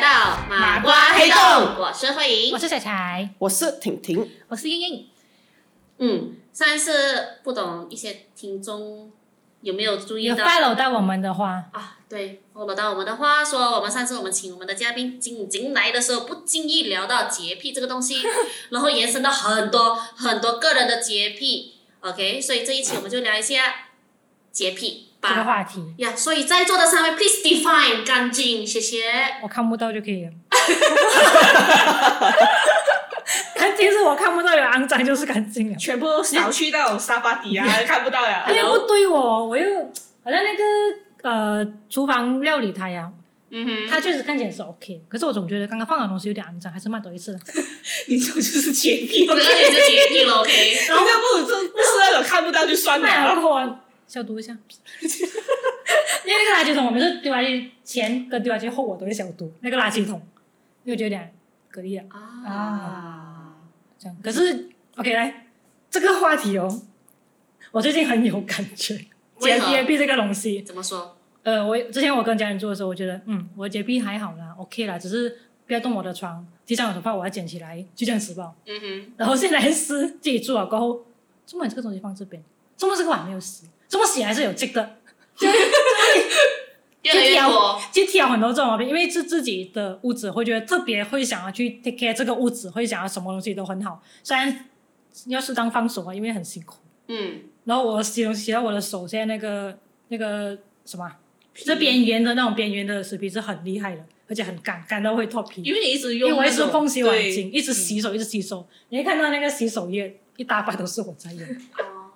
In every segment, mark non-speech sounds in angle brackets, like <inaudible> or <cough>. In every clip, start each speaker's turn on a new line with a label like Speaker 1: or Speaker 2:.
Speaker 1: 到
Speaker 2: 麻瓜黑洞
Speaker 1: 我是慧
Speaker 2: 我
Speaker 1: 莹。
Speaker 2: 是彩彩，
Speaker 3: 我是婷婷，
Speaker 2: 我是英英。
Speaker 1: 嗯，上一次不懂一些听众有没有注意
Speaker 2: 有
Speaker 1: 到
Speaker 2: follow 到我们的话，
Speaker 1: 啊？对，我老到我们的话说，我们上次我们请我们的嘉宾静静来的时候，不经意聊到洁癖这个东
Speaker 2: <laughs>
Speaker 1: 西，然后延伸到很多很多个人的洁癖。OK，所以这一期我们就聊一下洁癖
Speaker 2: 这个
Speaker 1: 吧。
Speaker 2: 话题
Speaker 1: 呀所以在座的三位，please define 干净，谢谢。
Speaker 2: 我看不到就可以了。干净是我看不到，有肮脏就是干净了。
Speaker 4: 全部都扫去到沙发底啊，看不到了。
Speaker 2: 他又不对哦我，我又好像那个呃厨房料理它呀，
Speaker 1: 嗯哼
Speaker 2: 它确实看起来是 OK，可是我总觉得刚刚放的东西有点肮脏，还是骂多一次。
Speaker 4: 你这种就是洁癖，
Speaker 1: 这
Speaker 4: 我
Speaker 1: 个也是洁癖了，OK。
Speaker 2: <laughs>
Speaker 4: 然后不如这不是那种看不到就算
Speaker 2: 卖
Speaker 4: 了。
Speaker 2: 了我消毒一下。因为那个垃圾桶，我每次丢垃圾前跟丢垃圾后，我都会消毒那个垃圾桶，因为觉得有点隔离啊，
Speaker 1: 啊，
Speaker 2: 这样。可是 OK 来这个话题哦，我最近很有感觉，
Speaker 1: 为
Speaker 2: 洁
Speaker 1: 何
Speaker 2: 洁癖这个东西。
Speaker 1: 怎么说？
Speaker 2: 呃，我之前我跟家人住的时候，我觉得嗯，我洁癖还好啦，OK 啦，只是不要动我的床，地上有头发我要捡起来，就这样子吧。
Speaker 1: 嗯哼，
Speaker 2: 然后现在是自己住了啊过后，怎么这个东西放这边？怎么这个碗没有洗？怎么洗还是有积的？
Speaker 1: 越来越多。
Speaker 2: 去挑很多这种毛病，因为是自己的屋子，会觉得特别会想要去 take care 这个屋子，会想要什么东西都很好。虽然要适当放手啊，因为很辛苦。
Speaker 1: 嗯，
Speaker 2: 然后我洗东西，然后我的手现在那个那个什么啊，这边缘的那种边缘的死皮是很厉害的，而且很干，干到会脱皮。
Speaker 4: 因为你一直
Speaker 2: 因
Speaker 4: 用
Speaker 2: 为
Speaker 4: 那种，
Speaker 2: 我一直碰洗碗
Speaker 4: 对嗯
Speaker 2: 巾，一直洗手，一直洗手，你会看到那个洗手液一大把都是我
Speaker 4: <laughs>
Speaker 2: 在用。
Speaker 1: 哦，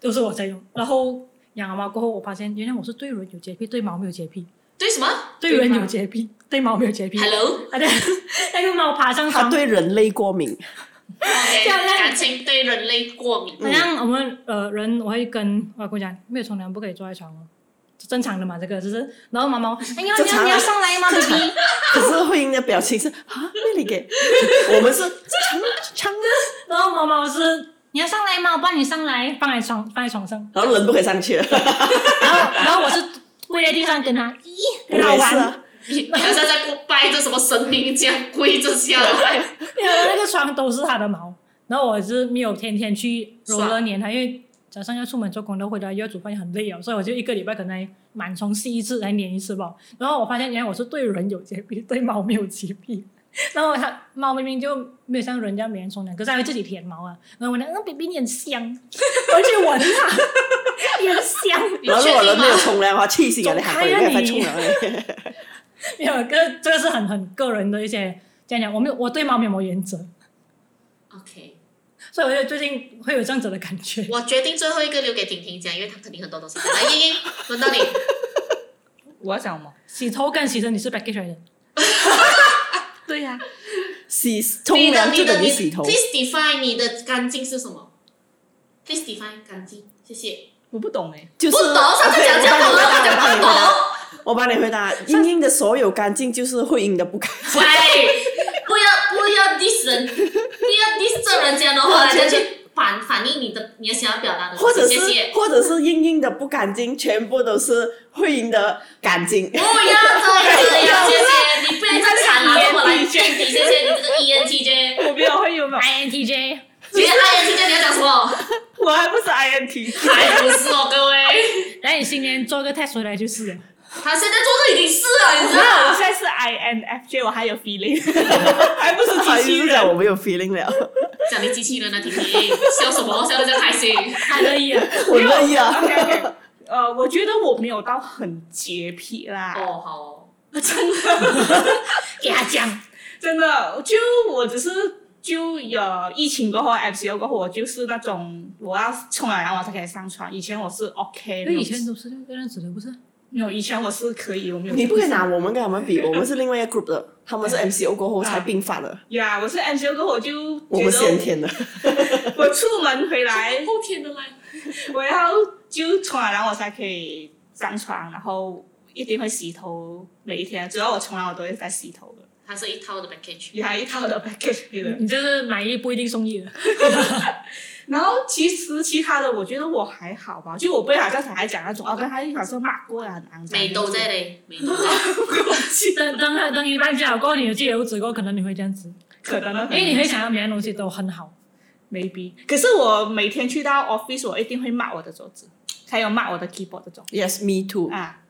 Speaker 2: 都是我在用。然后养了猫过后，我发现原来我是对人有洁癖，对猫没有洁癖，
Speaker 1: 对什么
Speaker 2: 对人有洁癖，对猫没有洁癖。
Speaker 1: ？Hello，OK，、
Speaker 2: 啊对， <laughs> 那个猫爬上
Speaker 3: 他
Speaker 4: 啊
Speaker 2: 床，
Speaker 3: 对人类过敏，
Speaker 2: 漂亮
Speaker 1: 感情对人类过敏。
Speaker 2: 好像我们呃人，我会跟我老公讲，没有冲凉不可以坐在床哦，是正常的嘛，这个只是。然后毛毛，哎呀，你要
Speaker 3: 正常
Speaker 2: 你
Speaker 3: 啊
Speaker 2: 要上来吗
Speaker 3: 正常
Speaker 2: ，baby？
Speaker 3: 可是慧英的表情是啊，那里给，我们是长长，
Speaker 2: 然后毛毛是。你要上来吗？我帮你上来，放在床，放在床上。
Speaker 3: 然后人不可以上去了，
Speaker 2: 然后，然后我是跪在地上跟他，咦，
Speaker 3: 我
Speaker 2: 跟他
Speaker 3: 也
Speaker 2: 玩
Speaker 3: 是。啊，
Speaker 1: 你好像在过拜着什么神明这样跪着下来。
Speaker 2: 没有，那个床都是它的毛。然后我是没有天天去揉了
Speaker 1: 爽
Speaker 2: 粘它，因为早上要出门做工，都回来又要煮饭，很累哦，所以我就一个礼拜可能螨虫吸一次，来粘一次吧。然后我发现原来我是对人有洁癖，对猫没有洁癖。然后它猫明明就没有像人家每人冲凉，可是它会自己舔毛啊。然后我讲，嗯，baby 你很香，我就去闻它，你很香。
Speaker 1: 你
Speaker 3: 然后
Speaker 1: 确
Speaker 3: 如果
Speaker 1: 定
Speaker 3: 人
Speaker 1: 吗
Speaker 3: 没？有冲凉的话，气死了，你
Speaker 2: 走
Speaker 3: 还
Speaker 2: 开啊
Speaker 3: 回来再
Speaker 2: 你
Speaker 3: 冲凉嘞，
Speaker 2: 没有，跟这个是很很个人的一些这样讲，我没有我对猫没有原则，
Speaker 1: OK，
Speaker 2: 所以我就最近会有这样子的感觉。
Speaker 1: 我决定最后一个留给婷婷讲，因为她肯定很多东西。来，英英，轮到你。
Speaker 4: 我要讲什么？
Speaker 2: 洗头跟洗身你是 package 来的，
Speaker 4: 对呀、
Speaker 3: 洗冲凉就
Speaker 1: 你的
Speaker 3: 等于
Speaker 1: 你
Speaker 3: 洗头，
Speaker 1: Please define 你的干净是什么？Please define 干净，谢谢。
Speaker 4: 我不懂哎，
Speaker 3: 就是
Speaker 1: 不懂，上次
Speaker 3: OK，
Speaker 1: 讲
Speaker 3: 我
Speaker 1: 讲
Speaker 3: 帮
Speaker 1: 好了，他
Speaker 3: 你回答，
Speaker 1: 讲
Speaker 3: 我帮
Speaker 1: 不
Speaker 3: 你回答，
Speaker 1: 懂。
Speaker 3: 我帮你回答，英英的所有干净就是慧英的不干净。
Speaker 1: 喂，不要不要 diss 人，不要 diss 这人家的话，人家去反反映你的你的想要表达的东
Speaker 3: 或
Speaker 1: 西。
Speaker 3: 者
Speaker 1: 谢
Speaker 3: 是
Speaker 1: 谢。
Speaker 3: 或者是英英的不干净，全部都是慧英的干净。
Speaker 1: 不要这样，谢谢你不要再缠了，我来垫底，谢谢你这个 E ENTJ。
Speaker 4: 我没有会有没有，
Speaker 2: 哎 INTJ，
Speaker 1: 其实 INTJ 你要讲什么？
Speaker 4: 我还不是 INT，
Speaker 1: 还不是哦，各位，
Speaker 2: 来你新年做个 test 回来就是了。
Speaker 1: 他现在做的已经是了，你知道
Speaker 4: 那我
Speaker 1: 吗？
Speaker 4: 现在是 INFJ，我还有 feeling，还不是
Speaker 3: 不好
Speaker 4: 机
Speaker 3: 意
Speaker 4: 器
Speaker 3: 思讲，
Speaker 4: 人。
Speaker 3: 我没有 feeling
Speaker 1: <laughs>
Speaker 3: 了，
Speaker 1: 讲你机器人呢，婷婷，笑什么？笑得这样开心。
Speaker 2: 他乐意啊，
Speaker 3: 我乐意啊。
Speaker 4: OK，OK，呃，我觉得我没有到很洁癖啦。
Speaker 1: 哦，好哦，
Speaker 2: 给他讲。
Speaker 4: 真的，就我只是就有疫情过后，MCO 过后，我就是那种我要冲了，然后我才可以上床。以前我是 OK
Speaker 2: 因
Speaker 4: 的，
Speaker 2: 为以前都是这样子的，不是？
Speaker 4: 没有，以前我是可以，我没有。
Speaker 3: 你不可以拿我们跟他们比，我们是另外一个 group 的，他们是 MCO 过后才并发的，
Speaker 1: 啊
Speaker 4: 呀我是 MCO 过后我就
Speaker 3: 我
Speaker 4: 觉
Speaker 3: 们先
Speaker 4: 得
Speaker 3: 天的。
Speaker 4: 我出门回来，
Speaker 1: 后天的来。
Speaker 4: 我要就冲了，然后我才可以上床，然后一定会洗头，每一天只要我冲凉，我都会在洗头的。
Speaker 1: 它是一套的 package。
Speaker 4: 也还一套的 package 给
Speaker 1: 嗯
Speaker 4: 的。
Speaker 2: 你就是买一不一定送一的。
Speaker 4: 然后其实其他的我觉得我还好吧，就我不会好像小孩讲那种啊，跟他一好像骂啊过呀，很肮脏。
Speaker 1: 哦美都在嘞，美 <laughs> 都在，
Speaker 2: 等等它等一半家过后，你有自己有子过后，可能你会这样子，
Speaker 4: 可能呢
Speaker 2: 因为你会想要每样东西都很好。
Speaker 4: maybe。可是我每天去到 office，我一定会骂我的桌子，还有骂我的 keyboard 这种
Speaker 3: Yes, me too。
Speaker 4: 啊。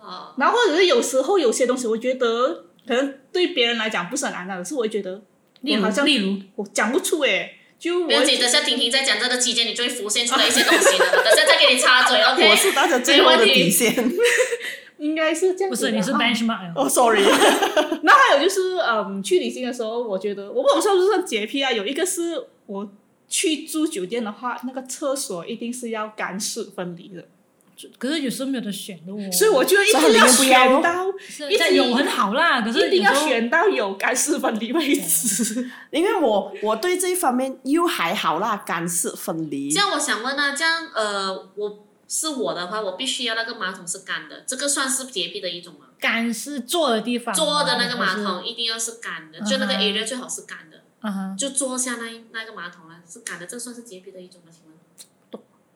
Speaker 1: 哦，
Speaker 4: 然后或者是有时候有些东西，我觉得可能对别人来讲不是很肮脏，可是我会觉得
Speaker 2: 例
Speaker 4: 我
Speaker 2: 如
Speaker 4: 好，像
Speaker 2: 例如，
Speaker 4: 我讲不出诶，就我
Speaker 1: 不要紧，等下婷婷在讲这个期间，你就会浮现出来一些东西的，等下再给你插 <laughs> 嘴
Speaker 3: <laughs> 我
Speaker 1: ，OK？
Speaker 3: 是大家最后的底线。 <laughs>
Speaker 4: 应该是这样
Speaker 2: 不
Speaker 4: 子的。
Speaker 2: 是你是
Speaker 4: 啊
Speaker 2: benchmark 了
Speaker 3: 哦、s o r r y
Speaker 4: 然后还有就是，嗯，去旅行的时候，我觉得我不懂算不算洁癖啊？有一个是我去住酒店的话，那个厕所一定是要干湿分离的，
Speaker 2: 可是有时候没有得选的哦。
Speaker 4: 所以我就一定
Speaker 3: 所以你们不要
Speaker 4: 选
Speaker 3: 哦
Speaker 4: 到，
Speaker 2: 是
Speaker 4: 一直
Speaker 2: 在有很好啦，可是
Speaker 4: 一定要
Speaker 2: 有时候。
Speaker 4: 选到有干湿分离为止。
Speaker 3: 因为我我对这一方面又还好啦，干湿分离
Speaker 1: 这。样我想问啊，这样呃，我是我的话，我必须要那个马桶是干的，这个算是洁癖的一种吗？
Speaker 2: 干是坐的
Speaker 3: 啊
Speaker 2: 地方，啊
Speaker 1: 坐的那个马
Speaker 2: 还是
Speaker 1: 桶一定要是干的，就那个
Speaker 2: 嗯哼
Speaker 1: area 最好是干的，
Speaker 2: 啊哈，
Speaker 1: 就坐下那一那个马桶啊是干的，这算是洁癖的一种吗？请
Speaker 3: 嗯
Speaker 1: 问？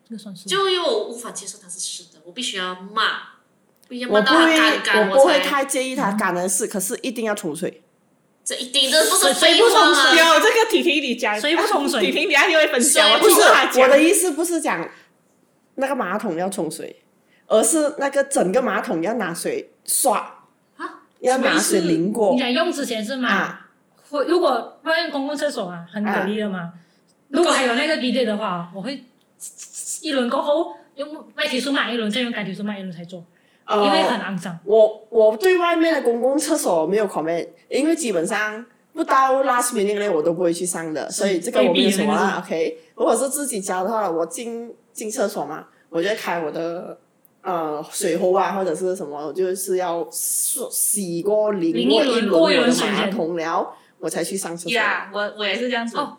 Speaker 2: 这个算是
Speaker 1: 就因为我无法接受它是湿的，我必须要骂，必须要
Speaker 3: 我
Speaker 1: 骂
Speaker 3: 不
Speaker 1: 到它
Speaker 3: 会
Speaker 1: 干，干
Speaker 3: 我不会
Speaker 1: 才
Speaker 3: 太介意它干的事，可是一定要冲水。
Speaker 1: 这一定这不是
Speaker 2: 水
Speaker 1: 废
Speaker 2: 不
Speaker 1: 话啊
Speaker 2: 冲
Speaker 1: 吗？
Speaker 4: 有这个婷婷你讲，
Speaker 2: 水不冲水
Speaker 4: <laughs> 婷婷你下就会分享，
Speaker 1: 水
Speaker 4: 我
Speaker 1: 不
Speaker 3: <laughs> 不
Speaker 4: 听
Speaker 3: 是
Speaker 4: 过她
Speaker 3: 我
Speaker 4: 讲
Speaker 3: 的意思，不是讲那个马桶要冲水，而是那个整个马桶要拿水刷
Speaker 1: 啊，
Speaker 3: 要拿水淋过
Speaker 2: 你想用之前是吗？
Speaker 3: 啊。
Speaker 2: 会如果外面公共厕所啊，很给力的嘛。如果还有那个 bidet 的话，我会一轮过后用外提出买一轮，再用干提出买一轮才做，因为很
Speaker 3: 呃，
Speaker 2: 肮脏。
Speaker 3: 我我对外面的公共厕所没有 comment，因为基本上不到 last minute 呢，我都不会去上的，所以这个我没有什么啦。OK，如果是自己家的话，我进进厕所嘛，我就开我的。呃，水壶啊，或者是什么，就是要洗洗过、淋
Speaker 2: 淋
Speaker 3: 过
Speaker 2: 一
Speaker 3: 一
Speaker 2: 轮
Speaker 3: 轮我
Speaker 2: 过一轮
Speaker 3: 的
Speaker 2: 水
Speaker 3: 马
Speaker 2: 先
Speaker 3: 桶了，我才去上厕所。
Speaker 4: 呀，我我也是这样子。
Speaker 2: 哦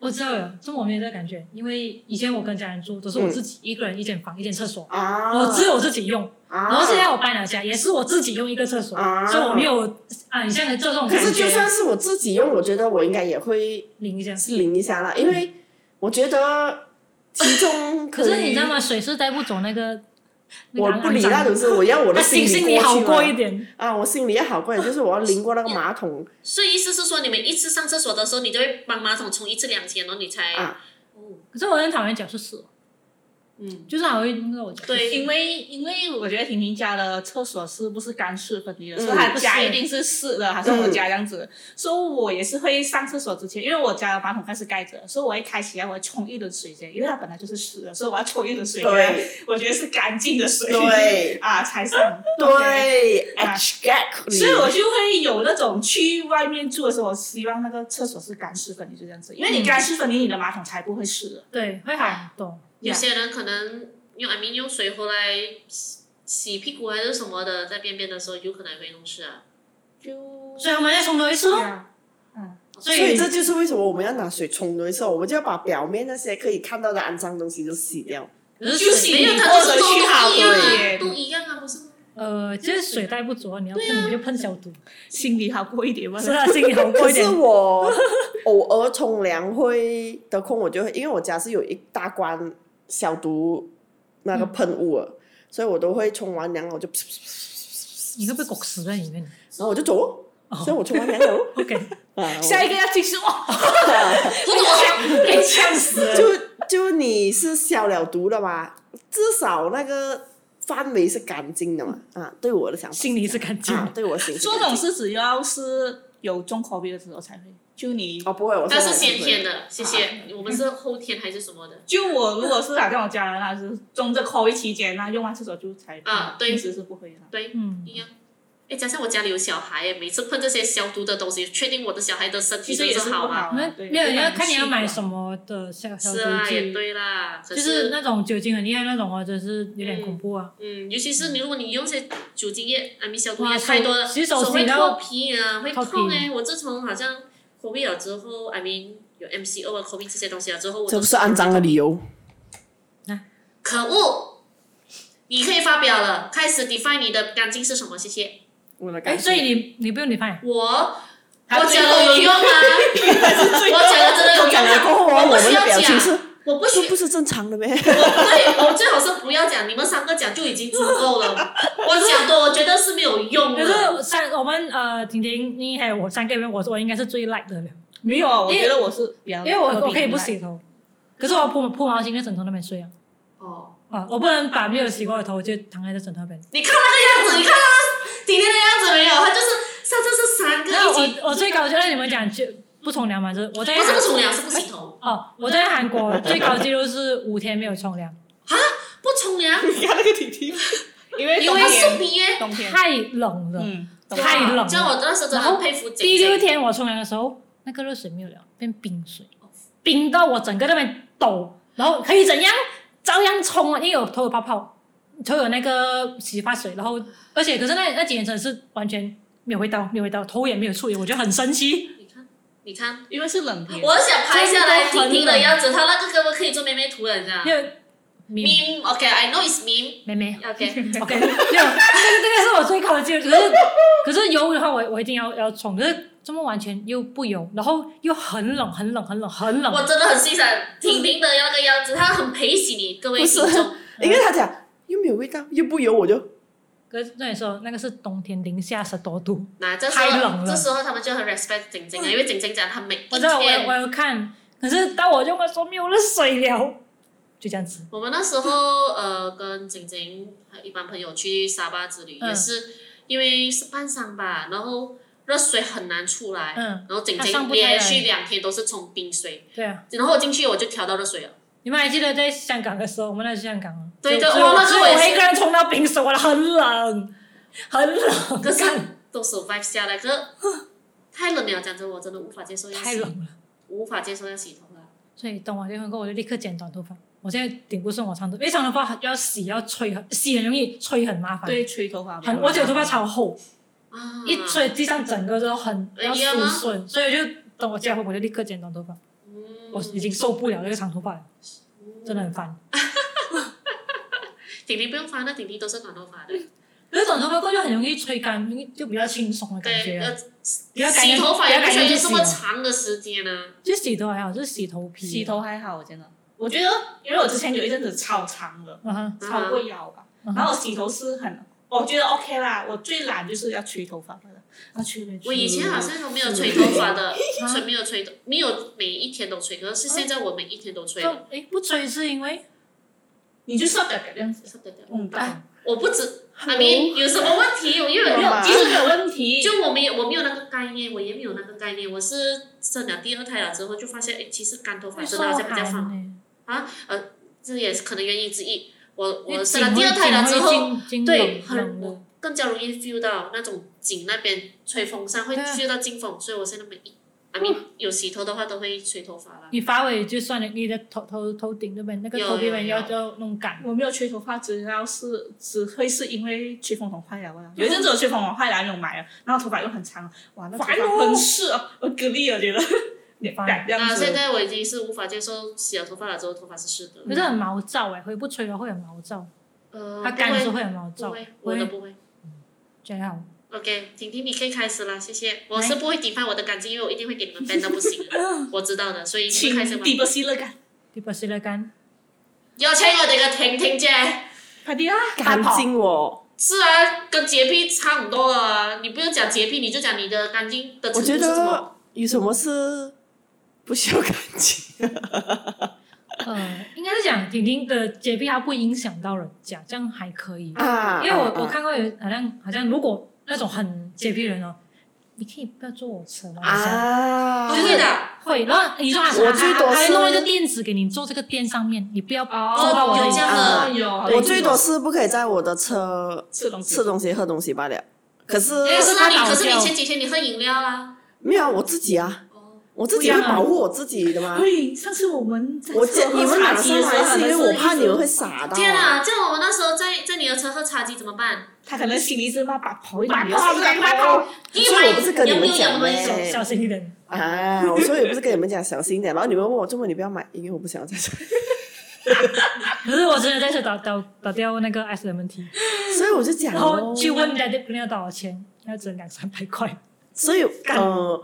Speaker 2: 我知道了，这么我没有这个感觉，因为以前我跟家人住都是我自己一个人一间房一间厕所，
Speaker 3: 啊，
Speaker 2: 我只有我自己用。
Speaker 3: 啊，
Speaker 2: 然后现在我搬了家，也是我自己用一个厕所，
Speaker 3: 啊
Speaker 2: 所以我没有啊，你像做这种
Speaker 3: 可
Speaker 2: 感
Speaker 3: 是就算
Speaker 2: 觉，
Speaker 3: 是我自己用，我觉得我应该也会
Speaker 2: 淋一下。
Speaker 3: 是淋一下啦，因为我觉得其中
Speaker 2: 可
Speaker 3: 以
Speaker 2: 是你知道吗？水是带不走那个，那个
Speaker 3: 我
Speaker 2: 肮
Speaker 3: 不理
Speaker 2: 脏
Speaker 3: 那种事，我要我
Speaker 2: 他
Speaker 3: 的
Speaker 2: 心
Speaker 3: 里
Speaker 2: 心里好
Speaker 3: 过
Speaker 2: 过
Speaker 3: 去
Speaker 2: 一
Speaker 3: 嘛
Speaker 2: 点。
Speaker 3: 啊，我心里要好过一点，就是我要淋过那个马桶
Speaker 1: 所以意思是说，你们一次上厕所的时候，你就会帮马桶冲一次两千，然后你才，
Speaker 3: 啊
Speaker 1: 哦，
Speaker 2: 可是我很讨厌脚是屎，
Speaker 1: 嗯，
Speaker 2: 就是好会弄到我脚。
Speaker 1: 对，
Speaker 4: 因为因为我觉得婷婷家的厕所是不是干湿分离的？
Speaker 3: 嗯
Speaker 4: 所以她
Speaker 2: 不是
Speaker 4: 家一定是湿的，还是我家这样子？所以我也是会上厕所之前，因为我家的马桶盖是盖着的，所以我会开起来，我会冲一轮水先，因为它本来就是湿的，所以我要冲一轮水。
Speaker 3: 对，
Speaker 4: 我觉得是干净的水。
Speaker 3: 对
Speaker 4: <laughs> 啊，才上。OK。
Speaker 3: 对
Speaker 4: 啊
Speaker 3: ，exactly，
Speaker 4: 所以我就会有那种去外面住的时候，我希望那个厕所是干湿分离，就这样子，因为你干湿分离，你的马桶才不会湿的。
Speaker 2: 对，会好很多。
Speaker 1: 有些人可能用 I mean 用水壶来洗洗屁股还是什么的，在便便的时候有可能会弄湿啊。
Speaker 4: 就
Speaker 2: 所以我们再从头一次
Speaker 4: 对
Speaker 2: 咯。
Speaker 4: 啊
Speaker 2: 所
Speaker 3: 所以
Speaker 2: 以
Speaker 3: 这就是为什么我们要拿水冲的时候，我们就要把表面那些可以看到的肮脏东西就洗掉。
Speaker 2: 可是
Speaker 4: 就
Speaker 2: 水
Speaker 4: 是
Speaker 1: 没有，它就是都
Speaker 4: 去好
Speaker 1: 一样啊，
Speaker 4: 对
Speaker 1: 都一样啊，不是吗？
Speaker 2: 呃，就是水带不着，你要喷你就喷消毒。
Speaker 4: 心里好过一点吧。
Speaker 2: 是啊，心里好过
Speaker 3: 可
Speaker 2: 一
Speaker 3: <laughs> 是
Speaker 2: 点。
Speaker 3: 我偶尔冲凉会得空，我就会因为我家是有一大罐消毒那个喷雾的，所以我都会冲完凉了我就噗噗噗噗，
Speaker 2: 你会被狗屎在里面。
Speaker 3: 然后我就走哦。
Speaker 2: 哦
Speaker 3: 所以我冲完凉
Speaker 2: <laughs>
Speaker 3: 了哦
Speaker 2: OK，
Speaker 3: 啊，
Speaker 4: 下一个要继续哇，
Speaker 3: 我
Speaker 1: 不懂，
Speaker 4: <laughs> 被呛死
Speaker 3: <laughs>
Speaker 4: 了。
Speaker 3: 就就你是消了毒的嘛，至少那个范围是干净的嘛。啊，对我的想法，
Speaker 2: 心里是干净的
Speaker 3: 啊，对我的心。
Speaker 4: 这种是只要是有中 COVID 的时候才会，就你。
Speaker 3: 哦，不会，我
Speaker 1: 它是先
Speaker 3: 现在不会
Speaker 1: 天的，谢谢。我们是后天还是什么的？
Speaker 4: 就我如果是好像我家人啊，是中这 COVID 期间啊，用完厕所就才
Speaker 1: 啊对
Speaker 4: 平时是不会的。
Speaker 1: 对，
Speaker 2: 嗯，
Speaker 1: 一样。哎，加上我家里有小孩，每次碰这些消毒的东西，确定我的小孩的身体
Speaker 4: 其实也
Speaker 1: 真
Speaker 4: 是不
Speaker 1: 好吗？
Speaker 4: 好
Speaker 2: 那
Speaker 4: 啊，对
Speaker 2: 没有，你要看你要买什
Speaker 4: 么。
Speaker 2: 么的消消
Speaker 1: 是
Speaker 2: 毒
Speaker 1: 啊，也
Speaker 2: 剂，
Speaker 1: 对啦。可
Speaker 2: 就是那种酒精很厉害那种哦，真是有点恐怖啊。
Speaker 1: 嗯，尤其是你如果你用些酒精液、啊安眠消毒
Speaker 2: 哇
Speaker 1: 液
Speaker 2: 手
Speaker 1: 太多了，
Speaker 2: 洗手洗
Speaker 1: 会脱
Speaker 2: 到
Speaker 1: 皮啊，会
Speaker 2: 脱
Speaker 1: 痛
Speaker 2: 皮
Speaker 1: 哎、我自从好像 COVID 了之后，I mean 有 MCO 啊、COVID 这些东西了之后，我
Speaker 3: 这
Speaker 1: 都
Speaker 3: 不是肮脏的理由。
Speaker 1: 可恶！你可以发表了，开始 define 你的干净是什么，谢谢。
Speaker 3: 我的
Speaker 2: 哎，
Speaker 3: 感
Speaker 2: 所以你你不用理发呀？
Speaker 1: 我我讲了有用吗？
Speaker 3: <laughs>
Speaker 1: 我讲了真的有
Speaker 3: 讲了过
Speaker 1: 用吗？
Speaker 3: 后，啊我
Speaker 1: 我不
Speaker 3: 们
Speaker 1: 需
Speaker 3: 的
Speaker 1: 要
Speaker 3: 表情是
Speaker 1: 讲，我不
Speaker 3: 这
Speaker 1: 需
Speaker 3: 不是正常的呗？
Speaker 1: 对，我最好是不要讲，你们三个讲就已经足够了。我讲多，我觉得是没有用
Speaker 2: 可
Speaker 1: 的。
Speaker 2: 是三我们呃，婷婷你还有我三个人，我我应该是最 like 的了，
Speaker 4: 没有啊，我
Speaker 2: 因为
Speaker 4: 觉得我是比较
Speaker 2: 因为我
Speaker 4: 和
Speaker 2: 我
Speaker 4: 平
Speaker 2: 可以
Speaker 4: 的
Speaker 2: 不洗头，可是我铺铺毛巾在枕头那边睡啊。
Speaker 1: 哦，
Speaker 2: 啊，我不能把没有洗过的头就躺在这枕头边。
Speaker 1: 你看那个样子，你看他婷婷的样子没有？他就是上次是三个
Speaker 2: 那
Speaker 1: 一起，
Speaker 2: 我我最高就是你们讲就不冲凉嘛，就是我在
Speaker 1: 不是不冲凉，是不洗头，
Speaker 2: 哦，我在韩国最高纪录是五天没有冲凉，
Speaker 1: 不冲凉，
Speaker 4: 你看那个婷婷，因为
Speaker 1: 因
Speaker 4: 冬
Speaker 1: 为送
Speaker 4: 天，
Speaker 1: 毕耶。
Speaker 4: 冬天，
Speaker 2: 太冷了。
Speaker 4: 嗯，冬天
Speaker 2: 太冷了
Speaker 1: 这样我那时候真的很佩服姐
Speaker 2: 第
Speaker 1: 姐。
Speaker 2: 六天我冲凉的时候，那个热水没有了，变冰水，冰到我整个那边抖，然后可以怎样？照样冲啊，因为有头有泡泡，头有那个洗发水，然后而且可是那那几天真的是完全没有味道，没有味道，头也没有触觉，我觉得很神奇。
Speaker 1: 你看，你看，
Speaker 4: 因为是冷天，
Speaker 1: 我想拍下来
Speaker 2: 真的很
Speaker 1: 婷婷的样子，她那个根本可以做妹妹图了，你知道吗
Speaker 2: 因为咪
Speaker 1: ？Meme，OK，I know it's meme。
Speaker 2: 妹
Speaker 1: <laughs>
Speaker 2: 妹 <laughs>
Speaker 1: OK，
Speaker 2: OK，没有，这个这个是我最高的记录。可是可是油的话我，我一定要要冲，可是这么完全又不油，然后又很冷，很冷，很冷，很冷。
Speaker 1: 我真的很欣赏婷婷的那个样子，她很陪喜你，各位
Speaker 3: 不是
Speaker 1: 听众。
Speaker 3: <laughs> 因为他讲又没有味道，又不油，我就
Speaker 2: 可是那时候那个是冬天零下十多度，
Speaker 1: 那这时
Speaker 2: 太冷
Speaker 1: 候，
Speaker 2: 了嗯
Speaker 1: 这时候他们就很 respect 晶晶啊，因为晶晶讲她每一
Speaker 2: 我知道我有我
Speaker 1: 天。
Speaker 2: 有看，可是到我就跟他说没有了水了，就这样子。
Speaker 1: 我们那时候呃跟晶晶还有一帮朋友去沙巴之旅，
Speaker 2: 嗯
Speaker 1: 也是因为是半山吧，然后热水很难出来，
Speaker 2: 嗯，
Speaker 1: 然后晶
Speaker 2: 它上
Speaker 1: 晶
Speaker 2: 不开来
Speaker 1: 连续两天都是冲冰水，
Speaker 2: 对啊，
Speaker 1: 然后我进去我就调到热水了。
Speaker 2: 你们还记得在香港的时候，我们那时候香港啊，
Speaker 1: 对
Speaker 2: 就
Speaker 1: 对
Speaker 2: 就
Speaker 1: 哦那时候
Speaker 2: 就
Speaker 1: 我也
Speaker 2: 我
Speaker 1: 是
Speaker 2: 一个人冲到冰水，我的很
Speaker 1: <laughs>
Speaker 2: 冷，很冷，
Speaker 1: 可是都 survive 下来，可是太冷了，讲真，我真的无法接受要
Speaker 2: 太
Speaker 1: 洗，
Speaker 2: 冷了。
Speaker 1: 无法接受要洗头了。
Speaker 2: 所以等我结婚过后，我就立刻剪短头发。我现在顶不顺我长头发，因为长头发要洗要吹很，洗很容易，吹很麻烦。，
Speaker 4: 对吹头发吧，
Speaker 2: 很我觉得头发超厚，
Speaker 1: 啊，
Speaker 2: 一吹地上整个都很
Speaker 1: 哎
Speaker 2: 要
Speaker 1: 呀
Speaker 2: 舒顺，所以我就等我结婚我就立刻剪短头发。
Speaker 1: 嗯
Speaker 2: 我已经受不了那个长头发了，真的很烦。
Speaker 1: 婷婷不用烦，那婷婷都是短头发的。
Speaker 2: 可是短头发过就很容易吹干，就比较清爽的感
Speaker 1: 对，
Speaker 2: 觉啊。
Speaker 1: 呃，
Speaker 2: 比较感
Speaker 1: 洗
Speaker 2: 觉
Speaker 1: 头发也不需要用
Speaker 2: 比较感觉就
Speaker 1: 这
Speaker 2: 洗了
Speaker 1: 么长的时间啊呢、
Speaker 2: 就洗头还好，就是洗头皮。
Speaker 4: 洗。头还好，我真的，我觉得因为我之前有一阵子超长了，
Speaker 2: 嗯哼。
Speaker 4: 超过腰吧，
Speaker 2: 嗯
Speaker 4: 然后我洗头是很，我觉得 OK 啦，我最懒就是要吹头发了，要吹没吹
Speaker 1: 我以前好啊像都没有吹头发的，吹没有吹头，没有每一天都吹，可是现在我每一天都吹
Speaker 2: 就
Speaker 1: 了。
Speaker 2: 诶，不吹是因为
Speaker 4: 你就是要表表这样子，嗯，
Speaker 2: 哎
Speaker 1: 我不止，阿明有什么问题？我因为
Speaker 3: 没
Speaker 1: 没
Speaker 3: 有
Speaker 1: 有
Speaker 3: 吧，
Speaker 1: 其
Speaker 4: 其
Speaker 1: 实
Speaker 4: 实没有问题，
Speaker 1: 就我没有，我没有那个概念，我也没有那个概念。我是生了第二胎了之后，就发现，哎，其实干头发真的好像比较放，
Speaker 2: 呢。
Speaker 1: 这也是可能原因之一。我我生了第二胎了之后，，对，很我更加容易 feel 到那种颈那边吹风扇会
Speaker 2: 对啊
Speaker 1: feel 到劲风，所以我现在每一，I mean 有洗头的话都会吹头发啦。
Speaker 2: 你发尾就算了，你的头头头顶那边那个
Speaker 1: 有嗯
Speaker 2: 头皮
Speaker 1: 有
Speaker 2: 边
Speaker 1: 有
Speaker 2: 要要弄干。
Speaker 4: 我没有吹头发，只要是只会是因为吹风筒坏了
Speaker 1: 嗯
Speaker 4: 啊。有一阵子我吹风筒坏了，没有买了，然后头发又很长，哇，那头
Speaker 2: 烦哦
Speaker 4: 发很湿啊，我隔离我觉得。 <laughs> 你
Speaker 2: 烦
Speaker 4: 这样
Speaker 1: 那啊现
Speaker 4: 子，
Speaker 1: 在我已经是无法接受洗了头发了之后头发是湿的。
Speaker 2: 可是很毛躁哎，会不吹了会很毛躁，
Speaker 1: 呃，
Speaker 2: 它
Speaker 1: 不
Speaker 2: 干的时候
Speaker 1: 会，
Speaker 2: 会很毛
Speaker 1: 不
Speaker 2: 躁，
Speaker 1: 会，我都不会。
Speaker 2: 这样。
Speaker 1: OK，婷婷，你可以开始啦，谢谢。我是不会抵抗我的感情，因为我一定会给你们 ban 到不行
Speaker 3: <laughs>
Speaker 1: 的，我知道的，所以你们开始
Speaker 4: 请
Speaker 1: 吧。
Speaker 4: 底部吸热感，
Speaker 2: 第八是了干，
Speaker 1: 有请我哋嘅婷婷姐。
Speaker 4: 快点啊！
Speaker 3: 干
Speaker 4: 跑
Speaker 3: 净哦。
Speaker 1: 是啊，跟洁癖差很多啊！你不用讲洁癖，你就讲你的干净的
Speaker 3: 我
Speaker 1: 程度
Speaker 3: 觉
Speaker 1: 是什么
Speaker 3: 得？有什么是不需要干净？
Speaker 2: 呃，应该是讲婷婷的洁癖，它不影响到人家，这样还可以。
Speaker 3: 啊，
Speaker 2: 因为我
Speaker 3: 啊
Speaker 2: 我看过有好像好像如果那种很洁癖的人哦，你可以不要坐我车吗？一下
Speaker 3: 啊，
Speaker 1: 不会的，
Speaker 2: 会，然后你说他
Speaker 3: 我最多
Speaker 2: 他还
Speaker 3: 是
Speaker 2: 弄一个垫子给你坐这个垫上面，你不要坐到我
Speaker 1: 有
Speaker 2: 的
Speaker 1: 哦这样的
Speaker 3: 啊
Speaker 4: 有
Speaker 3: 我最多是不可以在我的车
Speaker 4: 吃东西，
Speaker 3: 吃东西、喝东西罢了。可是
Speaker 1: 可哎是那
Speaker 2: 他
Speaker 1: 你
Speaker 2: 倒
Speaker 1: 可是
Speaker 2: 掉
Speaker 1: 你前几天你喝饮料啊？
Speaker 3: 没有啊我自己啊，
Speaker 1: 哦，
Speaker 3: 我自己
Speaker 2: 不
Speaker 3: 会
Speaker 2: 一样啊
Speaker 3: 保护我自己的嘛。
Speaker 4: 对，上次我们在
Speaker 3: 我
Speaker 4: 车
Speaker 3: 见
Speaker 4: 喝
Speaker 3: 你们
Speaker 4: 茶
Speaker 3: 拿
Speaker 4: 几
Speaker 3: 上
Speaker 4: 的时候
Speaker 3: 来是因为我怕你们会傻到。
Speaker 1: 天！啊！这样我们那时候在在你的车喝茶几怎么办？
Speaker 4: 他可能心里是骂把跑一
Speaker 2: 把
Speaker 4: 点，
Speaker 2: 跑
Speaker 4: 把
Speaker 2: 把跑，
Speaker 1: 一
Speaker 3: 所以我不是跟你们讲
Speaker 1: 没
Speaker 3: 嘞
Speaker 1: 有？
Speaker 2: 小心一点。
Speaker 3: 啊，我所以我不是跟你们讲小心一点，然后你们问我，中文你不要买，因为我不想要在这。
Speaker 2: 可是我真的在这倒倒倒掉那个
Speaker 3: 哦
Speaker 2: S M T，
Speaker 3: 所以我就讲
Speaker 2: 然
Speaker 3: 哦
Speaker 2: 后，
Speaker 3: <laughs>
Speaker 2: 去问人家就不要多少钱，要整两三百块。
Speaker 3: 所以呃，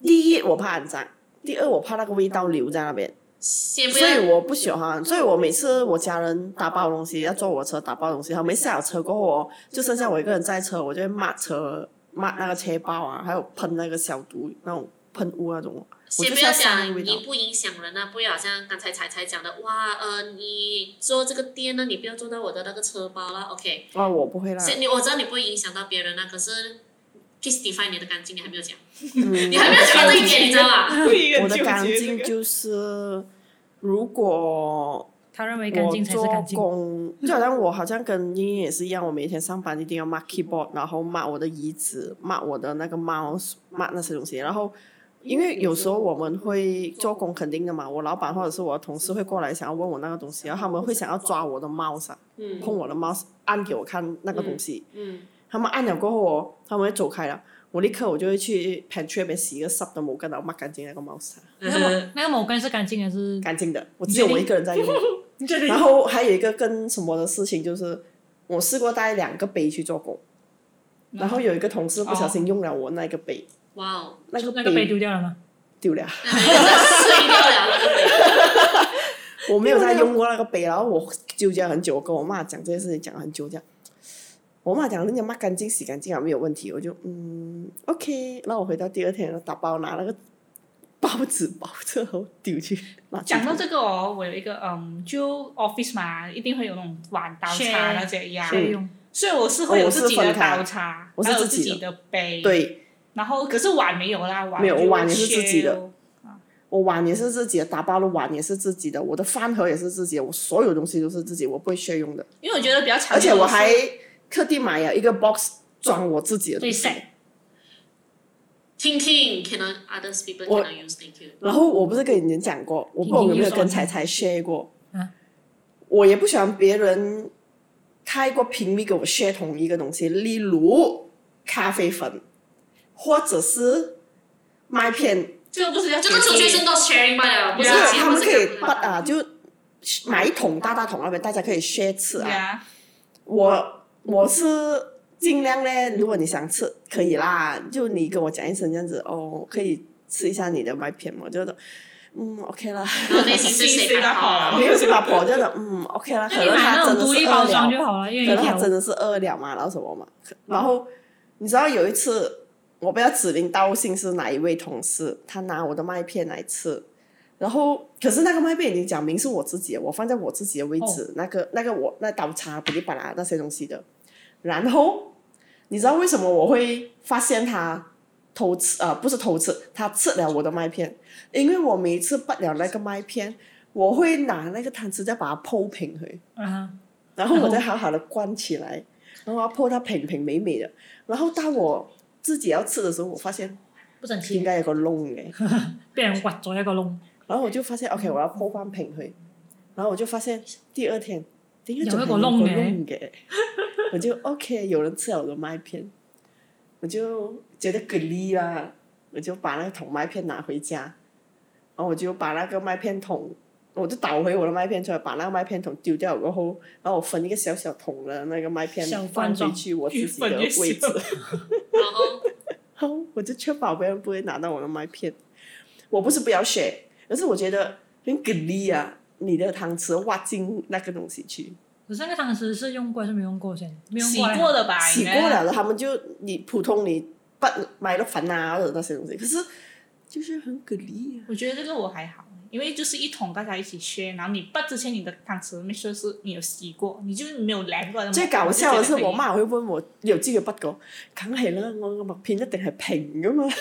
Speaker 3: 第一我怕肮脏，第二我怕那个味道留在那边，
Speaker 1: 先不
Speaker 3: 所
Speaker 1: 要
Speaker 3: 以我不喜欢。所以我每次我家人打包东西要坐我车打包东西，他们下了车过后哦，就剩下我一个人在车，我就会骂车骂那个车包啊，还有喷那个消毒那种喷雾那种。我
Speaker 1: 先
Speaker 3: 就
Speaker 1: 不
Speaker 3: 是
Speaker 1: 要
Speaker 3: 上那个
Speaker 1: 讲
Speaker 3: 味道
Speaker 1: 影不影响人啊，不要好像刚才彩彩讲的，哇，呃，你坐这个店呢，你不要坐到我的那个车包啦 o k
Speaker 3: 啊，我不会啦。
Speaker 1: 是你我知道你不会影响到别人啊，可是 please define 你的干净，你还没有讲，
Speaker 3: 嗯
Speaker 1: 你还没有讲到这一点，你知道吗？
Speaker 4: 会一个
Speaker 3: 我
Speaker 1: <laughs>
Speaker 3: 的
Speaker 4: 纠
Speaker 3: 干
Speaker 4: 结
Speaker 3: 净
Speaker 4: 这个
Speaker 3: 就是，如果
Speaker 2: 他认为干
Speaker 3: 我
Speaker 2: 净才是
Speaker 3: 做
Speaker 2: 干净。
Speaker 3: 工，就好像我好像跟英英也是一样，我每天上班一定要抹 keyboard，然后抹我的椅子，抹我的那个 mouse，抹那些东西。然后，因为有时候我们会做工，肯定的嘛，我老板或者是我的同事会过来想要问我那个东西，然后他们会想要抓我的 mouse，、啊、
Speaker 1: 嗯
Speaker 3: 碰我的 mouse，按给我看那个东西。
Speaker 1: 嗯，
Speaker 3: 他们按了过后哦，他们会走开了，我立刻我就会去 pantry 那边洗一个湿的毛巾，然后抹干净那个 mouse，啊
Speaker 2: 那个毛那个毛根是干净还是？
Speaker 3: 干净的，我只有我一个人在用。
Speaker 2: 你
Speaker 4: <laughs>
Speaker 2: 这
Speaker 4: 嗯
Speaker 3: 然后还有一个更什么的事情，就是我试过带两个杯去做工，
Speaker 4: 嗯
Speaker 3: 然后有一个同事不小心用了我那个杯，
Speaker 1: 哇哦，
Speaker 3: 那个
Speaker 2: 那个杯丢掉了吗？
Speaker 3: 嗯丢了，
Speaker 1: 那还真的碎掉了那个杯，
Speaker 3: 我没有再用过那个杯，然后我纠结很久，我跟我妈讲这件事情讲了很久，这样。我妈讲人家抹干净洗干净啊没有问题，我就嗯 OK。然后我回到第二天打包拿那个报纸包着，然后丢去。拿去
Speaker 4: 讲到这个哦，我有一个嗯，就 office 嘛，一定会有那种碗刀叉
Speaker 2: Share
Speaker 4: 那些呀，
Speaker 2: 谁用？
Speaker 4: 所以我是会有
Speaker 3: 哦我是
Speaker 4: 自己的
Speaker 3: 分开
Speaker 4: 刀叉，
Speaker 3: 哦我是
Speaker 4: 还有
Speaker 3: 自己
Speaker 4: 自
Speaker 3: 的
Speaker 4: 己的杯，，
Speaker 3: 对，
Speaker 4: 然后可是碗没有啦，碗
Speaker 3: 没有
Speaker 4: 就
Speaker 3: 碗也是自己的
Speaker 4: share
Speaker 3: 我碗也是自己的，打包的碗也是自己的，我的饭盒也是自己的，我所有东西都是自己，我不会 share 用的。
Speaker 4: 因为我觉得比较
Speaker 3: <laughs>
Speaker 4: 常
Speaker 3: 而且
Speaker 4: 见的是，
Speaker 2: <laughs>
Speaker 3: 我还特地买了一个 box 装我自己的
Speaker 2: 对
Speaker 3: 东西。
Speaker 2: 晒。
Speaker 1: thinking cannot others people
Speaker 3: 我
Speaker 1: cannot use thank you，
Speaker 3: 然后我不是跟你们讲过，我不知道
Speaker 2: 你
Speaker 3: 我
Speaker 2: 你
Speaker 3: 有没有
Speaker 2: 有说
Speaker 3: 跟
Speaker 2: 嗯
Speaker 3: 彩彩 share 过。
Speaker 2: 啊
Speaker 3: 我也不喜欢别人太过频密给我 share 同一个东西，例如咖啡粉，或者是麦片，
Speaker 4: 这个不是叫
Speaker 1: 这个出去是 not sharing 罢了，不
Speaker 3: 就是是
Speaker 4: 对啊
Speaker 3: 他们可以
Speaker 1: 不
Speaker 3: 把啊，就买一桶大大桶那边，大家可以 share 吃啊。
Speaker 4: 呀，
Speaker 3: 我我是尽量呢，如果你想吃可以啦，就你跟我讲一声这样子哦，可以吃一下你的麦片嘛，我觉得嗯
Speaker 2: <laughs>
Speaker 3: OK 啦，
Speaker 1: 然后内心是谁还好？
Speaker 3: 没有去把婆觉得嗯 OK 啦，
Speaker 2: 那
Speaker 3: 可
Speaker 2: 你
Speaker 3: 能
Speaker 2: 买
Speaker 3: 他
Speaker 2: 那
Speaker 3: 真
Speaker 2: 种
Speaker 3: 的
Speaker 2: 独
Speaker 3: 是
Speaker 2: 立包
Speaker 3: 饿
Speaker 2: 装
Speaker 3: 了，
Speaker 2: 就好了，因为
Speaker 3: 可
Speaker 2: 一
Speaker 3: 能他
Speaker 2: 条。
Speaker 3: 真的是饿了嘛，然后什么嘛，
Speaker 2: 嗯
Speaker 3: 然后你知道有一次。我不要指名道姓是哪一位同事，他拿我的麦片来吃，然后可是那个麦片已经讲明是我自己的，我放在我自己的位
Speaker 2: 哦
Speaker 3: 置，那个那个我那刀叉噼里啪啦那些东西的。然后你知道为什么我会发现他偷吃啊、呃不是偷吃，他吃了我的麦片，因为我每次不了那个麦片，我会拿那个汤匙再把它剖平回，
Speaker 2: 啊，
Speaker 3: 然后我再好好的关起来，然后我要剖它平平美美的。然后当我自己要吃的时候，我发现
Speaker 2: 不整
Speaker 3: 应
Speaker 2: 齐，
Speaker 3: 该有个窿诶、
Speaker 2: 被人挖咗一個窿，
Speaker 3: 然后我就发现 OK，我要剖翻平佢，然后我就发現第二天，點解仲係
Speaker 2: 有一個窿欸嘅
Speaker 3: 窿嘅？我就 OK，有人吃了我的麦片，我就觉得蛤蜊啦，我就把那个桶麦片拿回家，然后我就把那个麦片桶，我就倒回我的麦片出来，把那个麦片桶丢掉过后，然后我分一个小小桶的那个麦片
Speaker 2: 小罐
Speaker 3: 放回
Speaker 2: 装
Speaker 3: 去我自己的
Speaker 4: 越分越
Speaker 3: 位置
Speaker 4: 小。
Speaker 1: 然后
Speaker 3: 然后 <laughs> 我就确保别人不会拿到我的麦片。我不是不要学，而是我觉得很给力啊！你的汤匙挖进那个东西去，
Speaker 2: 可是那个汤匙是用过还是没用过先？没用
Speaker 4: 洗
Speaker 2: 过嘞啊
Speaker 4: 过的吧？
Speaker 3: 洗
Speaker 4: 应
Speaker 3: 过
Speaker 4: 该
Speaker 3: 了的，他们就你普通你不买了烦啊或者那些东西，可是就是很给力啊。
Speaker 4: 我觉得这个我还好，因为就是一桶大家一起 share，然后你拔之前你的汤匙没说是你有洗过，你就没有量过的嘛。
Speaker 3: 最搞笑的是，我
Speaker 4: 就觉得可以
Speaker 3: 媽會問我有知佢筆過，梗係啦，我個麥片一定係平噶嘛。
Speaker 1: <laughs>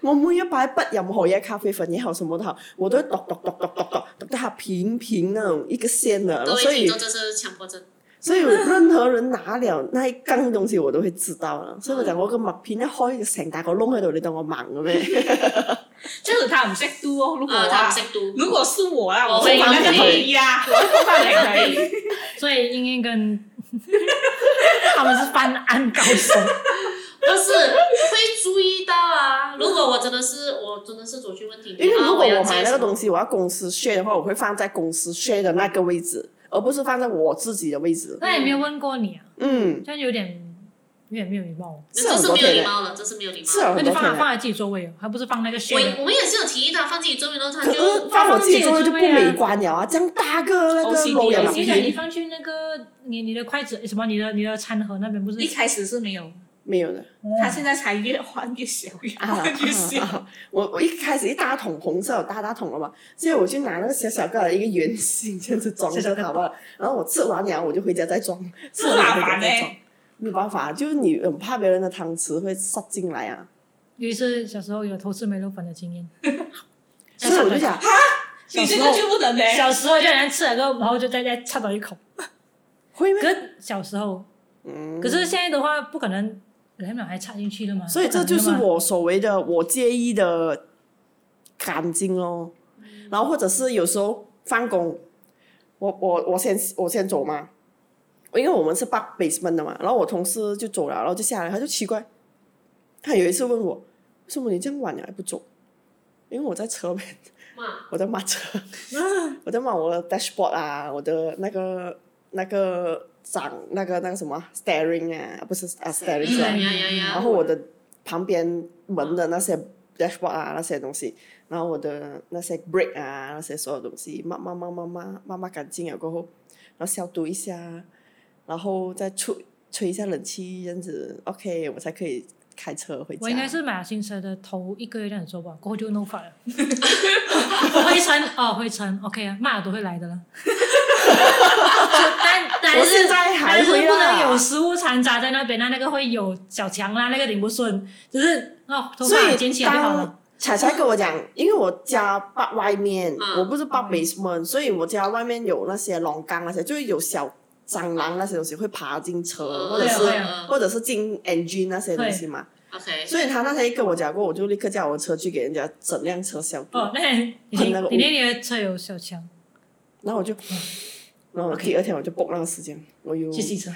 Speaker 3: 我每一擺筆任何嘢咖啡粉也好什麼都好，我都會剁剁剁剁剁剁剁到它平平那種一個線的，
Speaker 1: 各
Speaker 3: 所
Speaker 1: 位
Speaker 3: 以
Speaker 1: 听众这是强迫症，
Speaker 3: 所以任何人拿了那一羹東西，我都會知道啦。所以我就我個麥片一開就成大個窿喺度，你當我盲
Speaker 1: <laughs>
Speaker 3: 嘅咩？
Speaker 4: 就是他唔識 do 哦。如果
Speaker 1: 呃，他
Speaker 4: 啊
Speaker 1: 不，识读，
Speaker 4: 如果是我啊，
Speaker 1: 我
Speaker 4: 我
Speaker 1: 会
Speaker 4: 放那
Speaker 3: 放
Speaker 4: 个
Speaker 3: 你
Speaker 4: 腿呀，我会放你
Speaker 3: <laughs>
Speaker 4: 可以。
Speaker 2: 所以英英跟他们是翻案高手， <laughs>
Speaker 1: 但是会注意到啊。如果我真的是，我真的是走去问题，
Speaker 3: 因为如果
Speaker 1: 啊
Speaker 3: 我
Speaker 1: 要
Speaker 3: 買
Speaker 1: 接
Speaker 3: 那
Speaker 1: 什
Speaker 3: 個
Speaker 1: 么
Speaker 3: 東西，我要公司 share 的話，我會放在公司 share 的那個位置，而不是放在我自己的位置。
Speaker 2: 那也没有问过你啊，
Speaker 3: 嗯。
Speaker 2: 这样有点有点没有礼貌。
Speaker 1: 那
Speaker 3: 是很
Speaker 1: 真是
Speaker 3: 多
Speaker 1: 没有
Speaker 3: 天
Speaker 1: 礼
Speaker 3: 嘞
Speaker 1: 貌了，真是没有礼
Speaker 3: 是啊
Speaker 1: 貌。
Speaker 2: 那
Speaker 3: 有很
Speaker 2: 就
Speaker 3: 多
Speaker 2: 放在
Speaker 3: 天
Speaker 2: 放
Speaker 3: 的。
Speaker 2: 在自己座位哦，还不是放那个线
Speaker 1: 我？我们也是有提议他放自己座位，然后他
Speaker 3: 可是 <laughs>
Speaker 1: 就
Speaker 3: 放我自己座位就不
Speaker 2: 放自己
Speaker 3: 美
Speaker 2: 座位
Speaker 3: 观了啊！这样大个那个
Speaker 4: OCD
Speaker 3: 楼也蛮
Speaker 2: 你想你
Speaker 3: 平，
Speaker 2: 放去那个你你的筷子什么你的你的餐盒那边不是
Speaker 4: 一？开始是没有，
Speaker 3: 没有的
Speaker 4: 他现在才越换越小，越
Speaker 3: 啊
Speaker 4: <laughs>
Speaker 3: 啊
Speaker 4: 换越小。
Speaker 3: 啊！我我一开始一大桶红色有大大桶了嘛，所以我就拿那个小小个的一个圆形这样子装着它吧。然后我吃完了我就回家再装，吃完了回家再
Speaker 4: 麻烦
Speaker 3: 装
Speaker 4: 嘞。
Speaker 3: 没有办法，就是你很怕别人的汤匙会塞进来啊，
Speaker 2: 有一次小时候有偷吃梅露粉的经验，
Speaker 3: 所以我就想，
Speaker 2: 小
Speaker 4: 你
Speaker 2: 时
Speaker 4: 这
Speaker 2: 候
Speaker 4: 个就不能嘞，
Speaker 2: 小时候就人吃了个，然后就再再插到一口。
Speaker 3: 会吗？
Speaker 2: 可是小时候，
Speaker 3: 嗯
Speaker 2: 可是现在的话不可能，人秒还插进去的嘛。
Speaker 3: 所以这就
Speaker 2: 不可
Speaker 3: 是
Speaker 2: 能的嘛
Speaker 3: 我所谓的我介意的干净咯。然后或者是有时候放工，我我我先我先走嘛，因为我们是 b basement 的嘛，然后我同事就走了，然后就下来，他就奇怪，他有一次问我，为什么你这样晚了还不走？因为我在车边，
Speaker 1: 骂
Speaker 3: 我在骂
Speaker 2: <laughs>
Speaker 3: 车，
Speaker 2: 啊
Speaker 3: 我在骂我的 dashboard 啊，我的那个那个掌那个那个什么 steering 啊，不是啊 steering 是吧
Speaker 1: 嗯呀？呀呀！
Speaker 3: 然后我的旁边门
Speaker 2: 嗯
Speaker 3: 的那些 dashboard 啊那些东西，然后我的那些 brake 啊那些所有东西，慢慢慢慢慢慢慢干净了过后，然后消毒一下，然后再吹吹一下冷气这样子，OK，我才可以开车回家。
Speaker 2: 我应该是买了新车的头一个月这样子做吧，过后就 no
Speaker 3: <laughs>
Speaker 2: 法了。灰尘哦，灰尘 OK 啊，骂都会来的
Speaker 3: <laughs>
Speaker 2: 了。但但
Speaker 3: 我
Speaker 2: 是
Speaker 3: 现在还
Speaker 2: 但是
Speaker 3: 会啊
Speaker 2: 不能
Speaker 3: 啦
Speaker 2: 有食物残渣在那边，那那个会有小强啦，那个顶不顺，只是哦头
Speaker 3: 所
Speaker 2: 发
Speaker 3: 以
Speaker 2: 捡起来就好啊
Speaker 3: 当
Speaker 2: 了。
Speaker 3: 彩彩跟我讲，因为我家坝外面，
Speaker 1: 嗯
Speaker 3: 我不是坝 basement，所以我家外面有那些龙缸那些，就是有小蟑螂那些东西会爬进车，
Speaker 1: 嗯嗯
Speaker 3: 或者是
Speaker 2: 对啊
Speaker 3: 或者是进 engine 那些东西嘛。
Speaker 1: OK，
Speaker 3: 所以他那天一跟我讲过，我就立刻叫我车去给人家整辆车消毒，
Speaker 2: 哦，那你你
Speaker 3: 喷那个
Speaker 2: 你你的车有小强
Speaker 3: 然后我就，然后我第二天我就 book 那个时间，我又
Speaker 2: 去洗车，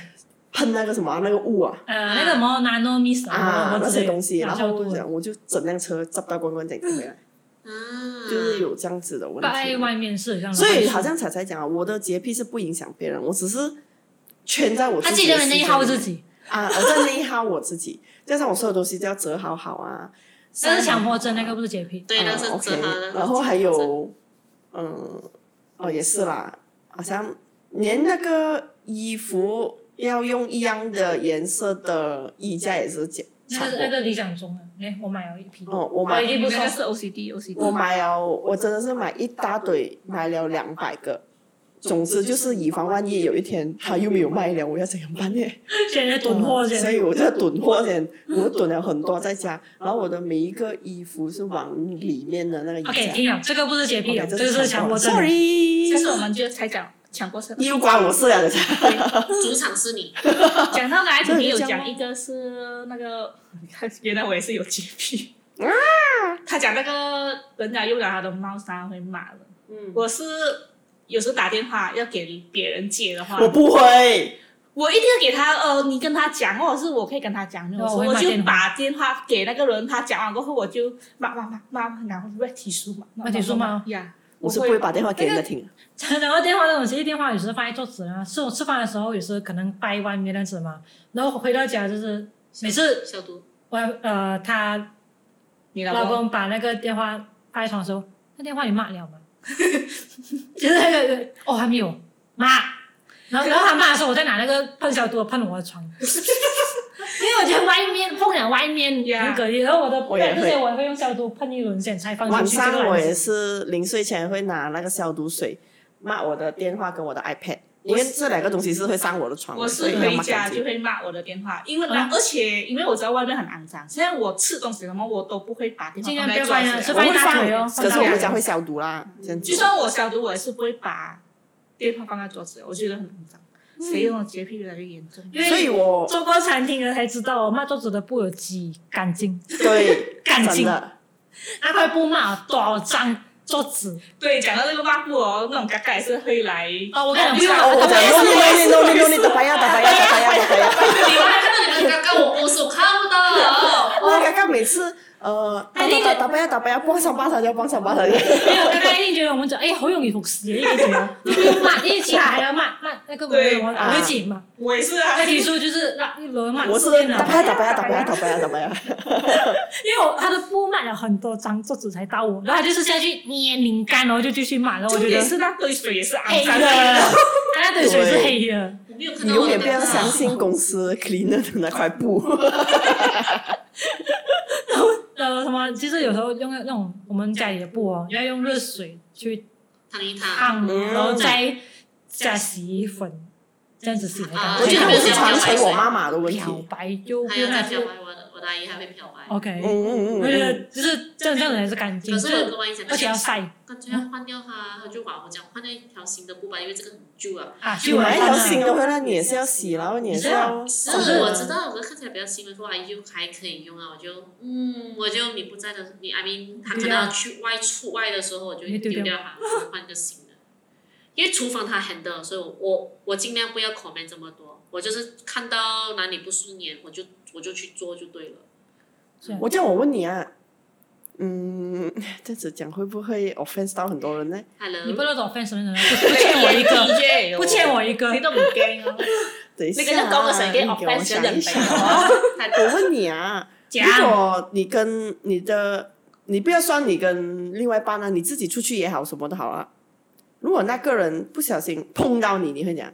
Speaker 3: 喷那个什么啊那个雾啊。
Speaker 2: 呃，那个什么 nano miss
Speaker 3: 啊，那
Speaker 2: 之类
Speaker 3: 些
Speaker 2: 的
Speaker 3: 东西，然
Speaker 2: 啊
Speaker 3: 后
Speaker 2: 消
Speaker 3: 我
Speaker 2: 毒
Speaker 3: 就
Speaker 2: 的
Speaker 3: 讲，我就整辆车砸到光光整回来，
Speaker 1: 嗯，
Speaker 3: 就是有这样子的问
Speaker 2: 在
Speaker 3: 题。
Speaker 2: 外面是这样的
Speaker 3: 所以
Speaker 2: 方式
Speaker 3: 好像彩彩讲啊，我的洁癖是不影响别人，我只是圈在我
Speaker 2: 他
Speaker 3: 自
Speaker 2: 自己
Speaker 3: 己
Speaker 2: 在
Speaker 3: 的
Speaker 2: 那
Speaker 3: 世界
Speaker 2: 内
Speaker 3: 里
Speaker 2: 耗自己，
Speaker 3: 啊，我在内耗我自己，加上我所有东西都要折好好啊。
Speaker 2: 但是强迫症那个不是洁癖。
Speaker 1: 对，那是
Speaker 3: 啊
Speaker 1: 折
Speaker 3: OK，
Speaker 1: 合的。
Speaker 3: 然后还有，嗯，哦也是啦，好像连那个衣服要用一样的颜色的衣架也是讲
Speaker 2: 那
Speaker 3: 强
Speaker 2: 个
Speaker 3: 迫
Speaker 2: 那。个理想中啊，哎，我买了一批。
Speaker 3: 哦，我
Speaker 4: 我
Speaker 3: 买
Speaker 4: 已经不
Speaker 2: 那个
Speaker 4: 算是 OCD OCD，
Speaker 3: 我买了，我真的是买一大堆，买了两百个。总之就是以防万一，有一天他又没有卖了，我要怎样办呢？
Speaker 2: 现在囤货
Speaker 3: <laughs> 所
Speaker 2: 先。
Speaker 3: 以我就囤货先，我囤了很多在家，然后我的每一个衣服是往里面的那个衣
Speaker 2: OK，
Speaker 3: 架。
Speaker 2: 听了，这个不是洁癖啊，
Speaker 3: OK，
Speaker 2: 这个是强迫症。
Speaker 3: Sorry，
Speaker 4: 这是我们就才讲强迫症。
Speaker 3: 又关我事啊了，
Speaker 1: 主场是你，
Speaker 4: <laughs> 讲到来，
Speaker 3: 真的
Speaker 4: 你有
Speaker 3: 是这样吗
Speaker 4: 讲一个是那个， <laughs> 你看原来我也是有洁癖。
Speaker 2: 啊
Speaker 4: 他讲那个人家用了他的猫砂会骂人，
Speaker 1: 嗯，
Speaker 4: 我是有时打电话要给别人接
Speaker 2: 啊
Speaker 4: 的话，
Speaker 3: 我不会，
Speaker 4: 我一定要给他，呃，你跟他讲，或者是我可以跟他讲，
Speaker 2: 哦
Speaker 4: 我
Speaker 2: 我会
Speaker 4: 我
Speaker 2: 骂
Speaker 4: 就
Speaker 2: 电话
Speaker 4: 把电话给那个人，他讲完过后，我就骂骂骂骂，骂然后就提书嘛，
Speaker 2: 骂提书骂
Speaker 4: 呀，
Speaker 3: 我是不会把电话给人家听。
Speaker 2: 然后电话那种，其实电话有时放在桌子啊，吃吃饭的时候有时可能掰外面那样子嘛，然后回到家就是每次
Speaker 1: 消毒，
Speaker 2: 我呃她
Speaker 4: 你
Speaker 2: 老
Speaker 4: 老公
Speaker 2: 公把那个电话放在床的时候，那电话你骂了吗？就是那个哦还没有骂，然后然后他骂的时候，我再拿那个喷消毒的喷我的床。 <laughs> 因为我觉得外面碰了外面
Speaker 4: Yeah
Speaker 2: 很可以，然后我的
Speaker 3: 我也
Speaker 2: 这些
Speaker 3: 会
Speaker 2: 我也会用消毒喷一轮先才放进
Speaker 3: 晚
Speaker 2: 去这个篮
Speaker 3: 上
Speaker 2: 子。
Speaker 3: 我也是临睡前会拿那个消毒水抹我的电话跟我的 iPad，因为这两个东西是会上我的床的，
Speaker 4: 我
Speaker 3: 所以
Speaker 4: 是
Speaker 3: 要
Speaker 4: 回
Speaker 3: 抹
Speaker 4: 家
Speaker 3: 干
Speaker 4: 就
Speaker 3: 净。
Speaker 4: 会骂我的电话，因为那、
Speaker 2: 嗯
Speaker 4: 而且因为我知道外面很肮脏，现在我吃东西什么我都不会把电
Speaker 2: 尽
Speaker 4: 话
Speaker 2: 量
Speaker 4: 放
Speaker 2: 不
Speaker 4: 在
Speaker 2: 要放呀，
Speaker 4: 桌
Speaker 2: 是
Speaker 4: 子
Speaker 3: 我
Speaker 2: 放
Speaker 3: 会
Speaker 4: 的。
Speaker 2: 一大
Speaker 3: 放
Speaker 2: 腿哦。
Speaker 3: 可是我回
Speaker 2: 们
Speaker 3: 家会消毒啦，这样子
Speaker 4: 就算我消毒，我也是不会把电话放在桌子的，我觉得很肮脏。谁用的洁癖越来越严重？
Speaker 2: 因为
Speaker 3: 所以我
Speaker 2: 做过餐厅的才知道，我骂桌子的布有几干净，
Speaker 3: 对
Speaker 2: 干
Speaker 3: 真
Speaker 2: 净啊
Speaker 3: 的，
Speaker 2: 那块布骂多少脏桌子。
Speaker 4: 对，讲到这个抹布哦，那种嘎嘎也是会来。
Speaker 2: 哦，我跟你
Speaker 4: 不用
Speaker 2: 讲，
Speaker 4: 了
Speaker 3: 哦，我讲
Speaker 4: 也是
Speaker 3: no
Speaker 4: 我
Speaker 3: no
Speaker 4: 也是
Speaker 3: no
Speaker 4: 我
Speaker 3: no
Speaker 4: 也
Speaker 3: no
Speaker 4: 是
Speaker 3: no，你打白呀打白呀打
Speaker 2: <laughs>
Speaker 3: 白呀打白呀。
Speaker 1: 你们看到你们刚刚我我手看不到，哦
Speaker 3: 我刚刚每次呃，打
Speaker 2: 哎那个
Speaker 3: 打打不要打不要，帮上帮上就帮上帮上就。
Speaker 2: 没有，刚刚一定觉得我们讲，哎，好容易服死，一直
Speaker 3: <laughs>
Speaker 2: 骂，一起来啊骂骂，那个我
Speaker 4: 对
Speaker 2: 我
Speaker 3: 啊
Speaker 2: 我自己骂，
Speaker 4: 我也是啊
Speaker 2: 那题书就是那一轮骂
Speaker 3: 我
Speaker 2: 四
Speaker 3: 是
Speaker 2: 遍了
Speaker 3: 打，不要打不要打不要打不要打不要。
Speaker 2: 因为我他的布骂了很多张，作者才到我，然后他就是下去捏拧干，然后就继续骂，然后我
Speaker 4: 重
Speaker 2: 觉
Speaker 4: 点
Speaker 2: 得
Speaker 4: 是那对水也是肮
Speaker 2: 黑
Speaker 4: 脏
Speaker 2: 的，
Speaker 4: 的，
Speaker 2: 他那对水是黑的，
Speaker 1: 我没有看
Speaker 3: 你
Speaker 1: 到我
Speaker 3: 永
Speaker 1: 的啊
Speaker 3: 远不
Speaker 1: 表
Speaker 3: 要
Speaker 1: 达
Speaker 3: 相信公司 cleaner 的那块布。
Speaker 2: 呃，什么其实有时候用那种我们家里的布哦，你要用热水去
Speaker 1: 烫一烫。
Speaker 2: 烫，
Speaker 3: 嗯
Speaker 2: 然后再加洗衣粉，这样子洗才干
Speaker 1: 啊
Speaker 3: 我觉
Speaker 2: 净
Speaker 3: 得
Speaker 1: 没
Speaker 3: 我
Speaker 1: 有
Speaker 3: 是
Speaker 1: 想
Speaker 3: 传
Speaker 1: 要
Speaker 3: 承
Speaker 1: 买
Speaker 3: 我
Speaker 1: 谁
Speaker 3: 妈妈的问题。
Speaker 2: 漂白就不
Speaker 1: 还有
Speaker 2: 用再
Speaker 1: 在
Speaker 2: 去
Speaker 1: 漂白，我的我的阿姨还会漂白，
Speaker 2: 哦
Speaker 3: 嗯
Speaker 2: OK，
Speaker 3: 嗯
Speaker 2: 我
Speaker 3: 嗯
Speaker 2: 觉
Speaker 3: 嗯。
Speaker 2: 得就是这样这样子还是干净
Speaker 1: 可，是
Speaker 2: 做
Speaker 1: 跟我以前
Speaker 2: 而且要晒
Speaker 4: 啊
Speaker 1: 感觉要换掉它，他就把我讲换掉一条新的布吧，因为这个很旧了。
Speaker 2: 啊，
Speaker 3: 你
Speaker 2: 去
Speaker 3: 买
Speaker 2: 完
Speaker 3: 一条
Speaker 2: 饭
Speaker 3: 新
Speaker 2: 了。
Speaker 3: 的回来，你也是要洗，然后你也是要。
Speaker 1: 是
Speaker 2: 可是
Speaker 1: 我知道，可是看起来比较新的，说阿姨就还可以用啊，我就嗯，我就你不在的，你阿 mean 他可能要去外出外的时候，我就
Speaker 2: 你丢掉
Speaker 1: 丢掉它，我就换个新的。因为厨房它 handle，所以我我我尽量不要 comment 这么多，我就是看到哪里不顺眼，我就我就去做就对了。
Speaker 3: 我叫我问你啊，嗯， <laughs> 这样子讲会不会 offense 到很多人呢？
Speaker 1: Hello，
Speaker 2: 你不知道 offense 什么人，不不欠我一
Speaker 4: <laughs>
Speaker 2: 个，
Speaker 4: DJ，
Speaker 2: 不欠我一个
Speaker 4: 哎你。都唔驚啊？
Speaker 3: 等一下、
Speaker 4: 你
Speaker 3: 啊，
Speaker 4: 咁樣講，我成日
Speaker 3: 你給我
Speaker 4: offend 咗
Speaker 3: 想一
Speaker 4: 人
Speaker 3: 想哦
Speaker 4: 哋。啊！
Speaker 3: 我问你啊，
Speaker 2: 讲
Speaker 3: 如果你跟你的，你不要算你跟另外一半啊，你自己出去也好，什么都好啊。如果那个人不小心碰到你，你会讲？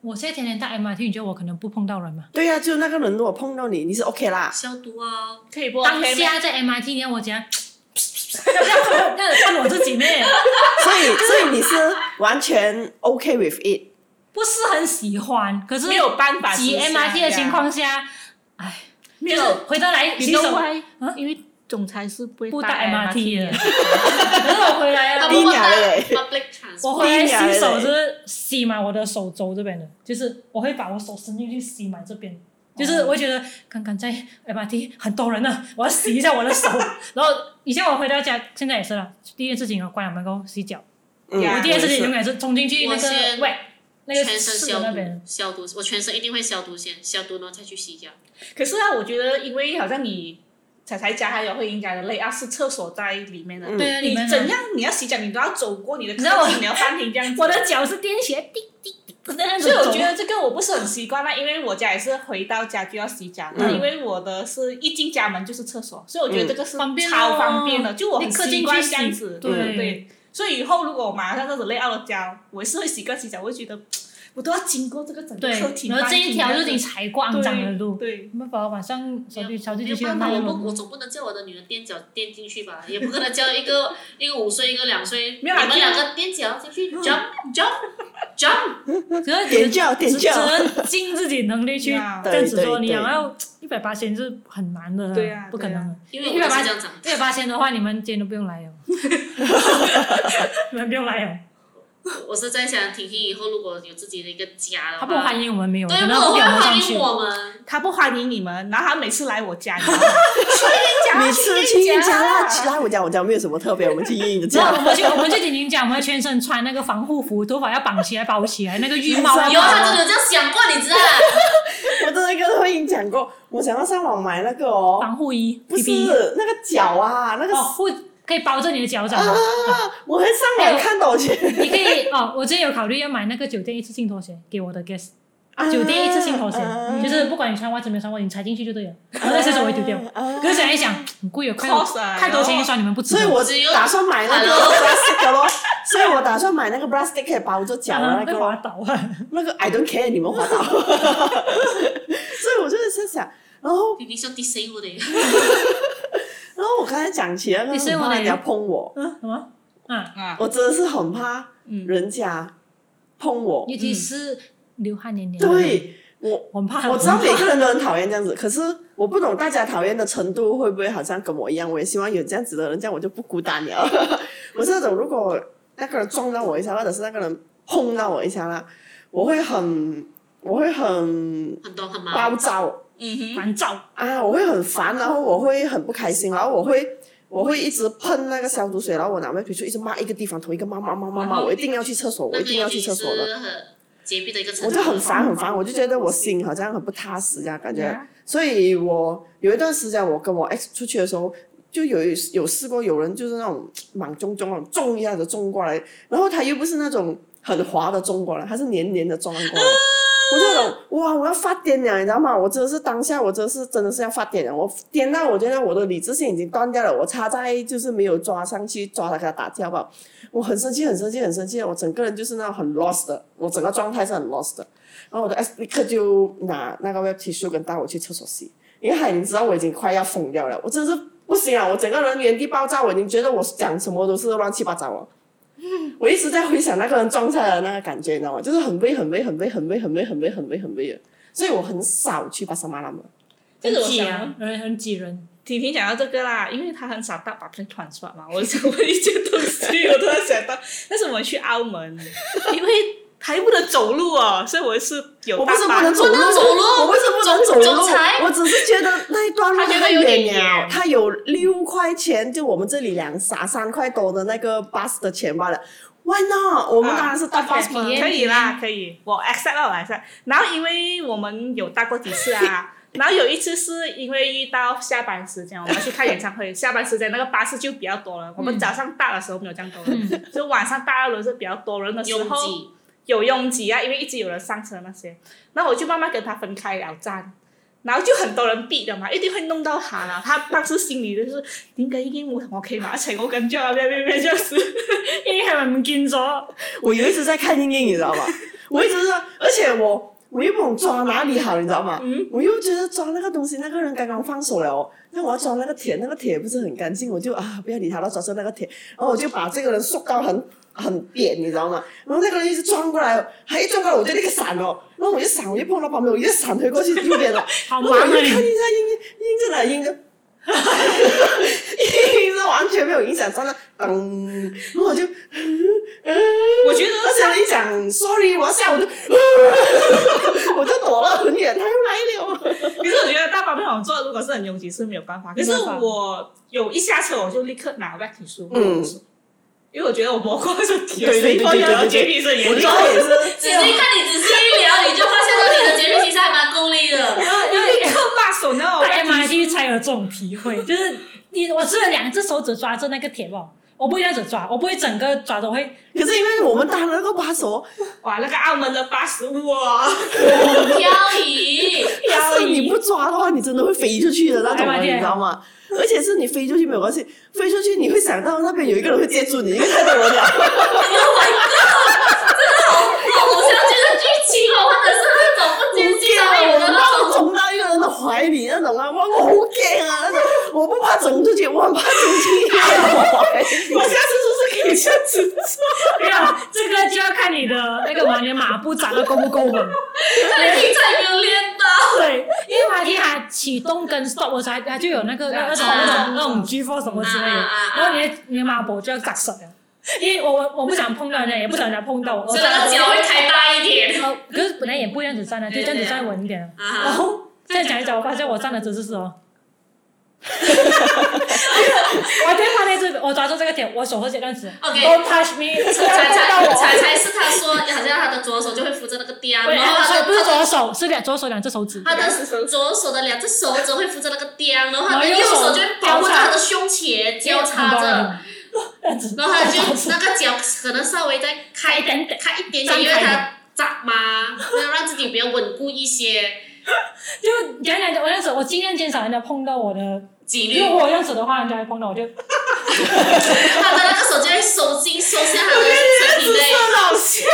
Speaker 2: 我现在天天搭 MRT，你觉得我可能不碰到人吗？
Speaker 3: 对呀、就那个人如果碰到你，你是
Speaker 2: <laughs>
Speaker 3: OK 啦。
Speaker 1: 消毒啊，
Speaker 4: <laughs> 可以播
Speaker 2: 当
Speaker 4: OK 咩？
Speaker 2: 下在 MRT，你让我讲，要要看我要看我自己咩？
Speaker 3: 所以，所以你是完全 OK with it。
Speaker 2: 不是很喜欢，可是
Speaker 4: 沒有辦法啊
Speaker 2: 挤
Speaker 4: 之下
Speaker 2: MRT 的情况下，哎，
Speaker 4: 沒
Speaker 2: 就是
Speaker 4: 有，
Speaker 2: 回到来洗
Speaker 4: 你都
Speaker 2: 手
Speaker 4: 歪
Speaker 2: 啊，
Speaker 4: 因為總裁是不會
Speaker 2: 不搭
Speaker 4: 搭
Speaker 2: MRT
Speaker 4: MRT
Speaker 2: 的， <laughs>
Speaker 4: 的。啊
Speaker 2: 可是我回来啊了
Speaker 1: 他。不
Speaker 3: 低
Speaker 1: 过
Speaker 3: 调
Speaker 1: 他
Speaker 3: 的嘞
Speaker 1: public transport，
Speaker 2: 我回来洗手就是吸满我的手肘这边的，就是我会把我手伸进去吸满这边，就是我会觉得刚刚在 MRT 很多人呢，我要洗一下我的手。然后以前我回到家，现在也是了，第一件事情我啊关了门后洗脚，
Speaker 3: 嗯，
Speaker 4: 呀
Speaker 2: 我第一件事情
Speaker 3: 我
Speaker 2: 永
Speaker 3: 也是
Speaker 2: 远是冲进去那
Speaker 1: 我
Speaker 2: 个
Speaker 1: 先
Speaker 2: 喂那个
Speaker 1: 全身
Speaker 2: 室的
Speaker 1: 消
Speaker 2: 那边
Speaker 1: 毒，，消毒，我全身一定会消毒先，消毒然后再去洗脚。
Speaker 4: 可是啊，我覺得因為好像你彩彩家還有會影響的累啊，是廁所在裡面的。
Speaker 3: 嗯
Speaker 2: 对啊，
Speaker 4: 你
Speaker 2: 里面呢
Speaker 4: 怎样？你要洗腳，你都要走過你的
Speaker 2: 你知道
Speaker 4: 客
Speaker 2: 我
Speaker 4: 厅，你要翻停这样子。
Speaker 2: 我的脚是踮起来，滴滴滴，在那
Speaker 4: 所以我觉
Speaker 2: 得
Speaker 4: 得这个我不是很习惯啦，因为我家也是回到家就要洗脚，那、
Speaker 3: 嗯
Speaker 4: 因为我的是一进家门就是厕所，所以我觉得这个是
Speaker 2: 方便哦
Speaker 4: 超方便的，就我很
Speaker 2: 立刻
Speaker 4: 习
Speaker 2: 进
Speaker 4: 惯
Speaker 2: 去
Speaker 4: 这样
Speaker 2: 洗
Speaker 4: 子，，
Speaker 2: 对
Speaker 4: 对。所以以后如果我马上这种累到了家，我也是会习惯洗脚，我会觉得我都要经过这个整个
Speaker 2: 对
Speaker 4: 客厅，
Speaker 2: 然后这一条就是
Speaker 4: 对
Speaker 2: 你踩过肮脏的路，
Speaker 4: 对，
Speaker 2: 没办法，晚上小弟小弟
Speaker 1: 没
Speaker 2: 就
Speaker 1: 有
Speaker 2: 去
Speaker 1: 办
Speaker 2: 那
Speaker 1: 法，我
Speaker 2: 个
Speaker 1: 不，我总不能叫我的女儿踮脚踮进去吧，也不可能叫一个一个五岁一个两岁，你
Speaker 4: 没有
Speaker 2: 啊
Speaker 4: 啦
Speaker 1: 们两个踮脚进去
Speaker 2: 嗯
Speaker 1: jump jump jump，
Speaker 2: 只能
Speaker 3: 点叫点
Speaker 2: 只只
Speaker 3: 叫。
Speaker 2: 能尽自己能力去
Speaker 4: Yeah
Speaker 2: 这样子
Speaker 3: 对
Speaker 2: 说，
Speaker 3: 对
Speaker 2: 你想要一百八千是很难的啦，
Speaker 4: 对啊
Speaker 2: 不可能的。
Speaker 1: 因为我就是这样长
Speaker 2: 一百八千的话，你们今天都不用来
Speaker 1: <laughs>
Speaker 2: <laughs> 哦，你们不用来哦，
Speaker 1: 大。我是在想，婷婷以后如果有自己的一个家的话，
Speaker 2: 他不欢迎我们没有，
Speaker 1: 对，
Speaker 2: 可能
Speaker 1: 不
Speaker 2: 不给我们上
Speaker 1: 欢
Speaker 2: 去
Speaker 1: 迎。我们。
Speaker 4: 他不欢迎你们，然后他每次来我家，你知道吗
Speaker 3: 每次去
Speaker 4: 家
Speaker 3: 一家啦，去来我家，我家没有什么特别，我们去英英的
Speaker 2: 然 <laughs> 后我
Speaker 3: 家。
Speaker 2: 们就我们就已经讲，我们要全身穿那个防护服，头发要绑起来包起来，那个浴帽
Speaker 1: <laughs> 有
Speaker 2: 要
Speaker 1: 他真的有这样想过，你知道？
Speaker 3: 我真的跟慧英讲过，我想要上网买那个哦，
Speaker 2: 防护衣
Speaker 3: 不是
Speaker 2: PPE
Speaker 3: 那个脚啊，那个啊
Speaker 2: 哦，护可以包着你的脚
Speaker 3: <laughs>
Speaker 2: 掌的。
Speaker 3: 我还上
Speaker 2: 哎呦
Speaker 3: 网看到去。
Speaker 2: 你可以哦，我之前有考虑要买那个酒店一次性拖鞋给我的 guest，酒店一次性拖鞋，
Speaker 3: 啊
Speaker 2: 就是不管你穿袜子没有穿袜子，你踩进去就对了，然后在厕所会丢掉。
Speaker 3: 啊
Speaker 2: 可是想一想，很贵哦，快
Speaker 4: Cost 啊
Speaker 2: 太多钱一双，你们不值
Speaker 3: 所
Speaker 2: 得。
Speaker 3: 以我
Speaker 1: 只有
Speaker 3: 打算买那个
Speaker 1: Hello
Speaker 3: <laughs> plastic
Speaker 2: <laughs>
Speaker 3: 的咯，所以我打算买那个 plastic 可以包着脚的那
Speaker 2: 啊会
Speaker 3: 个咯
Speaker 2: 滑。倒啊！ <laughs>
Speaker 3: 那个 I don't care，你们滑倒。所以我就是在想，然后
Speaker 1: 婷婷兄弟谁我的？
Speaker 3: 然后我刚才讲起那个
Speaker 2: 你是
Speaker 3: 很
Speaker 2: 我
Speaker 3: 怕
Speaker 2: 的
Speaker 3: 人家碰我，
Speaker 2: 什么？啊， <laughs>
Speaker 4: 啊，
Speaker 3: 我真的是很怕
Speaker 4: 嗯
Speaker 3: 人家碰我。
Speaker 2: 尤其是流汗黏黏。，
Speaker 3: 对我，
Speaker 2: 我很怕。
Speaker 3: <laughs> 我知道每个人都很讨厌这样子，可是我不懂大家讨厌的程度会不会好像跟我一样？我也希望有这样子的人，这样我就不孤单了。 <laughs> 我是那种如果那个人撞到我一下，或者是那个人碰到我一下啦，我会很，我会很
Speaker 1: 很多很忙，
Speaker 3: 暴躁。
Speaker 4: 嗯哼，
Speaker 2: 烦躁，
Speaker 3: 啊，我会很烦，然后我会很不开心，然后我会我会一直喷那个消毒水，然后我拿外皮出一直骂一个地方，同一个骂骂骂骂骂，我一定要去厕所，我
Speaker 1: 那
Speaker 3: 一
Speaker 1: 个
Speaker 3: 定要去厕所的，
Speaker 1: 是很洁癖的一个程
Speaker 3: 我
Speaker 1: 度。
Speaker 3: 就很烦很烦，我就觉得我心好像很不踏实这样感觉，所以我有一段时间我跟我 ex 出去的时候。就有有试过有人就是那种莽撞撞那种撞一下子撞过来，然后他又不是那种很滑的撞过来，他是黏黏的撞过来。我就那种哇，我要发癫了，你知道吗？我真的是当下，我真的是真的是要发癫了。我癫到我觉得我的理智线已经断掉了，我差在就是没有抓上去抓他给他打掉吧。我很生气，很生气，很生气，我整个人就是那种很 lost 的，我整个状态是很 lost 的。然后我的 S 立刻就拿那个 web tissue 跟带我去厕所洗，因为海你知道我已经快要疯掉了，我真的是不行了，我整个人原地爆炸，我已经觉得我讲什么都是乱七八糟了。我一直在回想那个人撞菜的那个感觉，你知道吗？就是很微、很微、很微、很微、很微、很微、很微、很微的。所以我很少去巴沙马拉姆。
Speaker 4: 这个我
Speaker 2: 很挤啊
Speaker 4: 想，
Speaker 2: 很很挤人。
Speaker 4: 婷婷讲到这个啦，因为她很少到把片团出来嘛，我想问一件东西，我突然想到，但是我们去澳
Speaker 2: <laughs>
Speaker 4: 门，因为还不能走路哦，所以我是有
Speaker 3: 我不是
Speaker 4: 大
Speaker 3: 不
Speaker 4: 巴
Speaker 3: 能走路，
Speaker 1: 不能走路
Speaker 3: 我不是不能走
Speaker 1: 总
Speaker 3: 路
Speaker 1: 总裁，
Speaker 3: 我只是觉得那一段路
Speaker 1: 他觉得
Speaker 3: 太
Speaker 1: 有点
Speaker 3: 远了
Speaker 1: 远。
Speaker 3: 他有六块钱，就我们这里两啥三块多的那个 bus 的钱罢了。Why not？我们
Speaker 4: 啊
Speaker 3: 当然是搭 bus 嘛
Speaker 2: 便宜
Speaker 4: 可以啦，可以，我 accept 了，我 accept。然后因为我们有搭过几
Speaker 3: <laughs>
Speaker 4: 次啊，然后有一次是因为遇到下班时间，我们要去看演唱会，下班时间那个巴士就比较多
Speaker 3: 嗯
Speaker 4: 了。我们早上搭的时候没有这样多人，就晚上搭的轮是比较多人的时
Speaker 1: 拥
Speaker 4: 候
Speaker 1: 挤，
Speaker 4: 有拥挤啊，因为一直有人上车那些。然后我就慢慢跟他分开了站。然后就很多人避的嘛，一定会弄到他啦。他當時心里就是點解已經冇同我企埋一齊，好緊張啊！咩咩咩，就是 <laughs>
Speaker 2: 因為係咪唔見咗？
Speaker 3: <laughs> 我有一直在看英英，你知道吗？ <laughs> 我一直在，而且我我又不懂抓哪里好，你知道吗？我又觉得抓那个东西，那个人刚刚放手了、哦，那我要抓那个铁，那个铁不是很干净，我就啊不要理他了，抓住那个铁，然后我就把这个人塑到很。很扁，你知道吗？然后那个人一直撞过来，哦他一撞过来我就立刻闪了，然后我就闪，我就碰到旁边，我就闪回过去右边了。
Speaker 2: 好
Speaker 3: 我
Speaker 2: 忙
Speaker 3: 就
Speaker 2: 啊
Speaker 3: 看一下英
Speaker 2: 你！
Speaker 3: 英英在哪？ <laughs> 英就，英是完全没有影响，真的，嗯，然后我就，嗯嗯。
Speaker 4: 我覺得
Speaker 3: 而且他一讲 sorry，我要下我就，呃 <laughs> 我就躲了很远，他又来了。
Speaker 4: 可是我觉得大方面好做，如果是很拥挤是没有办法。可是我有一下车我就立刻拿 back 书，
Speaker 3: 嗯，
Speaker 4: 因为我觉得我磨过是体，
Speaker 3: 对对对对对对
Speaker 4: 我洁癖是
Speaker 3: 我
Speaker 4: 严
Speaker 3: 知
Speaker 4: 重。
Speaker 3: 道也是
Speaker 1: 仔细看你，仔细一聊，你就发现到你的洁癖其实还蛮功利的。
Speaker 4: 因为立刻骂手呢，我
Speaker 2: 我 MIT 才有这种体会，就是你我是两只手指抓着那个铁棒，我不会这样子抓，我不会整个抓都会。
Speaker 3: 可是因为我们搭了那个把 <laughs> 手，
Speaker 4: 哇，那个澳门的八十五啊，
Speaker 1: 漂移，
Speaker 3: 要是你不抓的话，你真的会飞出去的那种
Speaker 2: 哎
Speaker 3: 人，
Speaker 2: 我
Speaker 3: 你
Speaker 2: 天
Speaker 3: 知道吗？而且是你飞出去没有关系，飞出去你会想到那边有一个人会接住你，因为太多人了。
Speaker 1: 偶像剧的剧情哦，或者是那种不接近上面有
Speaker 3: 我
Speaker 1: 的那
Speaker 3: 那
Speaker 1: 种
Speaker 3: 种冲到一个人的怀里那种啊，哇，我好惊啊！那种我不怕整出去，我很怕整进去。
Speaker 4: 我下次是不是可以这样子做？
Speaker 2: 没有，这个就要看你的那个嘛，你的马步长得够不够稳。
Speaker 1: 题材没有练到。
Speaker 2: 对，因为 MIT 它启动跟 stop 的时候，它它就有那个那那种那种那种 G force 什么之类的
Speaker 1: 啊啊，啊
Speaker 2: 然后你的你的马步就要扎实了。因为我我我不想碰到人家，也不想人家碰到我，我
Speaker 1: 所以那个脚会开大一点。
Speaker 2: 呃可是本来也不这样子站的，啊就这样子站稳一点。然
Speaker 1: 啊，
Speaker 2: 后再讲一讲，我发现我站的姿势是哦，我对放在这边，我抓住这个点，我手会这样子
Speaker 1: OK
Speaker 2: ，Don't touch me，不要
Speaker 1: 彩
Speaker 2: 碰
Speaker 1: 彩
Speaker 2: 到我。
Speaker 1: 彩彩是他说，好像他的左手就会扶着那个颠，
Speaker 2: 对
Speaker 1: 然后他
Speaker 2: 所以
Speaker 1: 的
Speaker 2: 不是左手，是两左手两只手指。
Speaker 1: 他的左手的两只手指会扶着那个颠，然后他的
Speaker 2: 然后
Speaker 1: 右
Speaker 2: 右手
Speaker 1: 手就会保护着他的胸前交叉着，然后他就那个脚可能稍微再开
Speaker 2: 开一点点
Speaker 1: 开一点
Speaker 2: 张
Speaker 1: 点，
Speaker 2: 开
Speaker 1: 因为他扎嘛，要让自己比较稳固一些。
Speaker 2: 就讲讲讲，我这样子，我尽量减少人家碰到我的。
Speaker 1: 几率
Speaker 2: 如果我这样子的话，人家会碰到我就。 <laughs>
Speaker 1: 他的那个手就会收紧收下他的身体
Speaker 4: 姿
Speaker 1: 内
Speaker 4: 势。老师，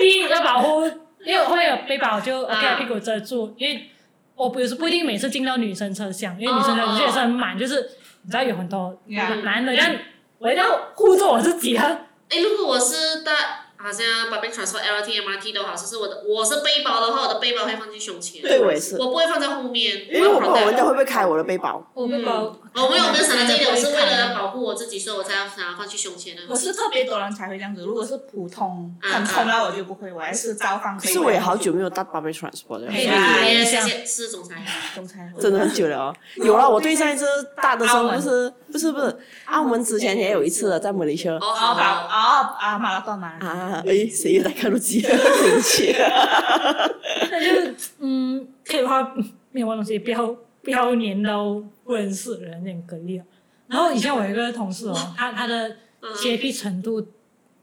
Speaker 2: 第一个保护，因为我会有背包，我就
Speaker 1: 啊
Speaker 2: 给屁股遮住，因为我不是不一定每次进到女生车厢，因为女生
Speaker 1: 哦
Speaker 2: 车厢也是很满，就是你知道有很多
Speaker 4: Yeah
Speaker 2: 男
Speaker 1: 嗯
Speaker 2: 的，但我一定要护住我自己啊。
Speaker 1: 哎，如果我是大，好像 public transport、LRT、MRT 都好，就是我的我是背包的话，我的背包会放进胸前，
Speaker 3: 对我也是，
Speaker 1: 我不会放在后面，
Speaker 3: 因为我
Speaker 1: 我
Speaker 3: 不
Speaker 1: 会
Speaker 3: 懂
Speaker 1: 放
Speaker 3: 人家
Speaker 1: 在。
Speaker 3: 会不会开我的背包。
Speaker 2: 我背包，
Speaker 1: 嗯哦我没有跟想到这一点，我是为了要保护我自己，所以我才要想要放去胸前的。
Speaker 4: 我是特别多人才会这样子，如果是普通
Speaker 1: 嗯
Speaker 4: 很空了我就不会，我还是照放
Speaker 3: 可
Speaker 4: 飞。
Speaker 3: 是我也好久没有搭 public transport 了，
Speaker 2: 哎
Speaker 1: 哎
Speaker 2: 呀
Speaker 1: 呀，谢谢，是总裁。
Speaker 4: 中餐
Speaker 3: 真的很久了哦。有了，我对上一次搭的时候不是不是不是，澳门之前也有一次了，在马来西亚。
Speaker 1: 哦，
Speaker 4: 哦
Speaker 1: 好
Speaker 4: 好
Speaker 1: 好。
Speaker 4: 哦啊马拉多马拉多，
Speaker 3: 啊，哎，谁又在看录机？对不起。
Speaker 2: <laughs> 那就是嗯，可以的话没有玩东西，不要不要黏到不认识的人，有点隔离啊。然后以前我有一个同事哦，他他的
Speaker 1: 嗯
Speaker 2: 洁癖程度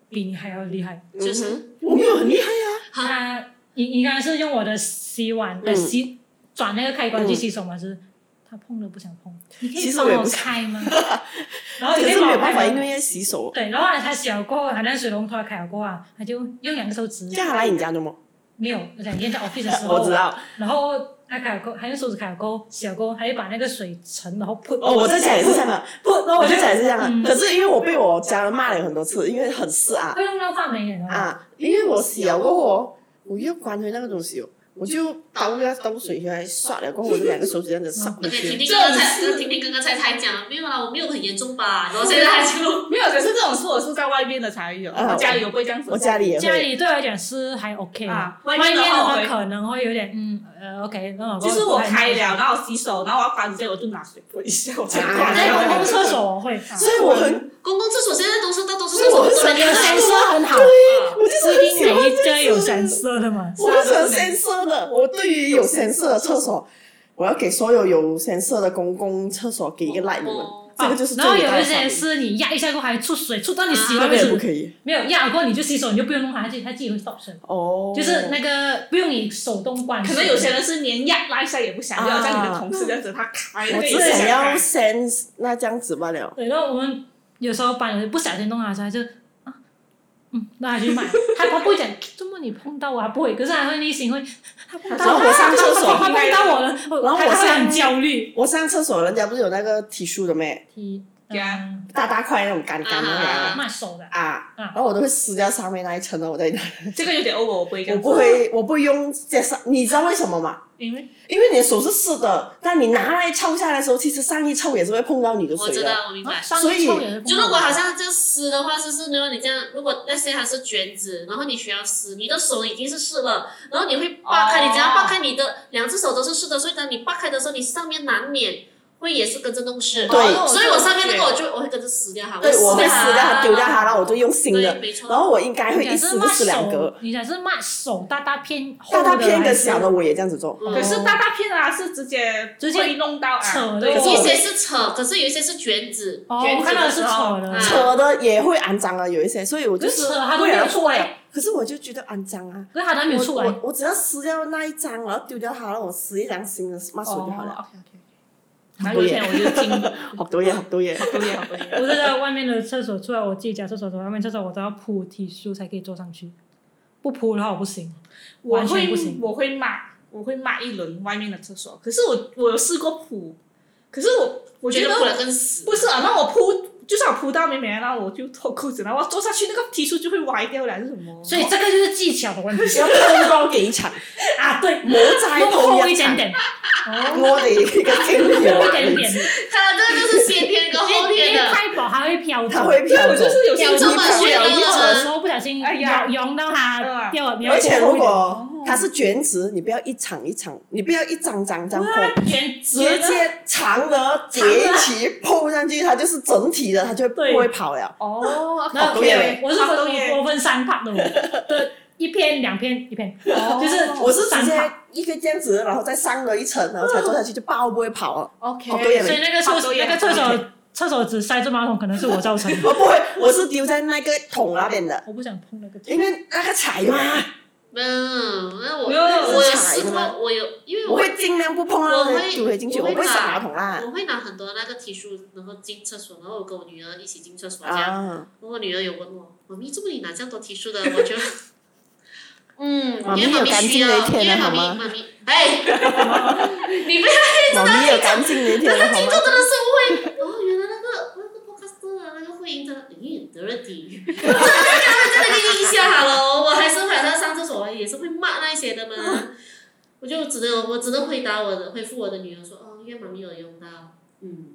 Speaker 2: 比你还要厉害，
Speaker 1: 就是
Speaker 3: 嗯哼我没有很厉害啊，
Speaker 2: 他应应该是用我的洗碗呃
Speaker 3: 嗯
Speaker 2: 洗转那个开关去洗手嘛，就是他碰都不想碰，你可
Speaker 3: 其
Speaker 2: 以
Speaker 3: 实
Speaker 2: 帮
Speaker 3: 我也不想
Speaker 2: 开
Speaker 3: <laughs>
Speaker 2: 吗？然后
Speaker 3: 可
Speaker 2: 你可以
Speaker 3: 是
Speaker 2: 帮
Speaker 3: 没
Speaker 2: 我
Speaker 3: 有办法，
Speaker 2: 开
Speaker 3: 因
Speaker 2: 吗
Speaker 3: 为要洗手。
Speaker 2: 对，然后他洗了过后，他那水龙头开了过后啊，他就用两个手指
Speaker 3: 这，样他来你家的吗？
Speaker 2: 没有，我想今天在 office 的时候，
Speaker 3: 我知道。
Speaker 2: 然后他卡钩，他用手指卡钩，小钩，还就把那个水沉，然后噗。
Speaker 3: 哦，我在家也是这样 <laughs> 的，
Speaker 2: 噗，然后我
Speaker 3: 我
Speaker 2: 就
Speaker 3: 在家也是这样
Speaker 2: 嗯
Speaker 3: 的。可是因为我被我家人骂了很多次，因为很是啊
Speaker 2: 会用到发霉的啊。
Speaker 3: 啊，因为我洗了过后，我又关回那个东西哦，我就倒那倒水回来刷了过后，我就两个手指这样子上回
Speaker 1: 而且婷
Speaker 2: 嗯
Speaker 3: 去。
Speaker 1: 婷哥哥才，婷婷哥哥才才讲，没有啦，我没有很严重吧，然后现在就
Speaker 4: <laughs> 没有，可是这种事我是在外面的才有，
Speaker 3: 啊
Speaker 4: 我家里有不会这样子。
Speaker 3: 我家里也
Speaker 2: 家
Speaker 3: 会，
Speaker 2: 里对我来讲是还 OK
Speaker 4: 啊
Speaker 2: 外
Speaker 4: 外
Speaker 2: 面
Speaker 4: 面的
Speaker 2: 的
Speaker 4: 话我
Speaker 2: 话
Speaker 4: 会
Speaker 2: 可能会有点嗯呃 OK 那种。
Speaker 4: 就是我开了，然后洗手，然后我要关机，我就拿水泼一下，我才
Speaker 3: 啊
Speaker 4: 关。
Speaker 2: 在公共厕所我会，
Speaker 3: 所以我很，
Speaker 1: 公共厕所现在都是到都是
Speaker 3: 所以
Speaker 1: 厕
Speaker 3: 我
Speaker 1: 所
Speaker 3: 很
Speaker 1: 都能
Speaker 3: 想
Speaker 1: 用
Speaker 3: 要
Speaker 1: 的。
Speaker 3: 三色很好，
Speaker 1: 啊
Speaker 3: 我就是
Speaker 2: 不一
Speaker 3: 很
Speaker 2: 定
Speaker 3: 喜
Speaker 2: 每
Speaker 3: 欢
Speaker 2: 一家有
Speaker 3: 三
Speaker 2: 三
Speaker 3: 色。
Speaker 2: 色的嘛。
Speaker 3: 我是很深色的，我对于有深色的厕所，我要给所有有深色的公共厕所给一个 like 你们，
Speaker 1: 哦
Speaker 3: 这个就是最
Speaker 2: 哦啊然后
Speaker 3: 大
Speaker 2: 有
Speaker 3: 的啊
Speaker 2: 一些
Speaker 3: 反
Speaker 2: 是你压一下过后还出水，出到你洗
Speaker 3: 那
Speaker 2: 完
Speaker 3: 个
Speaker 2: 为
Speaker 3: 也
Speaker 2: 止
Speaker 3: 不，可以
Speaker 2: 没有压过你就洗手，你就不用弄它，它自己它自己会 stop 水，
Speaker 3: 哦，
Speaker 2: 就是那个不用你手动关。
Speaker 4: 可能有些人是连压拉一下也不想要，
Speaker 3: 啊
Speaker 4: 像你的同事这样子，他开
Speaker 3: 我
Speaker 4: 了
Speaker 3: 只想要 sense 那这样子罢了。
Speaker 2: 对，然后我们有时候班有人不小心弄他出来，就啊，嗯，那他去买，他他不会讲，怎么你碰到我，他不会，可是他会内心会，他碰到
Speaker 3: 然后
Speaker 2: 我，
Speaker 3: 我上厕所
Speaker 2: 他碰到我了，
Speaker 3: 然后我
Speaker 2: 他会
Speaker 3: 上
Speaker 2: 很焦虑。
Speaker 3: 我上厕所，人家不是有那个体恤的咩？
Speaker 2: 踢，
Speaker 4: 对啊
Speaker 2: 嗯，
Speaker 3: 大大块那种干干的
Speaker 1: 啊
Speaker 3: 那个
Speaker 2: 骂手的，
Speaker 3: 啊，
Speaker 2: 啊
Speaker 3: 然后我都会撕掉上面那一层的，我再拿。
Speaker 4: 这个有点 over，我不会这
Speaker 3: 我
Speaker 4: 样子。
Speaker 3: 不会，我不用这上，你知道为什么吗？
Speaker 2: 因为
Speaker 3: 因为你的手是湿的，但你拿来抽下来的时候，其实上一抽也是会碰到你的
Speaker 1: 我
Speaker 3: 水
Speaker 1: 知
Speaker 3: 的。
Speaker 1: 道，我明白。
Speaker 2: 上
Speaker 3: 所以
Speaker 2: 臭也是不
Speaker 1: 啊就如果好像这湿的话，就是如果你这样，如果那些还是卷纸，然后你需要湿，你的手已经是湿了，然后你会扒开，
Speaker 4: 哦
Speaker 1: 你只要扒开你的两只手都是湿的，所以当你扒开的时候，你上面难免会也是跟着弄湿。
Speaker 3: 对
Speaker 4: 哦
Speaker 1: 所以我上面那个我就我会跟着撕掉它，
Speaker 3: 对，我会撕掉它，
Speaker 1: 它，
Speaker 3: 丢掉它，然后我就用新
Speaker 1: 对，
Speaker 3: 的。
Speaker 1: 没
Speaker 3: 然
Speaker 1: 错。
Speaker 3: 后我应该会
Speaker 2: 你讲
Speaker 3: 一撕
Speaker 2: 是
Speaker 3: 就
Speaker 2: 骂
Speaker 3: 撕两
Speaker 2: 手
Speaker 3: 格，，
Speaker 2: 你讲是骂手，大大偏厚的，
Speaker 3: 大大片
Speaker 2: 还
Speaker 3: 跟小的我也这样子做。
Speaker 1: 嗯
Speaker 4: 可是大大片啊，是直接
Speaker 2: 直接
Speaker 4: 会弄到
Speaker 2: 扯
Speaker 4: 啊，
Speaker 2: 的
Speaker 4: 对，
Speaker 1: 有
Speaker 3: 可是
Speaker 1: 一
Speaker 3: 我
Speaker 1: 些是扯，可是有一些是卷纸，
Speaker 2: 哦，
Speaker 4: 卷
Speaker 2: 我
Speaker 4: 纸
Speaker 2: 看到的是
Speaker 4: 的时候
Speaker 2: 扯的
Speaker 1: 嗯，
Speaker 3: 扯的也会肮脏啊，有一些，所以我
Speaker 2: 啊可
Speaker 3: 就是是
Speaker 2: 扯它都
Speaker 3: 为
Speaker 2: 没有
Speaker 3: 了
Speaker 2: 出来，
Speaker 3: 可是我就觉得肮脏啊。
Speaker 2: 可是它都没有出
Speaker 3: 我
Speaker 2: 来
Speaker 3: 我。我只要撕掉那一张，然后丢掉它，然后我撕一张新的抹水就好了。
Speaker 4: 哦。哦然后有一天我就进，
Speaker 3: 好多页，好多页。
Speaker 4: 不也不也，
Speaker 2: <laughs> 我就在外面的厕所，除了我自己家厕所之外，外面厕所我都要铺体书才可以坐上去，不铺的话我不行。
Speaker 4: 我
Speaker 2: 完全
Speaker 4: 会
Speaker 2: 不行
Speaker 4: 我会骂，我会骂一轮外面的厕所。可是我我有试过铺，可是我我
Speaker 1: 我
Speaker 4: 觉
Speaker 1: 觉
Speaker 4: 得
Speaker 1: 得
Speaker 4: 我
Speaker 1: 不能跟死。
Speaker 3: <laughs>
Speaker 4: 不是啊，那我铺就算我铺到没没，然后我就脱裤子，然后我坐下去，那个提出就会歪掉了，还是什么？
Speaker 2: 所以这个就是技巧的问题
Speaker 3: 要分包给一场，
Speaker 2: 啊！对，
Speaker 3: 莫再
Speaker 2: 弄厚
Speaker 3: 同
Speaker 2: 一
Speaker 3: 一
Speaker 2: 点
Speaker 3: 场。
Speaker 2: 点，哦，
Speaker 3: 我的一个经历
Speaker 2: 厚
Speaker 3: 了
Speaker 2: 一点点，
Speaker 1: 它这个就是先天跟后
Speaker 2: 因
Speaker 1: 天
Speaker 2: 为
Speaker 1: 的，
Speaker 2: 太薄还会飘走
Speaker 3: 它。会
Speaker 4: 所以
Speaker 3: 飘
Speaker 4: 我
Speaker 3: 走
Speaker 4: 就。是有时候
Speaker 1: 听众
Speaker 4: 就
Speaker 1: 们
Speaker 4: 不
Speaker 1: 学
Speaker 4: 了
Speaker 1: 到
Speaker 2: 你走的时
Speaker 1: 了，
Speaker 2: 候不小心
Speaker 4: 哎呀
Speaker 2: 摇摇到它
Speaker 4: 嗯
Speaker 2: 掉了，你要
Speaker 3: 而且
Speaker 2: 多厚
Speaker 3: 如
Speaker 2: 一点
Speaker 3: 果它是卷纸，你不要一场一场，你不要一张张这样铺，
Speaker 2: 卷
Speaker 3: 直接长的叠起铺上去，它就是整体的，它就
Speaker 2: 对
Speaker 3: 不会跑了。
Speaker 4: 哦，
Speaker 2: 然
Speaker 3: 好
Speaker 2: 后
Speaker 3: 多页
Speaker 2: 我是
Speaker 4: 好
Speaker 2: 分
Speaker 4: 多页
Speaker 2: 我我分三 part 的哦，对，一篇两篇一篇，哦就是
Speaker 3: 哦我是直
Speaker 2: 三
Speaker 3: 接
Speaker 2: part。
Speaker 3: 一个这样子，然后再上了一层，然后才坐下去，就爆不会跑哦了。
Speaker 4: OK，
Speaker 3: 好多页
Speaker 2: 所以那个厕
Speaker 4: 好多页
Speaker 2: 那个厕
Speaker 3: 好
Speaker 2: 所厕所只塞住马桶，可能是我造成的。 <laughs>
Speaker 3: 我不会，我是丢在那个桶那边的，
Speaker 2: 我不想碰那个
Speaker 3: 因为那个踩嘛，
Speaker 1: 嗯，那我
Speaker 4: 没有
Speaker 1: 我有
Speaker 3: 是踩
Speaker 1: 试
Speaker 3: 的吗
Speaker 1: 过，我有，因为
Speaker 3: 我
Speaker 1: 我
Speaker 3: 会尽量不碰到
Speaker 1: 我
Speaker 3: 那
Speaker 1: 会
Speaker 3: 个丢回进去，
Speaker 1: 我
Speaker 3: 我
Speaker 1: 会
Speaker 3: 不会
Speaker 1: 拿
Speaker 3: 上马桶啊啦。
Speaker 1: 我会拿很多那个 T 恤，然后进厕所，然后我跟我女儿一起进厕所这样。
Speaker 3: 啊，
Speaker 1: 然后我女儿有问我，妈咪，怎么你拿这样多 T 恤的？我就，嗯，
Speaker 3: 妈咪
Speaker 1: 因为妈
Speaker 3: 有
Speaker 1: 咪
Speaker 3: 干
Speaker 1: 需
Speaker 3: 净的一
Speaker 1: 要，因为
Speaker 3: 天了
Speaker 1: 妈
Speaker 3: 好
Speaker 1: 咪
Speaker 3: 吗
Speaker 1: 妈咪， <laughs> 哎，你不要
Speaker 3: 妈咪有干净的一天了好
Speaker 1: 听
Speaker 3: 吗
Speaker 1: 众？真的是会，哦，原来那个那个 podcast 的那个会音真的，咦，dirty，真的 <laughs> 真的真的给你一下好了，我还是晚上上厕所也是会骂那些的嘛，我就只能我只能回答我的回复我的女儿说，哦，因为妈咪有用到，嗯，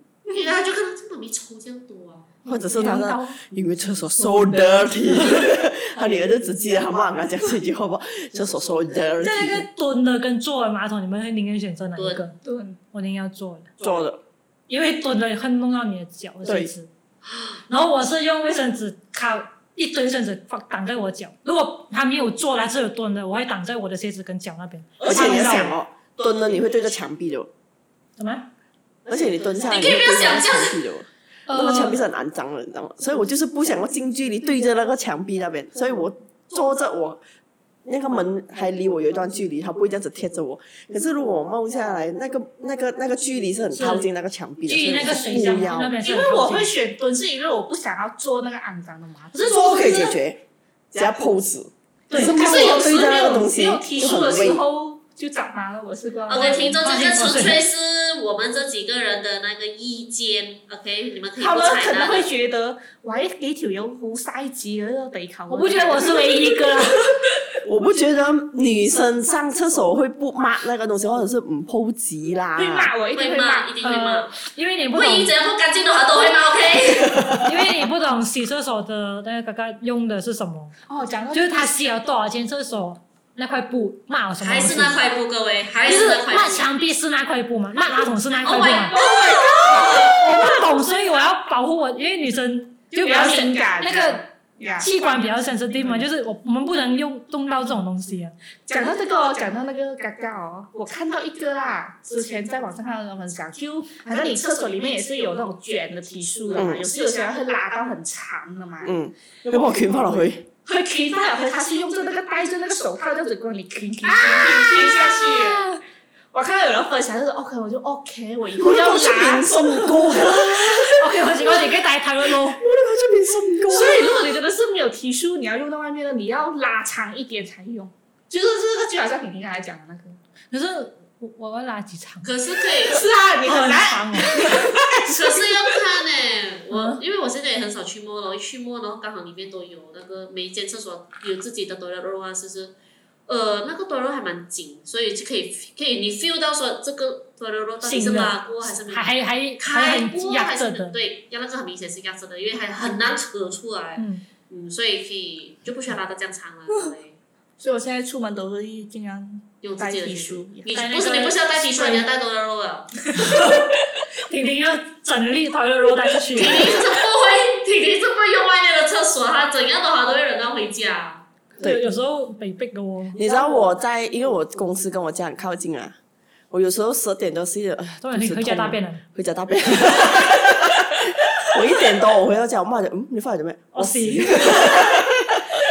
Speaker 1: 然后就看到这妈咪抽这样多啊，
Speaker 3: 或者是他说，
Speaker 2: 的
Speaker 3: 因为厕所 so dirty，他 <laughs> 女儿就只记得他妈妈讲这句话吧，厕所 so
Speaker 2: 在那
Speaker 3: dirty
Speaker 2: 个蹲的跟坐的马桶，你们会宁愿选择哪一个？
Speaker 4: 对，
Speaker 2: 我宁愿要坐的，
Speaker 3: 做的，
Speaker 2: 因为蹲的会弄到你的脚的
Speaker 3: 对
Speaker 2: 位置。 <gasps> 然后我是用卫生纸靠一堆卫生纸放挡在我脚，如果他没有坐，他是有蹲的，我会挡在我的鞋子跟脚那边。
Speaker 3: 而且你
Speaker 2: 看
Speaker 3: 要
Speaker 2: 不到
Speaker 3: 想哦，蹲了你会对着墙壁的哦，
Speaker 2: 怎么？
Speaker 3: 而且你蹲下来
Speaker 1: 你可以
Speaker 3: 会
Speaker 1: 不要
Speaker 3: 对着
Speaker 1: 想象
Speaker 3: 墙壁的哦，那个
Speaker 2: 呃
Speaker 3: 墙壁是很肮脏的，你知道
Speaker 2: 嗯
Speaker 3: 吗？所以我就是不想要近距离对着那个墙壁那边，所以我坐着我。那个门还离我有一段距离，它不会这样子贴着我。可是如果我梦下来，那个、那个、那个距离是很靠近那个墙壁的，
Speaker 2: 距离那个
Speaker 3: 所
Speaker 2: 水
Speaker 3: 以我
Speaker 2: 箱
Speaker 3: 不要
Speaker 2: 那边是
Speaker 4: 因
Speaker 2: 很
Speaker 4: 为
Speaker 2: 靠
Speaker 4: 我
Speaker 2: 近
Speaker 4: 会选蹲，是因为我不想要做那个肮脏的嘛。
Speaker 1: 可是
Speaker 3: 做可以解
Speaker 1: 是
Speaker 2: <laughs>
Speaker 3: 决，只要 pose。
Speaker 4: 对，
Speaker 3: 是
Speaker 4: 可是有时
Speaker 3: 对
Speaker 4: 没
Speaker 3: 着那
Speaker 4: 有
Speaker 3: 个东
Speaker 4: 没
Speaker 3: 西
Speaker 4: 有提
Speaker 3: 就
Speaker 4: 出的
Speaker 3: 很
Speaker 4: 时
Speaker 3: 累。
Speaker 4: 候就长麻了。我是个
Speaker 1: OK，听众，这个
Speaker 2: 抱
Speaker 1: 纯
Speaker 2: 歉
Speaker 1: 粹是我们这几个人的那个意见，OK，你们可以
Speaker 4: 他
Speaker 1: 不
Speaker 4: 们
Speaker 1: 采
Speaker 4: 可能
Speaker 1: 纳
Speaker 4: 会
Speaker 1: 的。
Speaker 4: 覺得，哇！幾條友好嘥紙喺度地球。
Speaker 2: 我不觉得我是唯一一个，
Speaker 3: 我不觉得女生上厕所会不抹那个东西，或者是唔铺纸
Speaker 4: <laughs>
Speaker 3: 啦。
Speaker 4: 會罵我，一定
Speaker 1: 会
Speaker 4: 會
Speaker 1: 骂，
Speaker 4: 罵
Speaker 1: 一。定会骂。
Speaker 2: 因为你不懂
Speaker 1: 卫，衣怎样不干净的话都会骂，OK？
Speaker 2: 因为你不懂洗厕所的那个刚刚用的是什么，
Speaker 4: 哦，講到
Speaker 2: 就是他洗了多少间厕所，那块布骂我什么
Speaker 1: 还
Speaker 2: 东西？
Speaker 1: 是那块布，各位，还
Speaker 2: 就是是
Speaker 1: 那块
Speaker 2: 那
Speaker 1: 布。
Speaker 2: 墙壁是那块布嘛，那马桶是那
Speaker 1: Oh
Speaker 2: 块布
Speaker 1: my
Speaker 2: 嘛，
Speaker 1: god！
Speaker 2: 我不懂，所以我要保护我，因为女生就比较
Speaker 4: 敏感，
Speaker 2: 那个
Speaker 4: 呀。
Speaker 2: 器官比较 sensitive 嘛，就是我我们不能用动到这种东西啊。
Speaker 4: 讲到这个哦，讲到那个嘎嘎哦，我看到一个啦，之前在网上看到人分享，就好像你厕所里面也是有那种卷的提速的嘛，
Speaker 3: 嗯
Speaker 4: 有时有些人会拉到很长的嘛，
Speaker 3: 嗯，你帮我卷翻落去。
Speaker 4: 会 clean 翻了，他是用着那个戴着那个手套这样子跟你 clean clean clean 下去。我看到有人分享，就是 OK，我就 OK，我以后要
Speaker 3: 出
Speaker 4: 拿
Speaker 3: 面。送歌，我 <laughs> 哋
Speaker 2: OK，我我哋跟大家讨论咯。
Speaker 3: 出面送歌。
Speaker 4: 所以如果你真的是没有提速，你要用到外面的，你要拉长一点才用。就是这个，就好像你刚才讲的那个，
Speaker 2: 可是我我要拉几场，
Speaker 1: 可是可以，
Speaker 4: 是啊，你很
Speaker 2: 很
Speaker 4: 难
Speaker 2: 长哦。
Speaker 1: 可是要看呢、
Speaker 2: 嗯
Speaker 1: 我因为我现在也很少去摸了，一去摸然后刚好里面都有那个每一间厕所有自己的 d o r o 啊，是不是？呃，那个 d o r o 还蛮紧，所以就可以可以你 feel 到说这个 d o r o 到底是
Speaker 2: 紧的
Speaker 1: 拉过还是没
Speaker 2: 还还还还
Speaker 1: 开
Speaker 2: 很
Speaker 1: 锅啊
Speaker 2: 压
Speaker 1: 还
Speaker 2: 着
Speaker 1: 是
Speaker 2: 的。
Speaker 1: 对，要那个很明显是压着的，因为还很难扯出来，
Speaker 2: 嗯，
Speaker 1: 嗯，所以可以就不需要拉到这样长了，对
Speaker 4: 所以我现在出门都会尽 <laughs> 量
Speaker 1: 用自己的
Speaker 4: 带提
Speaker 1: 提
Speaker 4: 书
Speaker 1: 你
Speaker 2: 带那
Speaker 1: 不是
Speaker 2: 个
Speaker 1: 你不需要带提出来，
Speaker 2: 水
Speaker 1: 你要带啊 d o r o 了。
Speaker 2: 婷婷要整粒讨论肉带出去。
Speaker 1: 婷婷是不会，婷婷是不会用外面的厕所，她怎样的话都会忍到回家。
Speaker 3: 对
Speaker 2: 有时候被逼的哦。
Speaker 3: 你知道我在，因为我公司跟我家很靠近啊，我有时候十点多十一点，哎
Speaker 2: 当然你回家大便，了，
Speaker 3: 肚子痛啊回家大便。 <laughs> 我一点多我回到家，我妈就嗯，你放来做咩？
Speaker 2: 我洗。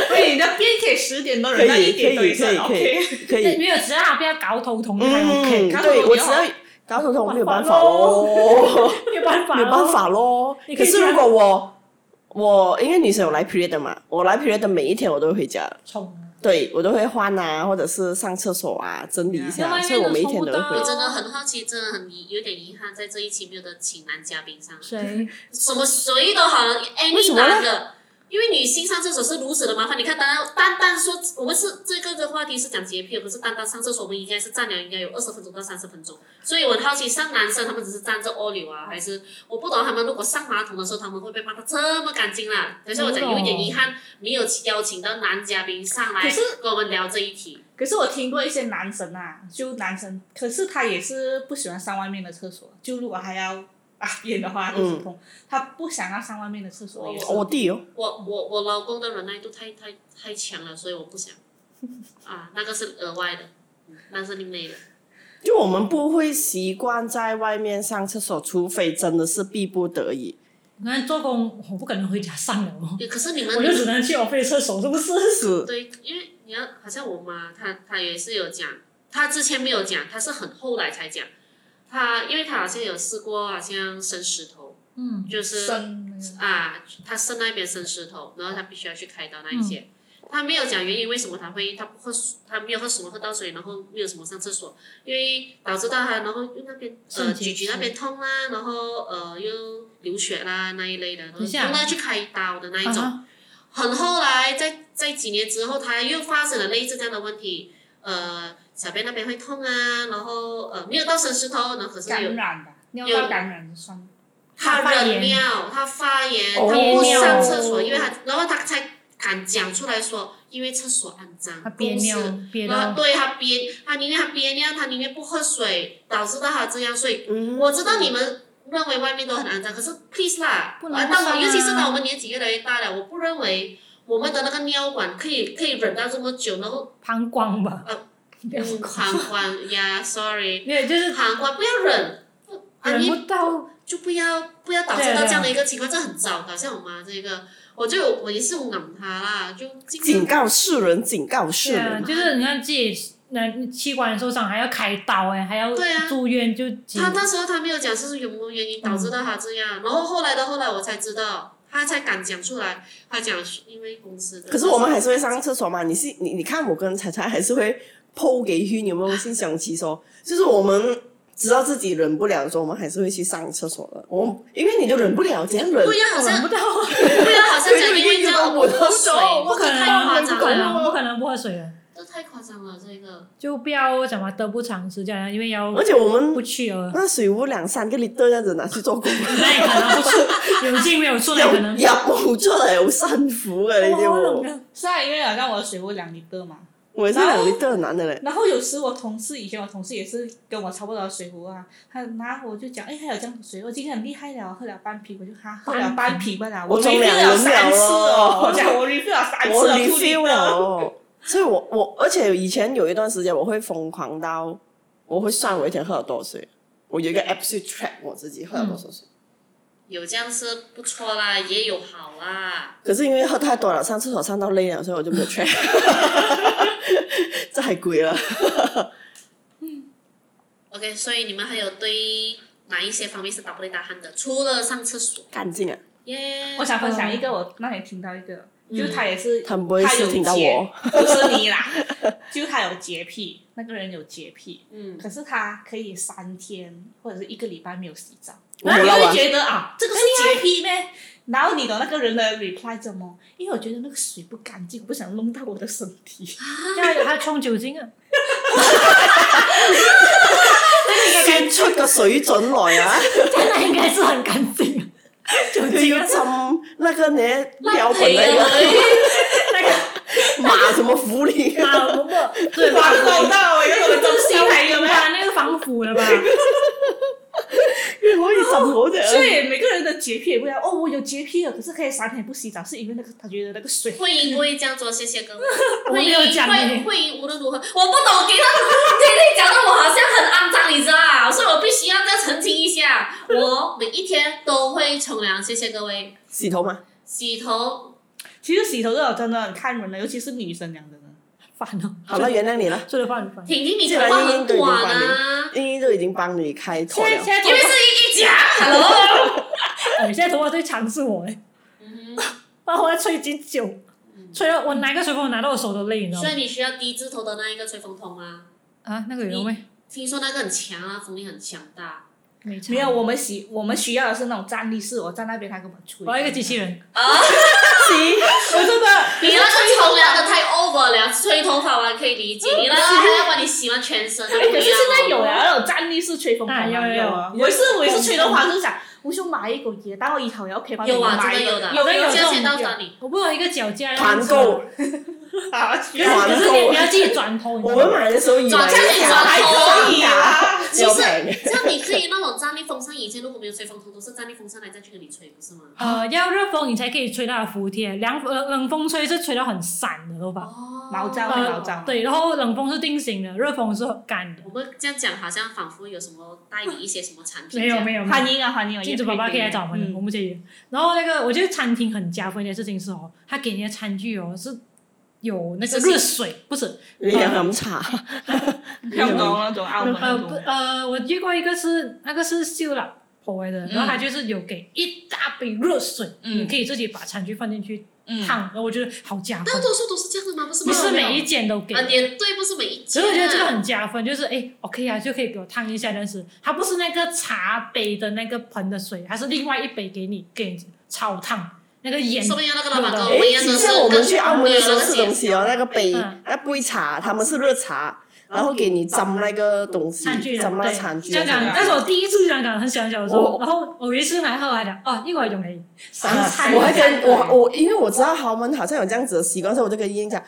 Speaker 4: 对，你的边铁十点多
Speaker 3: 可
Speaker 4: 人，那一
Speaker 3: 以可
Speaker 4: 点都
Speaker 3: 以
Speaker 4: 也是
Speaker 3: 可以可
Speaker 4: OK。 <laughs>
Speaker 3: 以可以，
Speaker 2: 没有，只要他不要搞头痛，还 OK，
Speaker 3: 嗯，
Speaker 4: 搞头
Speaker 3: 对
Speaker 4: 痛
Speaker 3: 我
Speaker 4: 你
Speaker 3: 只
Speaker 4: 要
Speaker 3: 要搞头痛没有办法
Speaker 2: 办法啊咯
Speaker 3: 哦。
Speaker 2: 没有办法，
Speaker 3: 没有办。法咯
Speaker 2: 你。可
Speaker 3: 可
Speaker 2: 以
Speaker 3: 是
Speaker 2: 去
Speaker 3: 如果我我因为女生有来 period 的嘛，我来 period 的每一天我都会回家，
Speaker 2: 冲啊！
Speaker 3: 对我都会换啊，或者是上厕所啊，整理一
Speaker 2: 那
Speaker 3: 下，
Speaker 2: 外面
Speaker 3: 所以我每一天都
Speaker 2: 都
Speaker 3: 会
Speaker 2: 冲不
Speaker 3: 回
Speaker 2: 到
Speaker 1: 我
Speaker 3: 家。
Speaker 1: 真的很好奇，真的很遗有点遗憾，在这一期没有得请男嘉宾上，
Speaker 2: 谁？
Speaker 1: 什么谁都好了
Speaker 3: 为
Speaker 1: ，any
Speaker 3: 什么呢
Speaker 1: 男的，因为女性上厕所是如此的麻烦。你看，单单单说我们是这个的话题是讲洁癖，可是单单上厕所，我们应该是站了应该有二十分钟到三十分钟，所以我很好奇，像男生他们只是站着屙流啊，还是我不懂他们如果上马桶的时候，他们会被骂得这么干净
Speaker 3: 哦
Speaker 1: 啦。所以我讲有一点遗憾，没有邀请到男嘉宾上来
Speaker 4: 可是
Speaker 1: 跟我们聊这一题。
Speaker 4: 可是我听过一些男生啊，就男生，可是他也是不喜欢上外面的厕所，就如果还要大便的话，
Speaker 3: 嗯
Speaker 4: 肚子痛，他不想要上外面的厕所。也是
Speaker 3: 我弟哦，
Speaker 1: 我我我老公的忍耐度太太太强了，所以我不想。啊，那个是额外的，嗯那是另类的。
Speaker 3: 就我们不会习惯在外面上厕所，除非真的是逼不得已。
Speaker 2: 那做工我不可能回家上了哦，
Speaker 1: 也可是你
Speaker 2: 我就
Speaker 1: 们
Speaker 2: 只能去我费厕所，是不是？
Speaker 3: 是，
Speaker 1: 对，因为你要好像我妈，她她也是有讲，她之前没有讲，她是很后来才讲。她因为她好像有试过，好像生石头，
Speaker 2: 嗯，
Speaker 1: 就是
Speaker 4: 生
Speaker 1: 啊，他生那边生石头，然后他必须要去开刀那一些。他没有讲原因，为什么他会他不喝水，他没有喝什么喝到水，然后没有什么上厕所，因为导致到他，然后又那边呃
Speaker 2: 肾结
Speaker 1: 咀嚼
Speaker 2: 石
Speaker 1: 那边痛啦，然后呃又流血啦那一类的，然后
Speaker 2: 等一下
Speaker 1: 用到去开刀的那一种。
Speaker 2: 啊
Speaker 1: 很后来，在在几年之后，他又发生了类似这样的问题，呃，小便那边会痛啊，然后呃没有到生石头，然后可是有
Speaker 4: 感染吧，尿道感染算。
Speaker 1: 他
Speaker 2: 发
Speaker 1: 忍
Speaker 2: 炎
Speaker 1: 尿，他发炎，他
Speaker 3: 哦
Speaker 1: 不上厕所，因为他，然后他才敢讲出来说，因为厕所肮脏，
Speaker 2: 他憋
Speaker 1: 公司
Speaker 2: 尿憋
Speaker 1: 然后
Speaker 2: 到
Speaker 1: 对他憋，他宁愿他憋尿，他宁愿不喝水，导致到他这样。所以
Speaker 3: 嗯，
Speaker 1: 我知道你们认为外面都很肮脏，可是 please 啦，
Speaker 2: 不能
Speaker 1: 当
Speaker 2: 不
Speaker 1: 我
Speaker 2: 上啊
Speaker 1: 尤其是当我们年纪越来越大了，我不认为我们的那个尿管可以可以忍到这么久，然后
Speaker 2: 膀胱吧
Speaker 1: 呃，
Speaker 2: 两
Speaker 1: 嗯，
Speaker 2: 胱
Speaker 1: 膀胱呀，sorry，
Speaker 2: 没有，就是
Speaker 1: 膀胱不要忍，啊
Speaker 2: 忍
Speaker 1: 你
Speaker 2: 不到
Speaker 1: 就不要不要导致
Speaker 2: 对
Speaker 1: 到
Speaker 2: 啊
Speaker 1: 这样的一个情况，这很糟糕。像我妈这个，我就有我也是忍她啦，就尽量
Speaker 3: 警告世人，警告世
Speaker 1: 嗯
Speaker 2: 对啊，
Speaker 3: 人。
Speaker 2: 就是你看自己那器官受伤还要开刀哎、还要
Speaker 1: 对啊
Speaker 2: 住院就几
Speaker 1: 他那时候他没有讲是什么原因导致到他这样，然后后来的后来我才知道，他才敢讲出来，他讲是因为公司的。
Speaker 3: 可是我们还是会上厕所嘛？你是你你看我跟彩彩还是会剖给虚，你有没有心想其说？就是我们知道自己忍不了的时候，我们还是会去上厕所的。我们因为你就忍不了，怎样忍
Speaker 1: 不？要好
Speaker 2: 想
Speaker 1: 像
Speaker 2: 不到，
Speaker 1: 不要好像
Speaker 3: 对
Speaker 1: 讲因为这样我不喝水，
Speaker 3: 我
Speaker 2: 不可
Speaker 1: 这太夸
Speaker 2: 能，不
Speaker 1: 张
Speaker 2: 可
Speaker 1: 了，
Speaker 2: 能，不可能不喝水了，
Speaker 1: 这太夸张了，这个
Speaker 2: 就不要讲嘛，得不偿失这样，因为要
Speaker 3: 而且我
Speaker 2: 不
Speaker 3: 们
Speaker 2: 去了，
Speaker 3: 那水壶两三个 liter 这样子拿去做工，
Speaker 2: <laughs> 那也可能不出，有进没有出，那也可能
Speaker 3: 有。有出嚟有啊辛苦嘅呢啲
Speaker 2: 哦
Speaker 3: 喎，
Speaker 4: 是啊，因为好像我的水壶两米多嘛，
Speaker 3: 我也是两 liter 很难的嘞。
Speaker 4: 然后有时我同事以前我同事也是跟我差不多的水壶啊，他拿我就讲，哎，还有这样的水，我今天很厉害了，喝了半瓶，我就哈喝了半瓶罢了，
Speaker 3: 我中
Speaker 4: refill
Speaker 3: 两
Speaker 4: 了
Speaker 3: 轮了
Speaker 4: 三次哦
Speaker 3: 哦，
Speaker 4: 我讲我 refill 了三次
Speaker 3: 我
Speaker 4: 了，
Speaker 3: 离
Speaker 4: two
Speaker 3: 飞
Speaker 4: liter
Speaker 3: 了。所以我我而且以前有一段时间我会疯狂到，我会算我一天喝了多少水。我有一个 app 去 track 我自己喝了多少水，
Speaker 1: 有这样是不错啦，也有好啦。
Speaker 3: 可是因为喝太多了，上厕所上到累了，所以我就没有 <laughs> track。这还啊贵了，
Speaker 1: OK，所以你们还有对哪一些方面是打不雷打鼾的？除了上厕所，
Speaker 3: 干净啊！
Speaker 1: 耶、
Speaker 4: 我想分享一个，我那天听到一个，就是他也是，
Speaker 3: 嗯他们不会
Speaker 4: 他有
Speaker 3: 是听到
Speaker 4: 洁
Speaker 3: 我，
Speaker 4: 不是你啦，就他有洁癖，那个人有洁癖，
Speaker 1: 嗯，
Speaker 4: 可是他可以三天或者是一个礼拜没有洗澡，
Speaker 3: 我
Speaker 4: 然后你
Speaker 3: 老
Speaker 4: 会
Speaker 3: 啊
Speaker 4: 觉得啊，这个是洁癖咩？然后你懂那个人的 reply 怎么？因为我觉得那个水不干净，我不想弄到我的身体。
Speaker 2: 要他冲酒精 <laughs> 啊！
Speaker 3: 先出個水準來 <laughs> 啊！
Speaker 2: 真的应该是很干净，酒
Speaker 3: 就
Speaker 2: 精啊 <laughs>
Speaker 3: 要，浸那個呢 <laughs> 標本
Speaker 1: 那
Speaker 3: 那 <laughs>
Speaker 1: 个
Speaker 3: 個馬什麼福利 <laughs> 啊？
Speaker 2: 啊，不过对吧？
Speaker 4: 广告，因为我
Speaker 2: 都是
Speaker 4: 还
Speaker 2: 有吧？那个防腐 <laughs> 的吧？
Speaker 3: 可以浸好的。
Speaker 4: 所以每个人的洁癖也不一样。哦，我有洁癖了，可是可以三天不洗澡，是因为那个他觉得那个水
Speaker 1: 慧英不会这样做，谢谢
Speaker 4: <laughs>
Speaker 1: 各位。
Speaker 2: 我
Speaker 1: 慧
Speaker 2: 没
Speaker 1: 英
Speaker 2: 有讲
Speaker 1: 慧
Speaker 2: 你
Speaker 1: 慧英无论如何，我不懂，给他天天讲的我好像很肮脏，你知道啊？所以我必须要再澄清一下，我每一天都会冲凉，谢谢各位。
Speaker 3: 洗头嘛，
Speaker 1: 洗头，
Speaker 4: 其实洗头这种真的很看人的，尤其是女生讲真的。
Speaker 2: 烦哦，
Speaker 3: 好了，原谅你了。
Speaker 2: 做的饭烦。
Speaker 1: 婷婷你头发很短
Speaker 3: <laughs>
Speaker 1: 啊，
Speaker 3: 英英都已經幫你開
Speaker 4: 现
Speaker 3: 拓
Speaker 4: 在
Speaker 3: 了
Speaker 4: 现。在
Speaker 1: 因为是一一讲，hello。
Speaker 2: <laughs> 哎，现在头发最长是我哎，
Speaker 1: 嗯
Speaker 2: 然后我要吹几久，吹到我拿一个吹风筒拿到我手都累，你知
Speaker 1: 哼
Speaker 2: 道
Speaker 1: 所
Speaker 2: 吗
Speaker 1: 以？你需要低字头的那一个吹风筒吗？
Speaker 2: 啊，那个有用没？
Speaker 1: 听说那个很强啊，风力很强大。
Speaker 2: 没差
Speaker 4: 没有，我们洗我们需要的是那种站立式，我站那边他根本吹。
Speaker 2: 我要一个机器
Speaker 4: <laughs>
Speaker 2: 人，
Speaker 4: 啊我真的
Speaker 1: 你那个冲凉的太 over 了，吹头发我还可以理解，你那个还要帮你洗完全身，那不一样
Speaker 4: 哎，可
Speaker 1: 哦
Speaker 4: 是现在有了那种站立式吹风筒
Speaker 2: 啊
Speaker 4: 啊，
Speaker 2: 有有有
Speaker 4: 啊！我也是我也是吹风筒，就想我想买一个嘢，但我以后要陪我
Speaker 1: 有啊，
Speaker 4: 买
Speaker 1: 真
Speaker 4: 一
Speaker 1: 的有
Speaker 4: 个
Speaker 1: 的，
Speaker 2: 有的有
Speaker 1: 我
Speaker 2: 的
Speaker 1: 现在先到这里。
Speaker 2: 我不有一个脚架这样
Speaker 3: 团
Speaker 2: 子 <laughs>
Speaker 3: 购，
Speaker 4: 啊，
Speaker 2: 可是可
Speaker 3: 团
Speaker 2: 是你
Speaker 3: 购
Speaker 2: 你，要自己转头，你知
Speaker 3: 我
Speaker 2: 道
Speaker 3: 们
Speaker 2: 吗？
Speaker 3: 买的时候以为
Speaker 1: 转向你转
Speaker 4: 还可以啊。
Speaker 1: 其
Speaker 3: 要
Speaker 1: 实
Speaker 3: 平，
Speaker 1: 这样你可以那种站立风扇，以前如果没有吹风筒，都是站立风扇来再去给你吹，不是吗？
Speaker 2: 呃，要热风你才可以吹到服帖，凉冷冷风吹是吹到很散的头发。
Speaker 1: 哦
Speaker 4: 毛躁
Speaker 2: 会
Speaker 4: 毛躁
Speaker 2: 对，然后冷风是定型的，热风是干的。
Speaker 1: 我们这样讲好像仿佛有什么带你一些什么产品。
Speaker 2: 没有没有，没有
Speaker 4: 欢迎啊欢迎啊！
Speaker 2: 金主爸爸可以来找我们的，我
Speaker 4: 嗯
Speaker 2: 们这里。然后那个，我觉得餐厅很加分的事情是哦，他给你的餐具哦是有那个
Speaker 1: 是是
Speaker 2: 热水，不是
Speaker 3: 你要飲茶，
Speaker 4: 香港那种澳门那
Speaker 2: 呃不
Speaker 4: 种，
Speaker 2: 呃，我遇过一个是那个是秀老婆来的，
Speaker 3: 嗯
Speaker 2: 然后他就是有给一大杯热水，
Speaker 4: 嗯
Speaker 2: 你可以自己把餐具放进去
Speaker 4: 嗯
Speaker 2: 烫，然后我觉得好加分
Speaker 1: 大，多数都是这样的吗？不是吗？
Speaker 2: 不是
Speaker 1: 没有
Speaker 2: 每一间都给
Speaker 1: 啊，。也对，不是每一
Speaker 2: 所
Speaker 1: 间啊。
Speaker 2: 以我觉得这个很加分，就是哎，OK 啊，就可以给我烫一下，但是它不是那个茶杯的那个盆的水，它是另外一杯给你给你超烫，那个盐
Speaker 1: 说不定那个老板跟
Speaker 2: 有
Speaker 1: 我
Speaker 2: 的
Speaker 1: 们一样
Speaker 3: 诶，
Speaker 1: 的是
Speaker 3: 像我们去澳门的时候吃东西哦，
Speaker 1: 跟
Speaker 3: 那个杯
Speaker 2: 嗯、哦
Speaker 3: 那杯茶，他们是热茶，然后给你浸那个东西，
Speaker 2: 餐具
Speaker 3: 浸
Speaker 2: 的，
Speaker 3: 那个
Speaker 2: 对，
Speaker 3: 餐具。
Speaker 2: 香港，
Speaker 4: 对
Speaker 2: 那是我第一次去香港，很小小的时候
Speaker 3: 我，
Speaker 2: 然后我有一次来后来讲，哦，一会儿用你三
Speaker 3: 啊
Speaker 2: 餐，
Speaker 3: 我还
Speaker 2: 三
Speaker 3: 跟
Speaker 2: 餐
Speaker 3: 我我，因為我知道他們好像有這樣子的習慣，所以我就跟英講：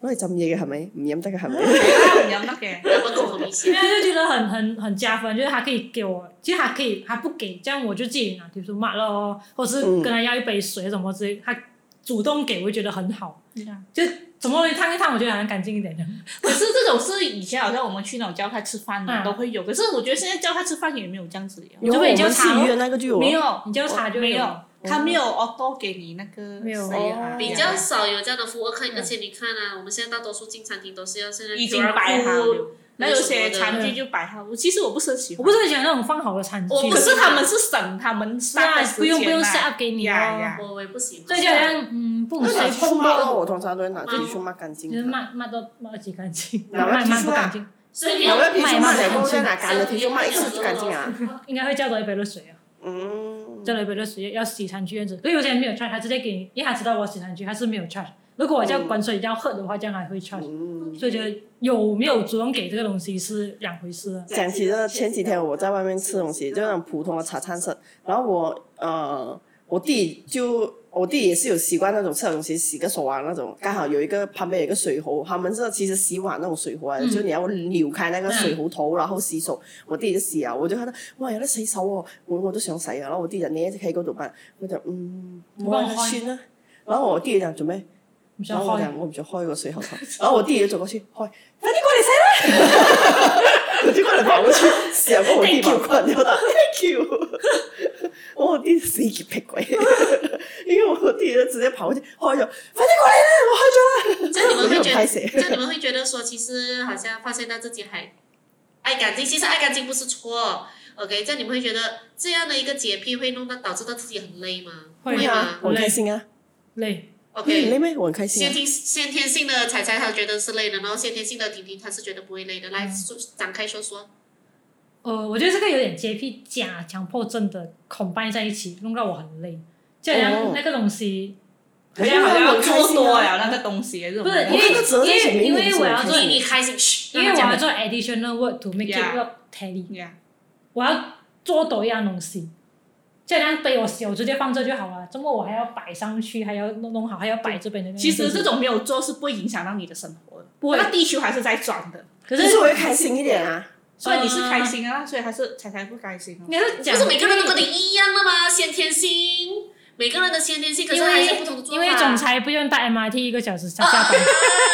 Speaker 3: 我哋浸嘢嘅係咪？唔飲得嘅係咪？
Speaker 4: 唔飲得嘅。
Speaker 1: 那么口红一
Speaker 2: 因
Speaker 1: 些。
Speaker 2: 为就觉得很很很加分，就是他可以给我，其实他可以，他不给，这样我就自己拿，比如说骂了哦，或是跟他要一杯水什么之类，他主动给，我就觉得很好，
Speaker 4: 嗯
Speaker 2: 就怎么烫一烫，我觉得好像干净一点的。
Speaker 4: 可是这种是以前好像我们去那种教派吃饭的
Speaker 2: 嗯
Speaker 4: 都会有，可是我觉得现在教派吃饭也没有这样子了。
Speaker 3: 有
Speaker 2: 就
Speaker 3: 我
Speaker 2: 被你
Speaker 3: 们
Speaker 2: 就查
Speaker 3: 戏
Speaker 2: 了
Speaker 3: 约那个就有
Speaker 4: 没
Speaker 3: 了，
Speaker 4: 有，
Speaker 2: 你就查就
Speaker 4: 没有，他
Speaker 3: 哦
Speaker 4: 没有 auto 给你那个
Speaker 2: 没有
Speaker 4: 谁啊
Speaker 3: 哦
Speaker 1: 比较少有这样的服务，可以，
Speaker 2: 嗯
Speaker 1: 而且你看啊，我们现在大多数进餐厅都是要现在
Speaker 4: 已经
Speaker 1: QR
Speaker 4: 摆好
Speaker 1: code
Speaker 4: 了，那有些餐具就摆好。我其实我不是很喜
Speaker 2: 我
Speaker 4: 欢，
Speaker 2: 不是很喜欢那种放好的餐具，
Speaker 1: 我
Speaker 4: 可
Speaker 1: 不
Speaker 4: 是他们是省他们
Speaker 2: 是啊
Speaker 4: 上的时间啊，
Speaker 2: 不用不用 set up 给你
Speaker 4: 呀
Speaker 2: 哦，
Speaker 4: 呀，
Speaker 1: 我我也不喜欢。
Speaker 2: 所以就好像嗯不
Speaker 3: 那
Speaker 2: 能
Speaker 3: 拿
Speaker 2: 随
Speaker 3: 去
Speaker 2: 碰
Speaker 3: 抹咯，
Speaker 2: 到，
Speaker 3: 我通常都会拿去去抹干净
Speaker 2: 就是
Speaker 3: 的。
Speaker 2: 骂骂到骂几干净，
Speaker 3: 哪个
Speaker 2: 骂骂
Speaker 3: 提
Speaker 2: 不
Speaker 3: 出啊
Speaker 2: 干净，
Speaker 1: 所以你
Speaker 3: 有
Speaker 1: 要
Speaker 3: 个皮
Speaker 2: 买
Speaker 3: 就抹
Speaker 2: 嘛
Speaker 3: 两
Speaker 2: 干
Speaker 3: 包，
Speaker 2: 净
Speaker 3: 再拿干的皮就抹一次就干净啊。
Speaker 2: 应该会叫多一杯热水啊，
Speaker 3: 嗯，
Speaker 2: 叫多一杯热水要洗餐具这样子。可是有些人没有 charge，他直接给你，因为他知道我洗餐具，他是没有 charge。如果我叫滚水要喝的话，这样还会 charge。
Speaker 3: 嗯，
Speaker 2: <laughs> 所以觉得有没有主动给这个东西是两回事啊。
Speaker 3: 讲起这个，前几天我在外面吃东西，就那种普通的茶餐室，然后我呃，我弟就我弟也是有习惯那种吃的东西洗个手啊那种，刚好有一个旁边有一个水壶，他们是其实洗碗那种水壶来的，
Speaker 2: 嗯
Speaker 3: 就你要扭开那个水壶头，然后洗手。我弟就洗啊，我就看到哇有得洗手哦，我我都想洗啊，然后我弟就匿喺嗰度辦，我就嗯，冇啊算啦。然後我弟就講做咩？
Speaker 2: 唔想
Speaker 3: 然後我
Speaker 2: 開
Speaker 3: 講，我唔想開個水喉
Speaker 4: <laughs>
Speaker 3: 頭，然後我弟也走過去開，快啲過嚟洗啦！我就過嚟跑過去，想過我弟把我關掉的，thank you。我 <laughs> 弟死潔癖鬼，因為我弟就直接跑過去開咗，快啲過嚟啦！我開咗啦。
Speaker 1: 就你们会
Speaker 3: 我
Speaker 1: 觉
Speaker 3: 就
Speaker 1: 得，
Speaker 3: 拍死
Speaker 1: 就你们会觉得说，其实好像发现到自己还爱干净，其实爱干净不是错。OK，这样你们会觉得这样的一个洁癖会弄到导致到自己很累吗？
Speaker 2: 会
Speaker 1: 会
Speaker 3: 啊
Speaker 1: 吗，
Speaker 3: 我很開心啊！
Speaker 2: 累，
Speaker 3: 你累
Speaker 1: ？OK，
Speaker 3: 咩？我很開心
Speaker 1: 先
Speaker 3: 啊！
Speaker 1: 天先天性的彩彩她觉得是累的，然后先天性的婷婷她是觉得不会累的。来，说展开说说。
Speaker 2: 呃，我觉得这个有点洁癖加强迫症的 combine 在一起，弄到我很累。就好像
Speaker 3: 哦
Speaker 2: 那个东西，
Speaker 4: 好像好像
Speaker 3: 我很開
Speaker 4: 做
Speaker 3: 心
Speaker 4: 多
Speaker 3: 啊！
Speaker 4: 了那个东西，这种
Speaker 2: 不是因
Speaker 3: 我
Speaker 2: 为
Speaker 3: 看到哦责任
Speaker 2: 因
Speaker 3: 心
Speaker 2: 为
Speaker 3: 里
Speaker 2: 因
Speaker 3: 面也
Speaker 2: 为
Speaker 3: 是
Speaker 2: 我
Speaker 3: 很
Speaker 2: 要
Speaker 3: 开
Speaker 2: 做
Speaker 3: 心，
Speaker 1: 你你开心，嘘
Speaker 2: 因为
Speaker 1: 让
Speaker 2: 我要
Speaker 1: 她讲
Speaker 2: 做 additional work to make it
Speaker 4: Yeah.
Speaker 2: work tally。
Speaker 4: 呀
Speaker 2: 我要做多一样东西，这样杯我洗，我直接放这就好了。怎么我还要摆上去，还要弄弄好，还要摆这边的那边？
Speaker 4: 其实这种没有做是不会影响到你的生活的，
Speaker 2: 不会
Speaker 4: 那地球还是在转的，
Speaker 2: 可
Speaker 3: 可
Speaker 2: 是
Speaker 3: 是我会开心一點啊！
Speaker 4: 所以你是开心啊，所以还是才才不开心哦
Speaker 2: 应。该是讲，
Speaker 1: 不是每个人都跟你一样的吗？先天性，每个人的先天性，可是
Speaker 2: 因
Speaker 1: 还是
Speaker 2: 为
Speaker 1: 不同的做法。哦
Speaker 2: 因为总裁不用搭 MRT 一个小时上下班，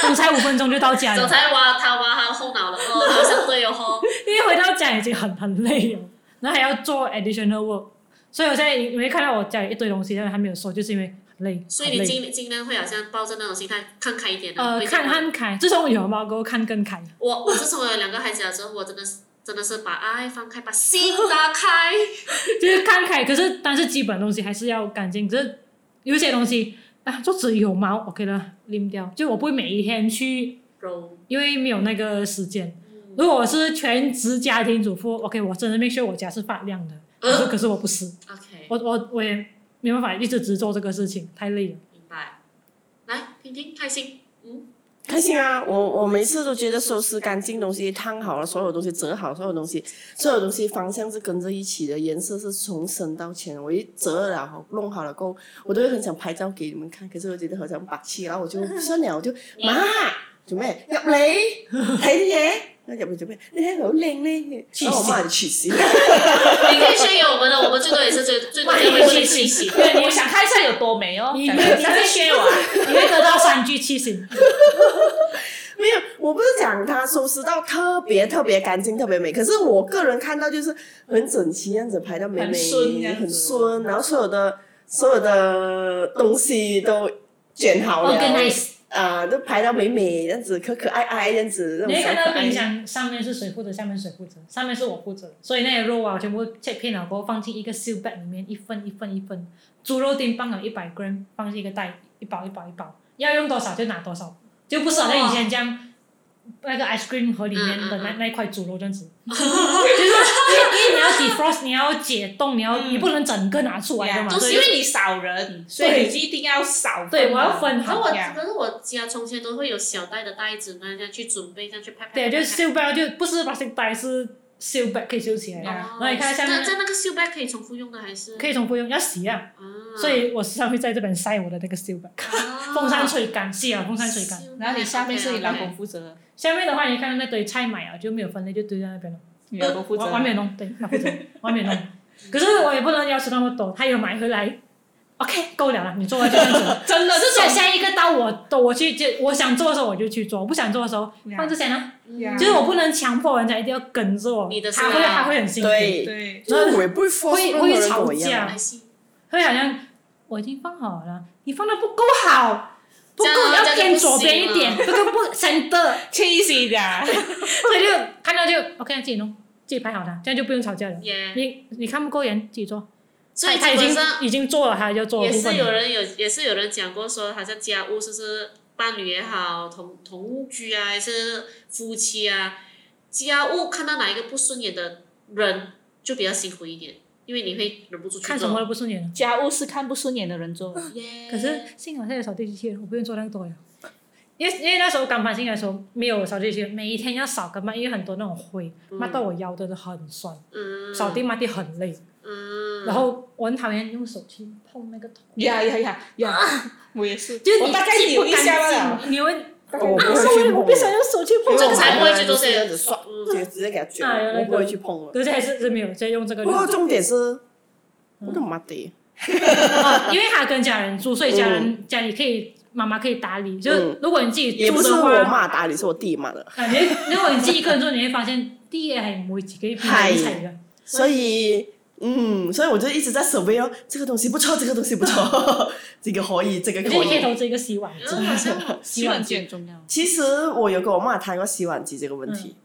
Speaker 2: 总裁五分钟就到家
Speaker 1: 总
Speaker 2: 了，
Speaker 1: 裁挖他挖他后脑了，哦，好像对哦。
Speaker 2: 因为回到家已经很很累了，然后还要做 additional work，所以我现在你没看到我家里一堆东西，但是还没有收，就是因为很累，
Speaker 1: <laughs> 所以
Speaker 2: 很
Speaker 1: 你
Speaker 2: 累
Speaker 1: 尽尽量会好像抱着那种心态看开一点的。
Speaker 2: 呃
Speaker 1: 会这样
Speaker 2: 看
Speaker 1: 吗
Speaker 2: 看开，自从有了猫狗看更开。
Speaker 1: 我我自从有两个孩子了之后，我真的是真的是把爱放开，把心打
Speaker 2: <laughs>
Speaker 1: 开。
Speaker 2: 就是看开，可是但是基本东西还是要干净，只是有些东西啊，就只有毛 OK 了，拎掉。就我不会每一天去，
Speaker 1: 柔
Speaker 2: 因为没有那个时间。如果我是全职家庭主妇，OK，我真的 make sure 我家是发亮的。
Speaker 1: 嗯
Speaker 2: 可是可是我不是，
Speaker 1: ，OK，
Speaker 2: 我我我也没办法一直只做这个事情，太累了。
Speaker 1: 明白。来，婷婷开心，嗯，
Speaker 3: 开心啊！我我每次都觉得收拾干净东西，烫好了所有东西，折好所有东西，所有东西方向是跟着一起的，颜色是从深到浅。我一折了，弄好了够，我都会很想拍照给你们看，可是我觉得好像白痴，然后我就算了，我就妈做咩入嚟睇啲嘢？我入嚟做咩？你睇佢好靚咧，然後我媽就黐線。
Speaker 1: 你可以先有我们的，我们最多也是最最多也会去学习。
Speaker 4: 对，我想看一下有多美哦。
Speaker 2: 你
Speaker 4: 想看一下再 share 我啊。
Speaker 2: 你会得到三句七星，
Speaker 3: 没有，我不是讲它收拾到特别特别干净、特别美，可是我个人看到就是很整齐，这样子排到美美，
Speaker 4: 很顺这样子
Speaker 3: 很顺然后所有的所有的东西都卷好了，
Speaker 2: organize。
Speaker 3: 啊、都排到美美，这样子可可爱爱，这样子，那
Speaker 2: 你
Speaker 3: 种
Speaker 2: 会
Speaker 3: 小
Speaker 2: 看
Speaker 3: 可
Speaker 2: 到
Speaker 3: 爱
Speaker 2: 冰。箱上面是谁负责，下面是谁负责，上面是我负责，所以那些肉啊，全部切片了过后放进一个 seal bag 里面，一份一份一份。猪肉丁放了一百 gram，放进一个袋，一包一包一包，要用多少就拿多少，就不是好像以前这样。那个 ice cream 盒里面的那、
Speaker 1: 嗯嗯嗯
Speaker 2: 那一块猪肉这样子，就是因为你要 defrost，你要解冻，你要、
Speaker 4: 嗯
Speaker 2: 你不能整个拿出来的嘛，
Speaker 4: 都
Speaker 2: 所
Speaker 4: 是
Speaker 2: 以
Speaker 4: 因为你少人，所以你就一定要少。
Speaker 2: 对我要。分
Speaker 1: 可
Speaker 2: 好。
Speaker 1: 我
Speaker 4: 呀
Speaker 1: 可是我家从前都会有小袋的袋子，那这样去准备，这样去拍拍。
Speaker 2: 对，就
Speaker 1: 拍
Speaker 2: 是 seal bag 就不是 plastic bag 是 seal bag 可以收起来的，
Speaker 4: 呀
Speaker 1: 哦
Speaker 2: 然后你看下面
Speaker 1: 那在那个 shoe bag 可以重复用的还是？
Speaker 2: 可以重复用，要洗啊。
Speaker 1: 啊
Speaker 2: 所以我时常会在这边晒我的那个 s t i l b a c
Speaker 1: 啊
Speaker 2: 风扇吹干，是啊，风扇吹
Speaker 1: 哦
Speaker 2: 干。
Speaker 4: 然后你下面是你老公
Speaker 1: OK，OK
Speaker 4: 负责，
Speaker 2: 下面的话，你看那堆菜买啊，就没有分类，就堆在那边了。
Speaker 4: 你老公负
Speaker 2: 呃
Speaker 4: 责
Speaker 2: 完。完美弄，对，那负责，完美弄。可是我也不能要求那么多，他有买回来， OK，够了了，你做了就这样子。
Speaker 4: 真的
Speaker 2: 下
Speaker 4: 这种
Speaker 2: 下一个到我，到我去接，我想做的时候我就去做，我不想做的时候
Speaker 4: Yeah.
Speaker 2: 放之前呢，
Speaker 1: 嗯
Speaker 2: 就是我不能强迫人家一定要跟着我，
Speaker 1: 你的
Speaker 2: 他
Speaker 1: 是
Speaker 2: 会
Speaker 1: 啊
Speaker 2: 他会很辛苦，
Speaker 3: 对，
Speaker 4: 对，
Speaker 3: 就是我也不会 force
Speaker 2: 会
Speaker 3: 任何
Speaker 2: 会
Speaker 3: 人跟
Speaker 2: 吵
Speaker 3: 我一
Speaker 1: <laughs>
Speaker 3: 样。
Speaker 2: 架
Speaker 1: 来，西
Speaker 2: 会好像我已经放好了，你放的不够好，不
Speaker 1: 这
Speaker 2: 够
Speaker 1: 样
Speaker 2: 要偏左边一
Speaker 1: 这 <laughs> 样
Speaker 2: 点，这个不 center，
Speaker 4: 清晰一点啊，
Speaker 2: 所以就看到就 OK 自己弄，自己排好了，这样就不用吵架了。
Speaker 1: 也，
Speaker 2: 你你看不够人自己做，
Speaker 1: 所以
Speaker 2: 他
Speaker 1: 基
Speaker 2: 他已
Speaker 1: 本
Speaker 2: 经
Speaker 1: 上
Speaker 2: 已经做了，他就做了
Speaker 1: 也
Speaker 2: 部分
Speaker 1: 是有
Speaker 2: 了。
Speaker 1: 人有，也是有人讲过说，好像家务就是伴侣也好，同同居啊，还是夫妻啊，家务看到哪一个不顺眼的人就比较辛苦一点，因为你会忍不住去做。
Speaker 2: 看什么都不顺眼了。
Speaker 4: 家务是看不顺眼的人做的，
Speaker 1: 耶
Speaker 2: 可是幸好现在扫地机器人，我不用做那么多了。因为因为那时候刚搬进来的时候没有扫地机器人，每一天要扫个嘛，因为很多那种灰，
Speaker 1: 嗯
Speaker 2: 抹到我腰真的很酸，
Speaker 1: 嗯，
Speaker 2: 扫地抹地很累。
Speaker 1: 嗯，
Speaker 2: 然后我很讨厌用手去碰那个头，
Speaker 4: 呀呀呀呀，我也是，
Speaker 2: 就是
Speaker 4: 我
Speaker 2: 你
Speaker 4: 大概
Speaker 2: 自己
Speaker 4: 扭
Speaker 2: 不
Speaker 4: 一下
Speaker 2: 干
Speaker 4: 吧，
Speaker 2: 净，你会
Speaker 3: 我不会
Speaker 2: 所以
Speaker 3: 去
Speaker 2: 哦我
Speaker 3: 碰
Speaker 2: 不，想用手去碰
Speaker 3: 因为
Speaker 2: 这
Speaker 3: 我
Speaker 2: 个
Speaker 1: 才
Speaker 2: 才
Speaker 1: 不会去做
Speaker 3: 是
Speaker 1: 这
Speaker 3: 这
Speaker 1: 个
Speaker 3: 样子刷，直接直接给它卷
Speaker 2: 啊有那，个
Speaker 3: 我不会去碰了。
Speaker 2: 可是还是是没有在用这个
Speaker 3: 不
Speaker 2: 力，
Speaker 3: 过重点是，我的妈的，
Speaker 2: 因为他跟家人住，所以家人家里可以妈妈可以打理。就是
Speaker 3: 嗯
Speaker 2: 如果你自己
Speaker 3: 也
Speaker 2: 住
Speaker 3: 不是
Speaker 2: 的
Speaker 3: 我
Speaker 2: 话，
Speaker 3: 骂打你，是我弟骂的。
Speaker 2: 啊你如果你自己一个人住，你会发现啲嘢係唔會自己變一齊嘅。
Speaker 3: 所以，嗯，所以我就一直在准备哦，这个东西不错，这个东西不错， <laughs> 这个可以，这个
Speaker 2: 我
Speaker 3: 可
Speaker 2: 觉得你可以
Speaker 3: 以。
Speaker 2: 投资一個洗碗機，
Speaker 1: 嗯好
Speaker 2: <laughs>
Speaker 1: 像
Speaker 2: 洗碗機。
Speaker 4: 很重要。
Speaker 3: 其实我有跟我妈谈过洗碗机这个问题，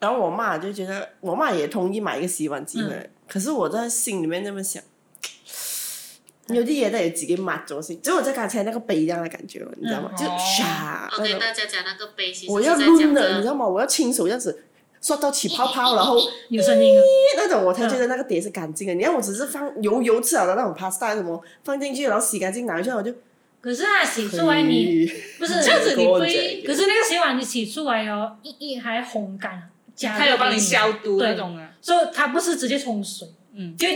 Speaker 3: 然后我妈就觉得，我妈也同意买一个洗碗机回来，可是我在心里面那么想。有啲嘢都係自己抹咗先，即係我在剛才那個杯一樣的感覺，你知道嗎？
Speaker 4: 嗯
Speaker 3: 就
Speaker 4: 哦
Speaker 3: 唰那
Speaker 1: OK，
Speaker 3: 種，
Speaker 1: 大家讲那个悲喜，
Speaker 3: 我要
Speaker 1: 是在
Speaker 3: 抡
Speaker 1: 讲
Speaker 3: 的，你知
Speaker 1: 着
Speaker 3: 道嗎？我要亲手這樣子刷到起泡 <laughs> 泡，然后
Speaker 2: 有聲音啊嘅，
Speaker 3: 那种我才觉得那个碟是干净的。你看我只是放油油吃好的那种 pasta 什么放进去，然后洗干净拿回去，我就嗯
Speaker 2: 可是啊，洗出來你
Speaker 3: 咦
Speaker 2: 不是
Speaker 4: 这样子你不
Speaker 3: 这
Speaker 4: 会，
Speaker 3: 个
Speaker 2: 可是那個洗碗機洗出來哦，一一還烘乾，加
Speaker 4: 他有帮你消毒
Speaker 2: 对
Speaker 4: 那种啊，
Speaker 2: 所以它不是直接冲水，
Speaker 4: 嗯，
Speaker 2: 就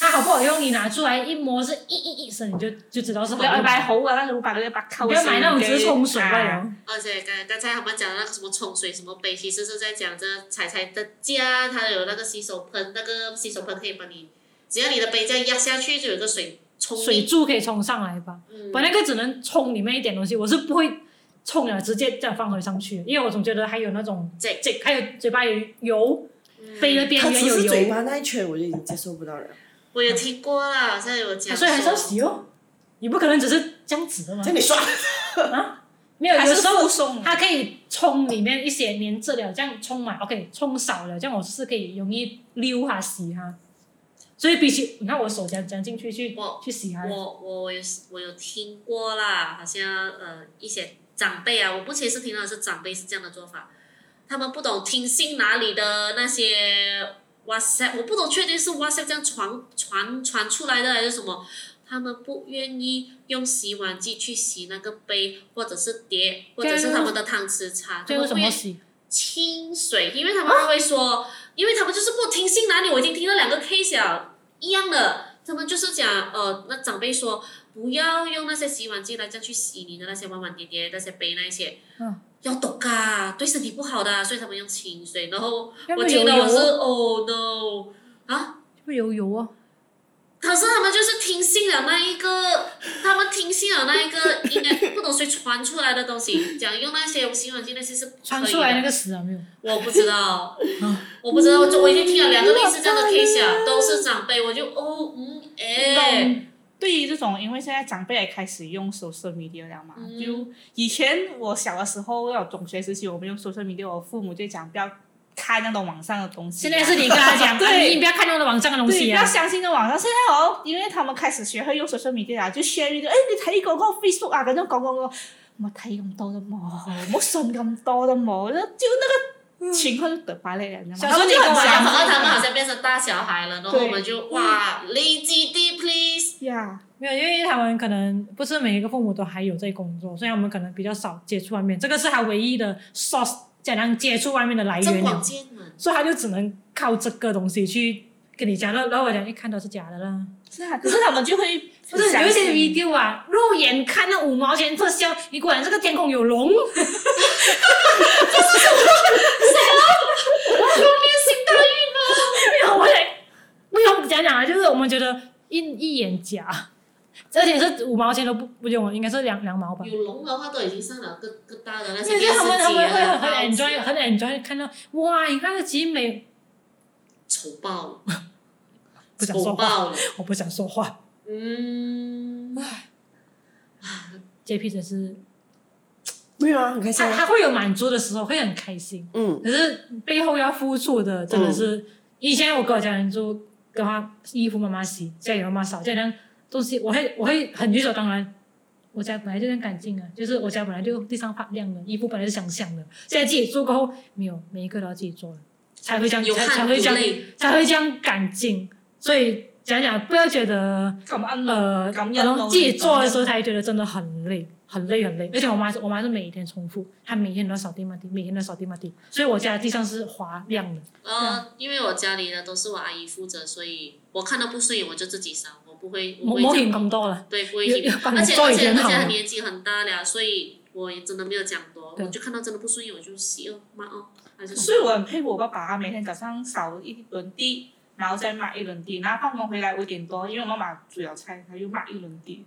Speaker 2: 它好不好用，你拿出來一摸是一一一聲，你就就知道是
Speaker 4: 不
Speaker 2: 好
Speaker 4: 要
Speaker 2: 用
Speaker 4: 买
Speaker 2: 的。
Speaker 4: 好啊，那五百个把扣。
Speaker 2: 不要買那種直接冲水罢了。
Speaker 1: 而且刚刚才我们讲的那个什么冲水什么杯，其实是在讲着彩彩的家，它有那个洗手盆，那个洗手盆可以帮你，只要你的杯这样压下去，就有个水冲
Speaker 2: 水
Speaker 1: 力。
Speaker 2: 柱可以冲上来吧？
Speaker 1: 嗯
Speaker 2: 我那个只能冲里面一点东西，我是不会冲了直接这样放回上去，因为我总觉得还有那种
Speaker 1: 这
Speaker 2: 这还有嘴巴有油，
Speaker 1: 嗯
Speaker 2: 杯的边
Speaker 3: 它
Speaker 2: 缘
Speaker 3: 只
Speaker 2: 有
Speaker 3: 是嘴
Speaker 2: 油，
Speaker 3: 巴那一圈我就已经接受不到了。
Speaker 1: 我有听过啦，好像有讲说，
Speaker 2: 所以还是要洗哦。你不可能只是这样子的嘛
Speaker 3: 这？样你刷，
Speaker 2: 没有，
Speaker 4: 还
Speaker 2: 有
Speaker 4: 是
Speaker 2: 时候
Speaker 4: 附送的，
Speaker 2: 它可以冲里面一些粘滞了，这样冲嘛，OK，冲少了，这样我是可以容易溜它洗它。所以比起你看我手这样这样进去去
Speaker 1: 我
Speaker 2: 去洗它，
Speaker 1: 我我我有我有听过啦，好像呃一些长辈啊，我目前是听到的是长辈是这样的做法，他们不懂听信哪里的那些 WhatsApp，我不懂确定是 WhatsApp 这样传传传出来的还是什么，他们不愿意用洗碗机去洗那个杯或者是碟或
Speaker 2: 啊
Speaker 1: 者是他们的汤匙叉，他
Speaker 2: 最后
Speaker 1: 们
Speaker 2: 什
Speaker 1: 不
Speaker 2: 么
Speaker 1: 愿
Speaker 2: 洗？
Speaker 1: 清水，因为他们会说，因为他们就是不听信哪里，我已经听了两个 case 了，一样的，他们就是讲，呃，那长辈说不要用那些洗碗机来这样去洗你的那些碗碗碟碟、那些杯那一些，
Speaker 2: 嗯，
Speaker 1: 要懂啊，对身体不好的啊、所以他们用清水，然后
Speaker 2: 要不
Speaker 1: 我
Speaker 2: 要
Speaker 1: 听
Speaker 2: 有
Speaker 1: 到我
Speaker 2: 油
Speaker 1: 是
Speaker 2: 哦，
Speaker 1: oh no 啊，
Speaker 2: 要不要有油哦。
Speaker 1: 可是他们就是听信了那一个，他们听信了那一个，应该不懂谁传出来的东西，讲用那些洗碗机那些是不可以的
Speaker 2: 穿出来那个屎了啊没有？
Speaker 1: 我不知道，我不知道，就我已经听了两个类似这样的 case 啊，都是长辈，我就哦嗯哎，
Speaker 4: 对于这种，因为现在长辈也开始用 social media 了嘛，
Speaker 1: 嗯
Speaker 4: 就以前我小的时候，那种中学时期，我们用 social media，我父母就讲不要看那种网上的东西
Speaker 2: 现
Speaker 4: 啊、
Speaker 2: 在是你跟
Speaker 1: <laughs>
Speaker 2: 他讲，
Speaker 4: <laughs> 对
Speaker 2: 啊你不要看那种网上的东
Speaker 4: 对，
Speaker 2: 西
Speaker 4: 不要
Speaker 2: 啊。
Speaker 4: 相信那网上。现在哦，因为他们開始學去用 social media 啊，就 share 咗，誒、你睇過嗰個 Facebook 啊，咁樣講講講，冇睇咁多都冇，冇信咁多都冇，就那個情況就得擺你人啫嘛。
Speaker 2: 小時候你
Speaker 4: 就
Speaker 2: 跟我
Speaker 1: 反
Speaker 2: 讲
Speaker 1: 而他们好像变成大小孩了，然后
Speaker 4: 对
Speaker 1: 我们就哇 lazy d please，
Speaker 4: 呀，
Speaker 2: 没有，因为他们可能不是每一个父母都还有在工作，所以他们可能比较少接触外面，这个是他唯一的 source，讲讲接触外面的来
Speaker 1: 增
Speaker 2: 源
Speaker 1: 广
Speaker 2: 了，
Speaker 1: 见闻。
Speaker 2: 所以他就只能靠这个东西去跟你讲。然后然后我讲，一看到是假的啦，
Speaker 4: 是啊，可是他们就會
Speaker 2: 不是有一些
Speaker 4: 一
Speaker 2: video 啊，肉眼看那五毛钱特效，你果然这个天空有龙，
Speaker 1: 心大运
Speaker 2: 没有，我得不用讲讲啊，就是我们觉得一一眼假，而且是五毛钱都不不用了，应该是两两毛吧。
Speaker 1: 有龙的话都已经上了各各大的那些
Speaker 2: 但
Speaker 1: 电视
Speaker 2: 是他们他
Speaker 1: 机
Speaker 2: 们会
Speaker 1: 啊，
Speaker 2: 很很 enjoy 很 enjoy 看到哇，你看这集美，
Speaker 1: 丑爆了，
Speaker 2: 不想
Speaker 1: 丑 <laughs>
Speaker 2: 说话，
Speaker 1: 爆了，
Speaker 2: 我不想说话。
Speaker 1: 嗯，
Speaker 2: JP 真是
Speaker 3: 没有啊，很开心
Speaker 2: 他
Speaker 3: 啊。
Speaker 2: 他会有满足的时候，会很开心，
Speaker 3: 嗯，
Speaker 2: 可是背后要付出的真的是，以前我跟我家人就跟他衣服妈妈洗，家里妈妈扫，这样东西我会我会很理所当然。我家本来就很干净啊，就是我家本来就地上发亮的，衣服本来是香香的，现在自己住过后，没有每一个都要自己做了，才会这样
Speaker 1: 有
Speaker 2: 才才
Speaker 1: 汗
Speaker 2: 会
Speaker 1: 有
Speaker 2: 这样
Speaker 1: 泪，
Speaker 2: 才会这样干净。所以讲讲，不要觉得
Speaker 4: 咁啱啦，
Speaker 2: 呃，
Speaker 4: 嗯感恩
Speaker 2: 然
Speaker 4: 咯
Speaker 2: 后自己做的时候才觉得真的很累，很累很累。而且我妈是，我妈是每天重复，她每天都要扫地抹地，每天都要扫地抹地，所以我家的地上是滑亮的。
Speaker 1: 呃，因为我家里的都是我阿姨负责，所以我看到不顺眼我就自己扫，我不会，我
Speaker 2: 我
Speaker 1: 不
Speaker 2: 我
Speaker 1: 会
Speaker 2: 挺
Speaker 1: 讲，
Speaker 2: 咁多了，
Speaker 1: 对，不会
Speaker 2: 要
Speaker 1: 讲。
Speaker 2: 要帮你
Speaker 1: 啊而且
Speaker 2: 做
Speaker 1: 而
Speaker 2: 嗯一
Speaker 1: 且
Speaker 2: 点
Speaker 1: 而
Speaker 2: 好
Speaker 1: 且他
Speaker 2: 吗？
Speaker 1: 年纪很大了，所以我也真的没有讲多，
Speaker 2: 对
Speaker 1: 我就看到真的不顺眼我就洗哦，骂哦，还是
Speaker 4: 所以我很佩服我爸爸，每天早上扫一轮地，然后再抹一轮地，然后放工回来五点多，因为我妈妈煮了菜，她又抹一轮地，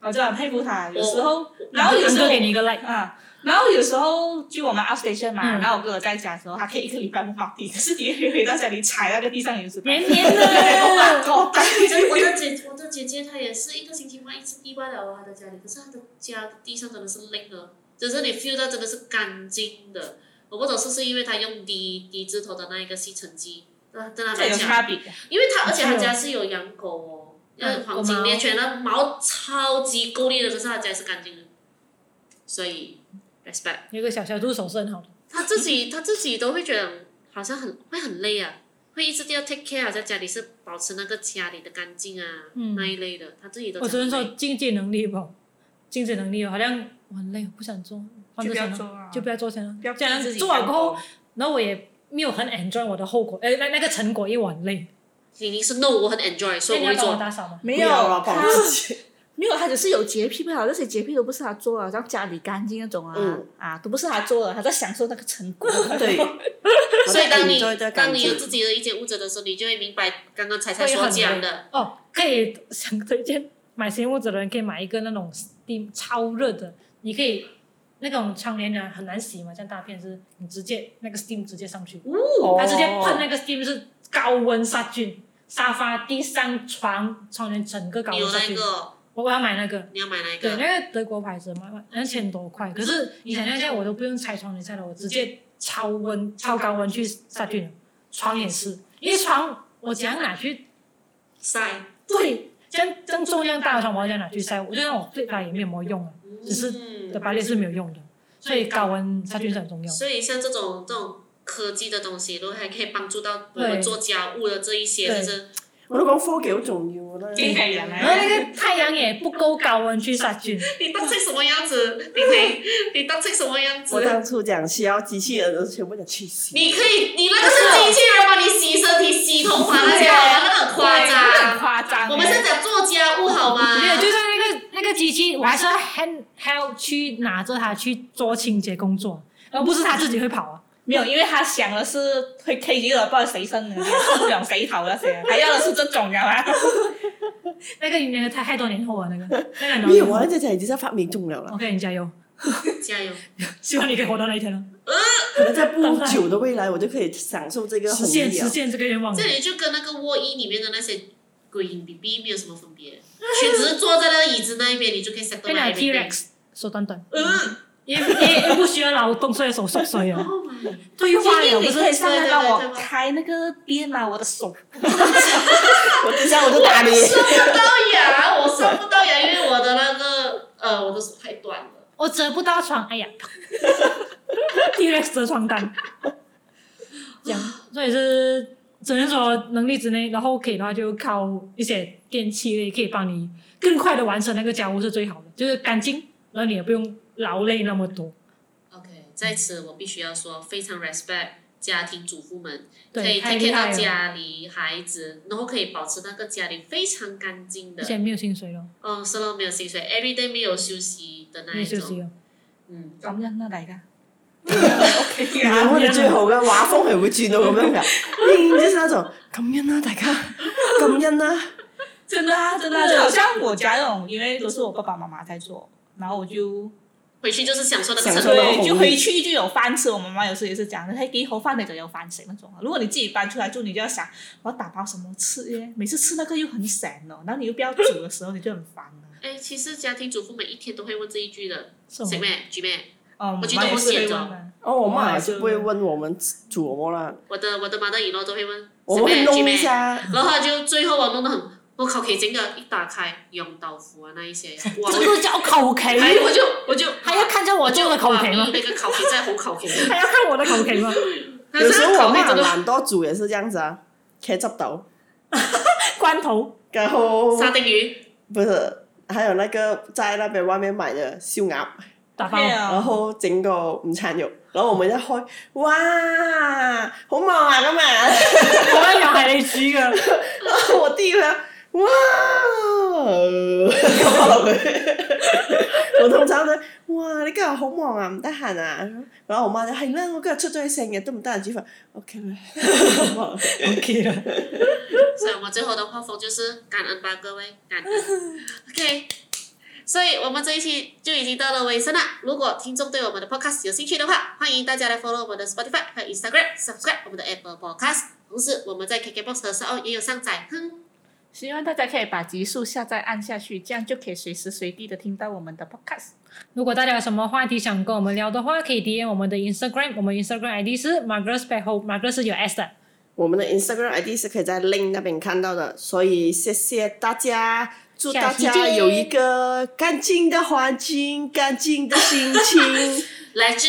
Speaker 4: 我就很佩服她。有时候，然后有时
Speaker 2: 哥
Speaker 4: 候
Speaker 2: 给你一个 like，
Speaker 4: 啊，然后有时候就我们 outstation 嘛，
Speaker 2: 嗯
Speaker 4: 然后我哥哥在家的时候，他可以一个礼拜不抹地，可是你回回到家里踩那个地上也是白。 <laughs>
Speaker 2: 黏黏
Speaker 1: <laughs>
Speaker 4: 我
Speaker 2: 的。
Speaker 4: 把狗带
Speaker 1: 我的我的姐，我的姐姐她也是一个星期换一次地罢了啊，她的家里，可是她的家地上真的是累的，只是你 feel 到真的是干净的。我不懂是不是因为她用 D D 字头的那一个吸尘机，那真的
Speaker 4: 这
Speaker 1: 蛮
Speaker 4: 有
Speaker 1: 强，
Speaker 4: 差别。
Speaker 1: 因为她而且她家是有养狗哦，那
Speaker 2: 嗯
Speaker 1: 黄金
Speaker 2: 狗毛
Speaker 1: 猎犬那毛超级够力的，可是她家也是干净的，所以 respect。
Speaker 2: 有一个小小助手是很好的，
Speaker 1: 他自己他自己都会觉得好像很会很累啊，会一直要 take care，在啊家里是保持那个家里的干净啊、
Speaker 2: 嗯
Speaker 1: 那一类的，他自己都
Speaker 2: 我只能
Speaker 1: 讲
Speaker 2: 说
Speaker 1: 累
Speaker 2: 经济能力吧，经济能力哦好像我很累，我不想做，换
Speaker 4: 就
Speaker 2: 个钱
Speaker 4: 不要
Speaker 2: 了
Speaker 4: 做啊，
Speaker 2: 就不要做钱了，
Speaker 4: 不要
Speaker 2: 这样
Speaker 4: 逼自己
Speaker 2: 做了过后
Speaker 4: 干，
Speaker 2: 然后我也没有很 enjoy 我的后果，哎，那那个成果，因为我很累。
Speaker 1: 李宁是 no，我很 enjoy，所以我
Speaker 2: 你
Speaker 1: 会
Speaker 2: 要帮我
Speaker 1: 做。
Speaker 2: 打扫吗？
Speaker 4: 没
Speaker 3: 不要了，保
Speaker 4: 他
Speaker 3: 护自己。
Speaker 4: 没有，他只是有洁癖不好，那些洁癖都不是他做的，像家里干净那种啊、
Speaker 3: 嗯
Speaker 4: 啊，都不是他做的，他在享受那个成果。
Speaker 3: 对，
Speaker 1: 所以当你
Speaker 3: 我在 enjoy 这个
Speaker 1: 当
Speaker 3: 感
Speaker 1: 你
Speaker 3: 觉
Speaker 1: 有自己的一间屋子的时候，你就会明白刚刚彩彩所讲的，
Speaker 2: 哦，可以想推荐买新屋子的人可以买一个那种 steam 超热的，你可以那种窗帘呢很难洗嘛，像大片是，你直接那个 steam 直接上去，
Speaker 3: 哦
Speaker 2: 它直接喷那个 steam 是高温杀菌，沙发、地上、床、窗帘整个高
Speaker 1: 你
Speaker 2: 温
Speaker 1: 有
Speaker 2: 杀
Speaker 1: 那
Speaker 2: 菌。
Speaker 1: 个，
Speaker 2: 我我要买那个，
Speaker 1: 你要买哪一
Speaker 2: 对，
Speaker 1: 个？
Speaker 2: 那个德国牌子嘛，两千多块，可是你想象一下，我都不用拆窗帘下来，我直接超温、超高温去杀菌了，床也是，因为床我怎样拿去
Speaker 1: 晒，
Speaker 2: 对，像像重量大的床，我要这样拿去晒，我就让我对它也没有什么用啊，只是对
Speaker 1: 嗯，
Speaker 2: 排列是没有用的，所以高温杀菌是很重要。
Speaker 1: 所以像这种这种科技的东西，都还可以帮助到我们
Speaker 2: 对
Speaker 1: 做家务的这一些，
Speaker 2: 对
Speaker 1: 就是
Speaker 3: 我都講科技好重要啦。
Speaker 4: 冰太阳
Speaker 2: 然后
Speaker 4: 啊，
Speaker 2: 那个太阳也不够高温去杀菌，
Speaker 1: 你当成什么样子？你可以，你当成什么样子
Speaker 3: 我？当初讲需要机器人的时候，全部讲去死。
Speaker 1: 你可以，你那个是机器人帮你洗身体、洗头发那些，好吗？那个很夸
Speaker 4: 对很
Speaker 1: 张。
Speaker 4: 夸张。
Speaker 1: 我们是讲做家务好吗？
Speaker 2: 没有，就像那个那个机器，我还是要 hand held 去拿着它去做清洁工作，而不是它自己会跑啊。
Speaker 4: 没有，因为他想的是会 K 一个不知道谁生的，这种谁头那些，他要的是这种的嘛。
Speaker 2: 那个那个太太多年后啊，那个那个很多
Speaker 3: 没
Speaker 2: 年
Speaker 3: 有
Speaker 2: 后
Speaker 3: 啊，这才已经在发明中了啦，
Speaker 2: OK，你加油，
Speaker 1: 加油！
Speaker 2: 希望你可以活到那一天了，
Speaker 3: 可能在不久的未来，我就可以享受这个
Speaker 2: 实
Speaker 3: 红
Speaker 2: 现
Speaker 3: 利
Speaker 2: 实
Speaker 3: 啊。
Speaker 2: 现这个愿望
Speaker 1: 这。里就跟那个卧衣里面的那些鬼影 BB 没有什么分别，就只是坐在那个椅子那一边，你就可以 set 到
Speaker 2: <laughs> 跟你
Speaker 1: 那
Speaker 2: 讲
Speaker 1: 一边。
Speaker 2: T-Rex 手短短， <laughs>
Speaker 1: 嗯
Speaker 2: 也也也不需要劳动，所以手缩水哦。
Speaker 1: ，Oh my，
Speaker 2: 对话
Speaker 4: 因
Speaker 2: 了，
Speaker 4: 为
Speaker 2: 不
Speaker 4: 你
Speaker 2: 是
Speaker 4: 可以上来帮我开那个店嘛，我的手。
Speaker 3: 我等一下我就打你。
Speaker 1: 上不到牙，我上不到牙，因为我的那个呃，我的手太短了。
Speaker 2: 我折不到
Speaker 1: <laughs>
Speaker 2: 床，哎呀，T-Rex 折床单，这样，所以是只能说能力之内，然后可以的话就靠一些电器类可以帮你更快的完成那个家务是最好的，就是干净，然后你也不用劳累那么多。
Speaker 1: OK，在此我必须要说，非常 respect 家庭主妇们，可
Speaker 2: 对，
Speaker 1: 以
Speaker 2: 太
Speaker 1: take
Speaker 2: 厉
Speaker 1: care 到
Speaker 2: 害了，
Speaker 1: 家里孩子，然后可以保持那个家里非常干净
Speaker 2: 而
Speaker 1: 的，
Speaker 2: 且没有薪水了，
Speaker 1: 嗯，是咯，没有薪水，every day 没有休息的那
Speaker 2: 没有
Speaker 1: 一
Speaker 2: 休
Speaker 1: 种，
Speaker 2: 息了，
Speaker 1: 嗯，
Speaker 4: 咁樣啦， <laughs> 大家。OK
Speaker 3: 然
Speaker 4: 啊，
Speaker 3: 後我哋最後嘅畫風係會轉到咁樣嘅，嗯，就是那種感恩啦、大家感恩啦、
Speaker 4: 真的啊，真的啊，就好像我家那种，因为都是我爸爸妈妈在做，然后我就
Speaker 1: 回去就是享受那个
Speaker 3: 享
Speaker 1: 成
Speaker 3: 受那
Speaker 1: 果
Speaker 3: 个。
Speaker 4: 对，就回去就有饭吃。我妈妈有时也是讲，她给口饭你就有饭食那种。啊如果你自己搬出来住，你就要想我要打包什么吃耶，每次吃那个又很省哦，然后你又不要煮的时候，你就很烦哦了。
Speaker 1: 哎，其实家庭主妇每一天都会问这一句的，
Speaker 2: 什么
Speaker 1: 谁妹、举妹，
Speaker 4: 哦，
Speaker 1: 我觉
Speaker 4: 妈
Speaker 1: 得
Speaker 4: 也
Speaker 1: 我
Speaker 4: 是会
Speaker 1: 写着
Speaker 4: 问的。
Speaker 3: 哦，我妈
Speaker 4: 我
Speaker 3: 也
Speaker 4: 妈就是
Speaker 3: 不会问我们煮什么啦，
Speaker 1: 我的我的马德以诺都会问，
Speaker 3: 我
Speaker 1: 谁
Speaker 3: 们会
Speaker 1: 妹、举
Speaker 3: 弄一
Speaker 1: 妹，
Speaker 3: 下。
Speaker 1: 然后他就最后我弄得很，我靠，可以整个一打开用豆腐啊那一些，哇，
Speaker 2: <laughs> 这个叫口
Speaker 1: 我
Speaker 2: 琴，
Speaker 1: 哎我就我就
Speaker 2: 还要看着我
Speaker 1: 我
Speaker 2: 做的口琴吗
Speaker 1: 哇？那个烤皮在红烤皮，
Speaker 2: <laughs> 还要看我的口琴吗？
Speaker 1: 但
Speaker 3: 有
Speaker 1: 是
Speaker 3: 时候
Speaker 1: 那
Speaker 3: 我
Speaker 1: 烤皮
Speaker 3: 妈
Speaker 1: 真的
Speaker 3: 懒惰煮也是这样子啊，茄汁豆，
Speaker 2: 关头
Speaker 3: 然后
Speaker 1: 沙丁鱼，
Speaker 3: 不是还有那个在那边外面买的烧鸭，
Speaker 2: 打包，
Speaker 4: 咩啊
Speaker 3: 然後整個午餐肉，然後我們一開，哇，好忙啊今日，
Speaker 2: 我们聊海你煮噶。
Speaker 3: 然後 <laughs> 我弟佢哇，哦 <laughs> 我通常都哇，你今日好忙啊，唔得閒啊，然後我媽就係啦，我今日出咗去成日都唔得閒煮飯，OK 啦， <laughs> 好忙
Speaker 2: OK 啦，
Speaker 1: <laughs> 所以我们最后的画风就是感恩吧，各位，感恩。OK，所以我们这一期就已经到了尾声了。如果听众对我们的 Podcast 有兴趣的话，欢迎大家来 follow 我们的 Spotify 和 Instagram，subscribe 我们的 Apple Podcast。同时，我们在 KKBox 和 s o 也有上载。哼，
Speaker 4: 希望大家可以把集数下载按下去，这样就可以随时随地的听到我们的 podcast。
Speaker 2: 如果大家有什么话题想跟我们聊的话，可以 DM 我们的 Instagram，我们 Instagram ID 是 Margaret s p e c h o m a r g a r e t 是有 S 的。
Speaker 3: 我們的 Instagram ID 是可以在 link 那邊看到的，所以謝謝大家，祝
Speaker 2: 下
Speaker 3: 大
Speaker 2: 期
Speaker 3: 家
Speaker 2: 見
Speaker 3: 有一個乾淨的環境，乾淨的心情。
Speaker 1: 来自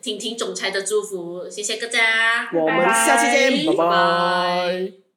Speaker 1: 婷婷总裁的祝福，谢谢各家，
Speaker 3: 我们下期见，
Speaker 4: 拜
Speaker 3: 拜
Speaker 1: 拜
Speaker 3: 拜。
Speaker 1: 拜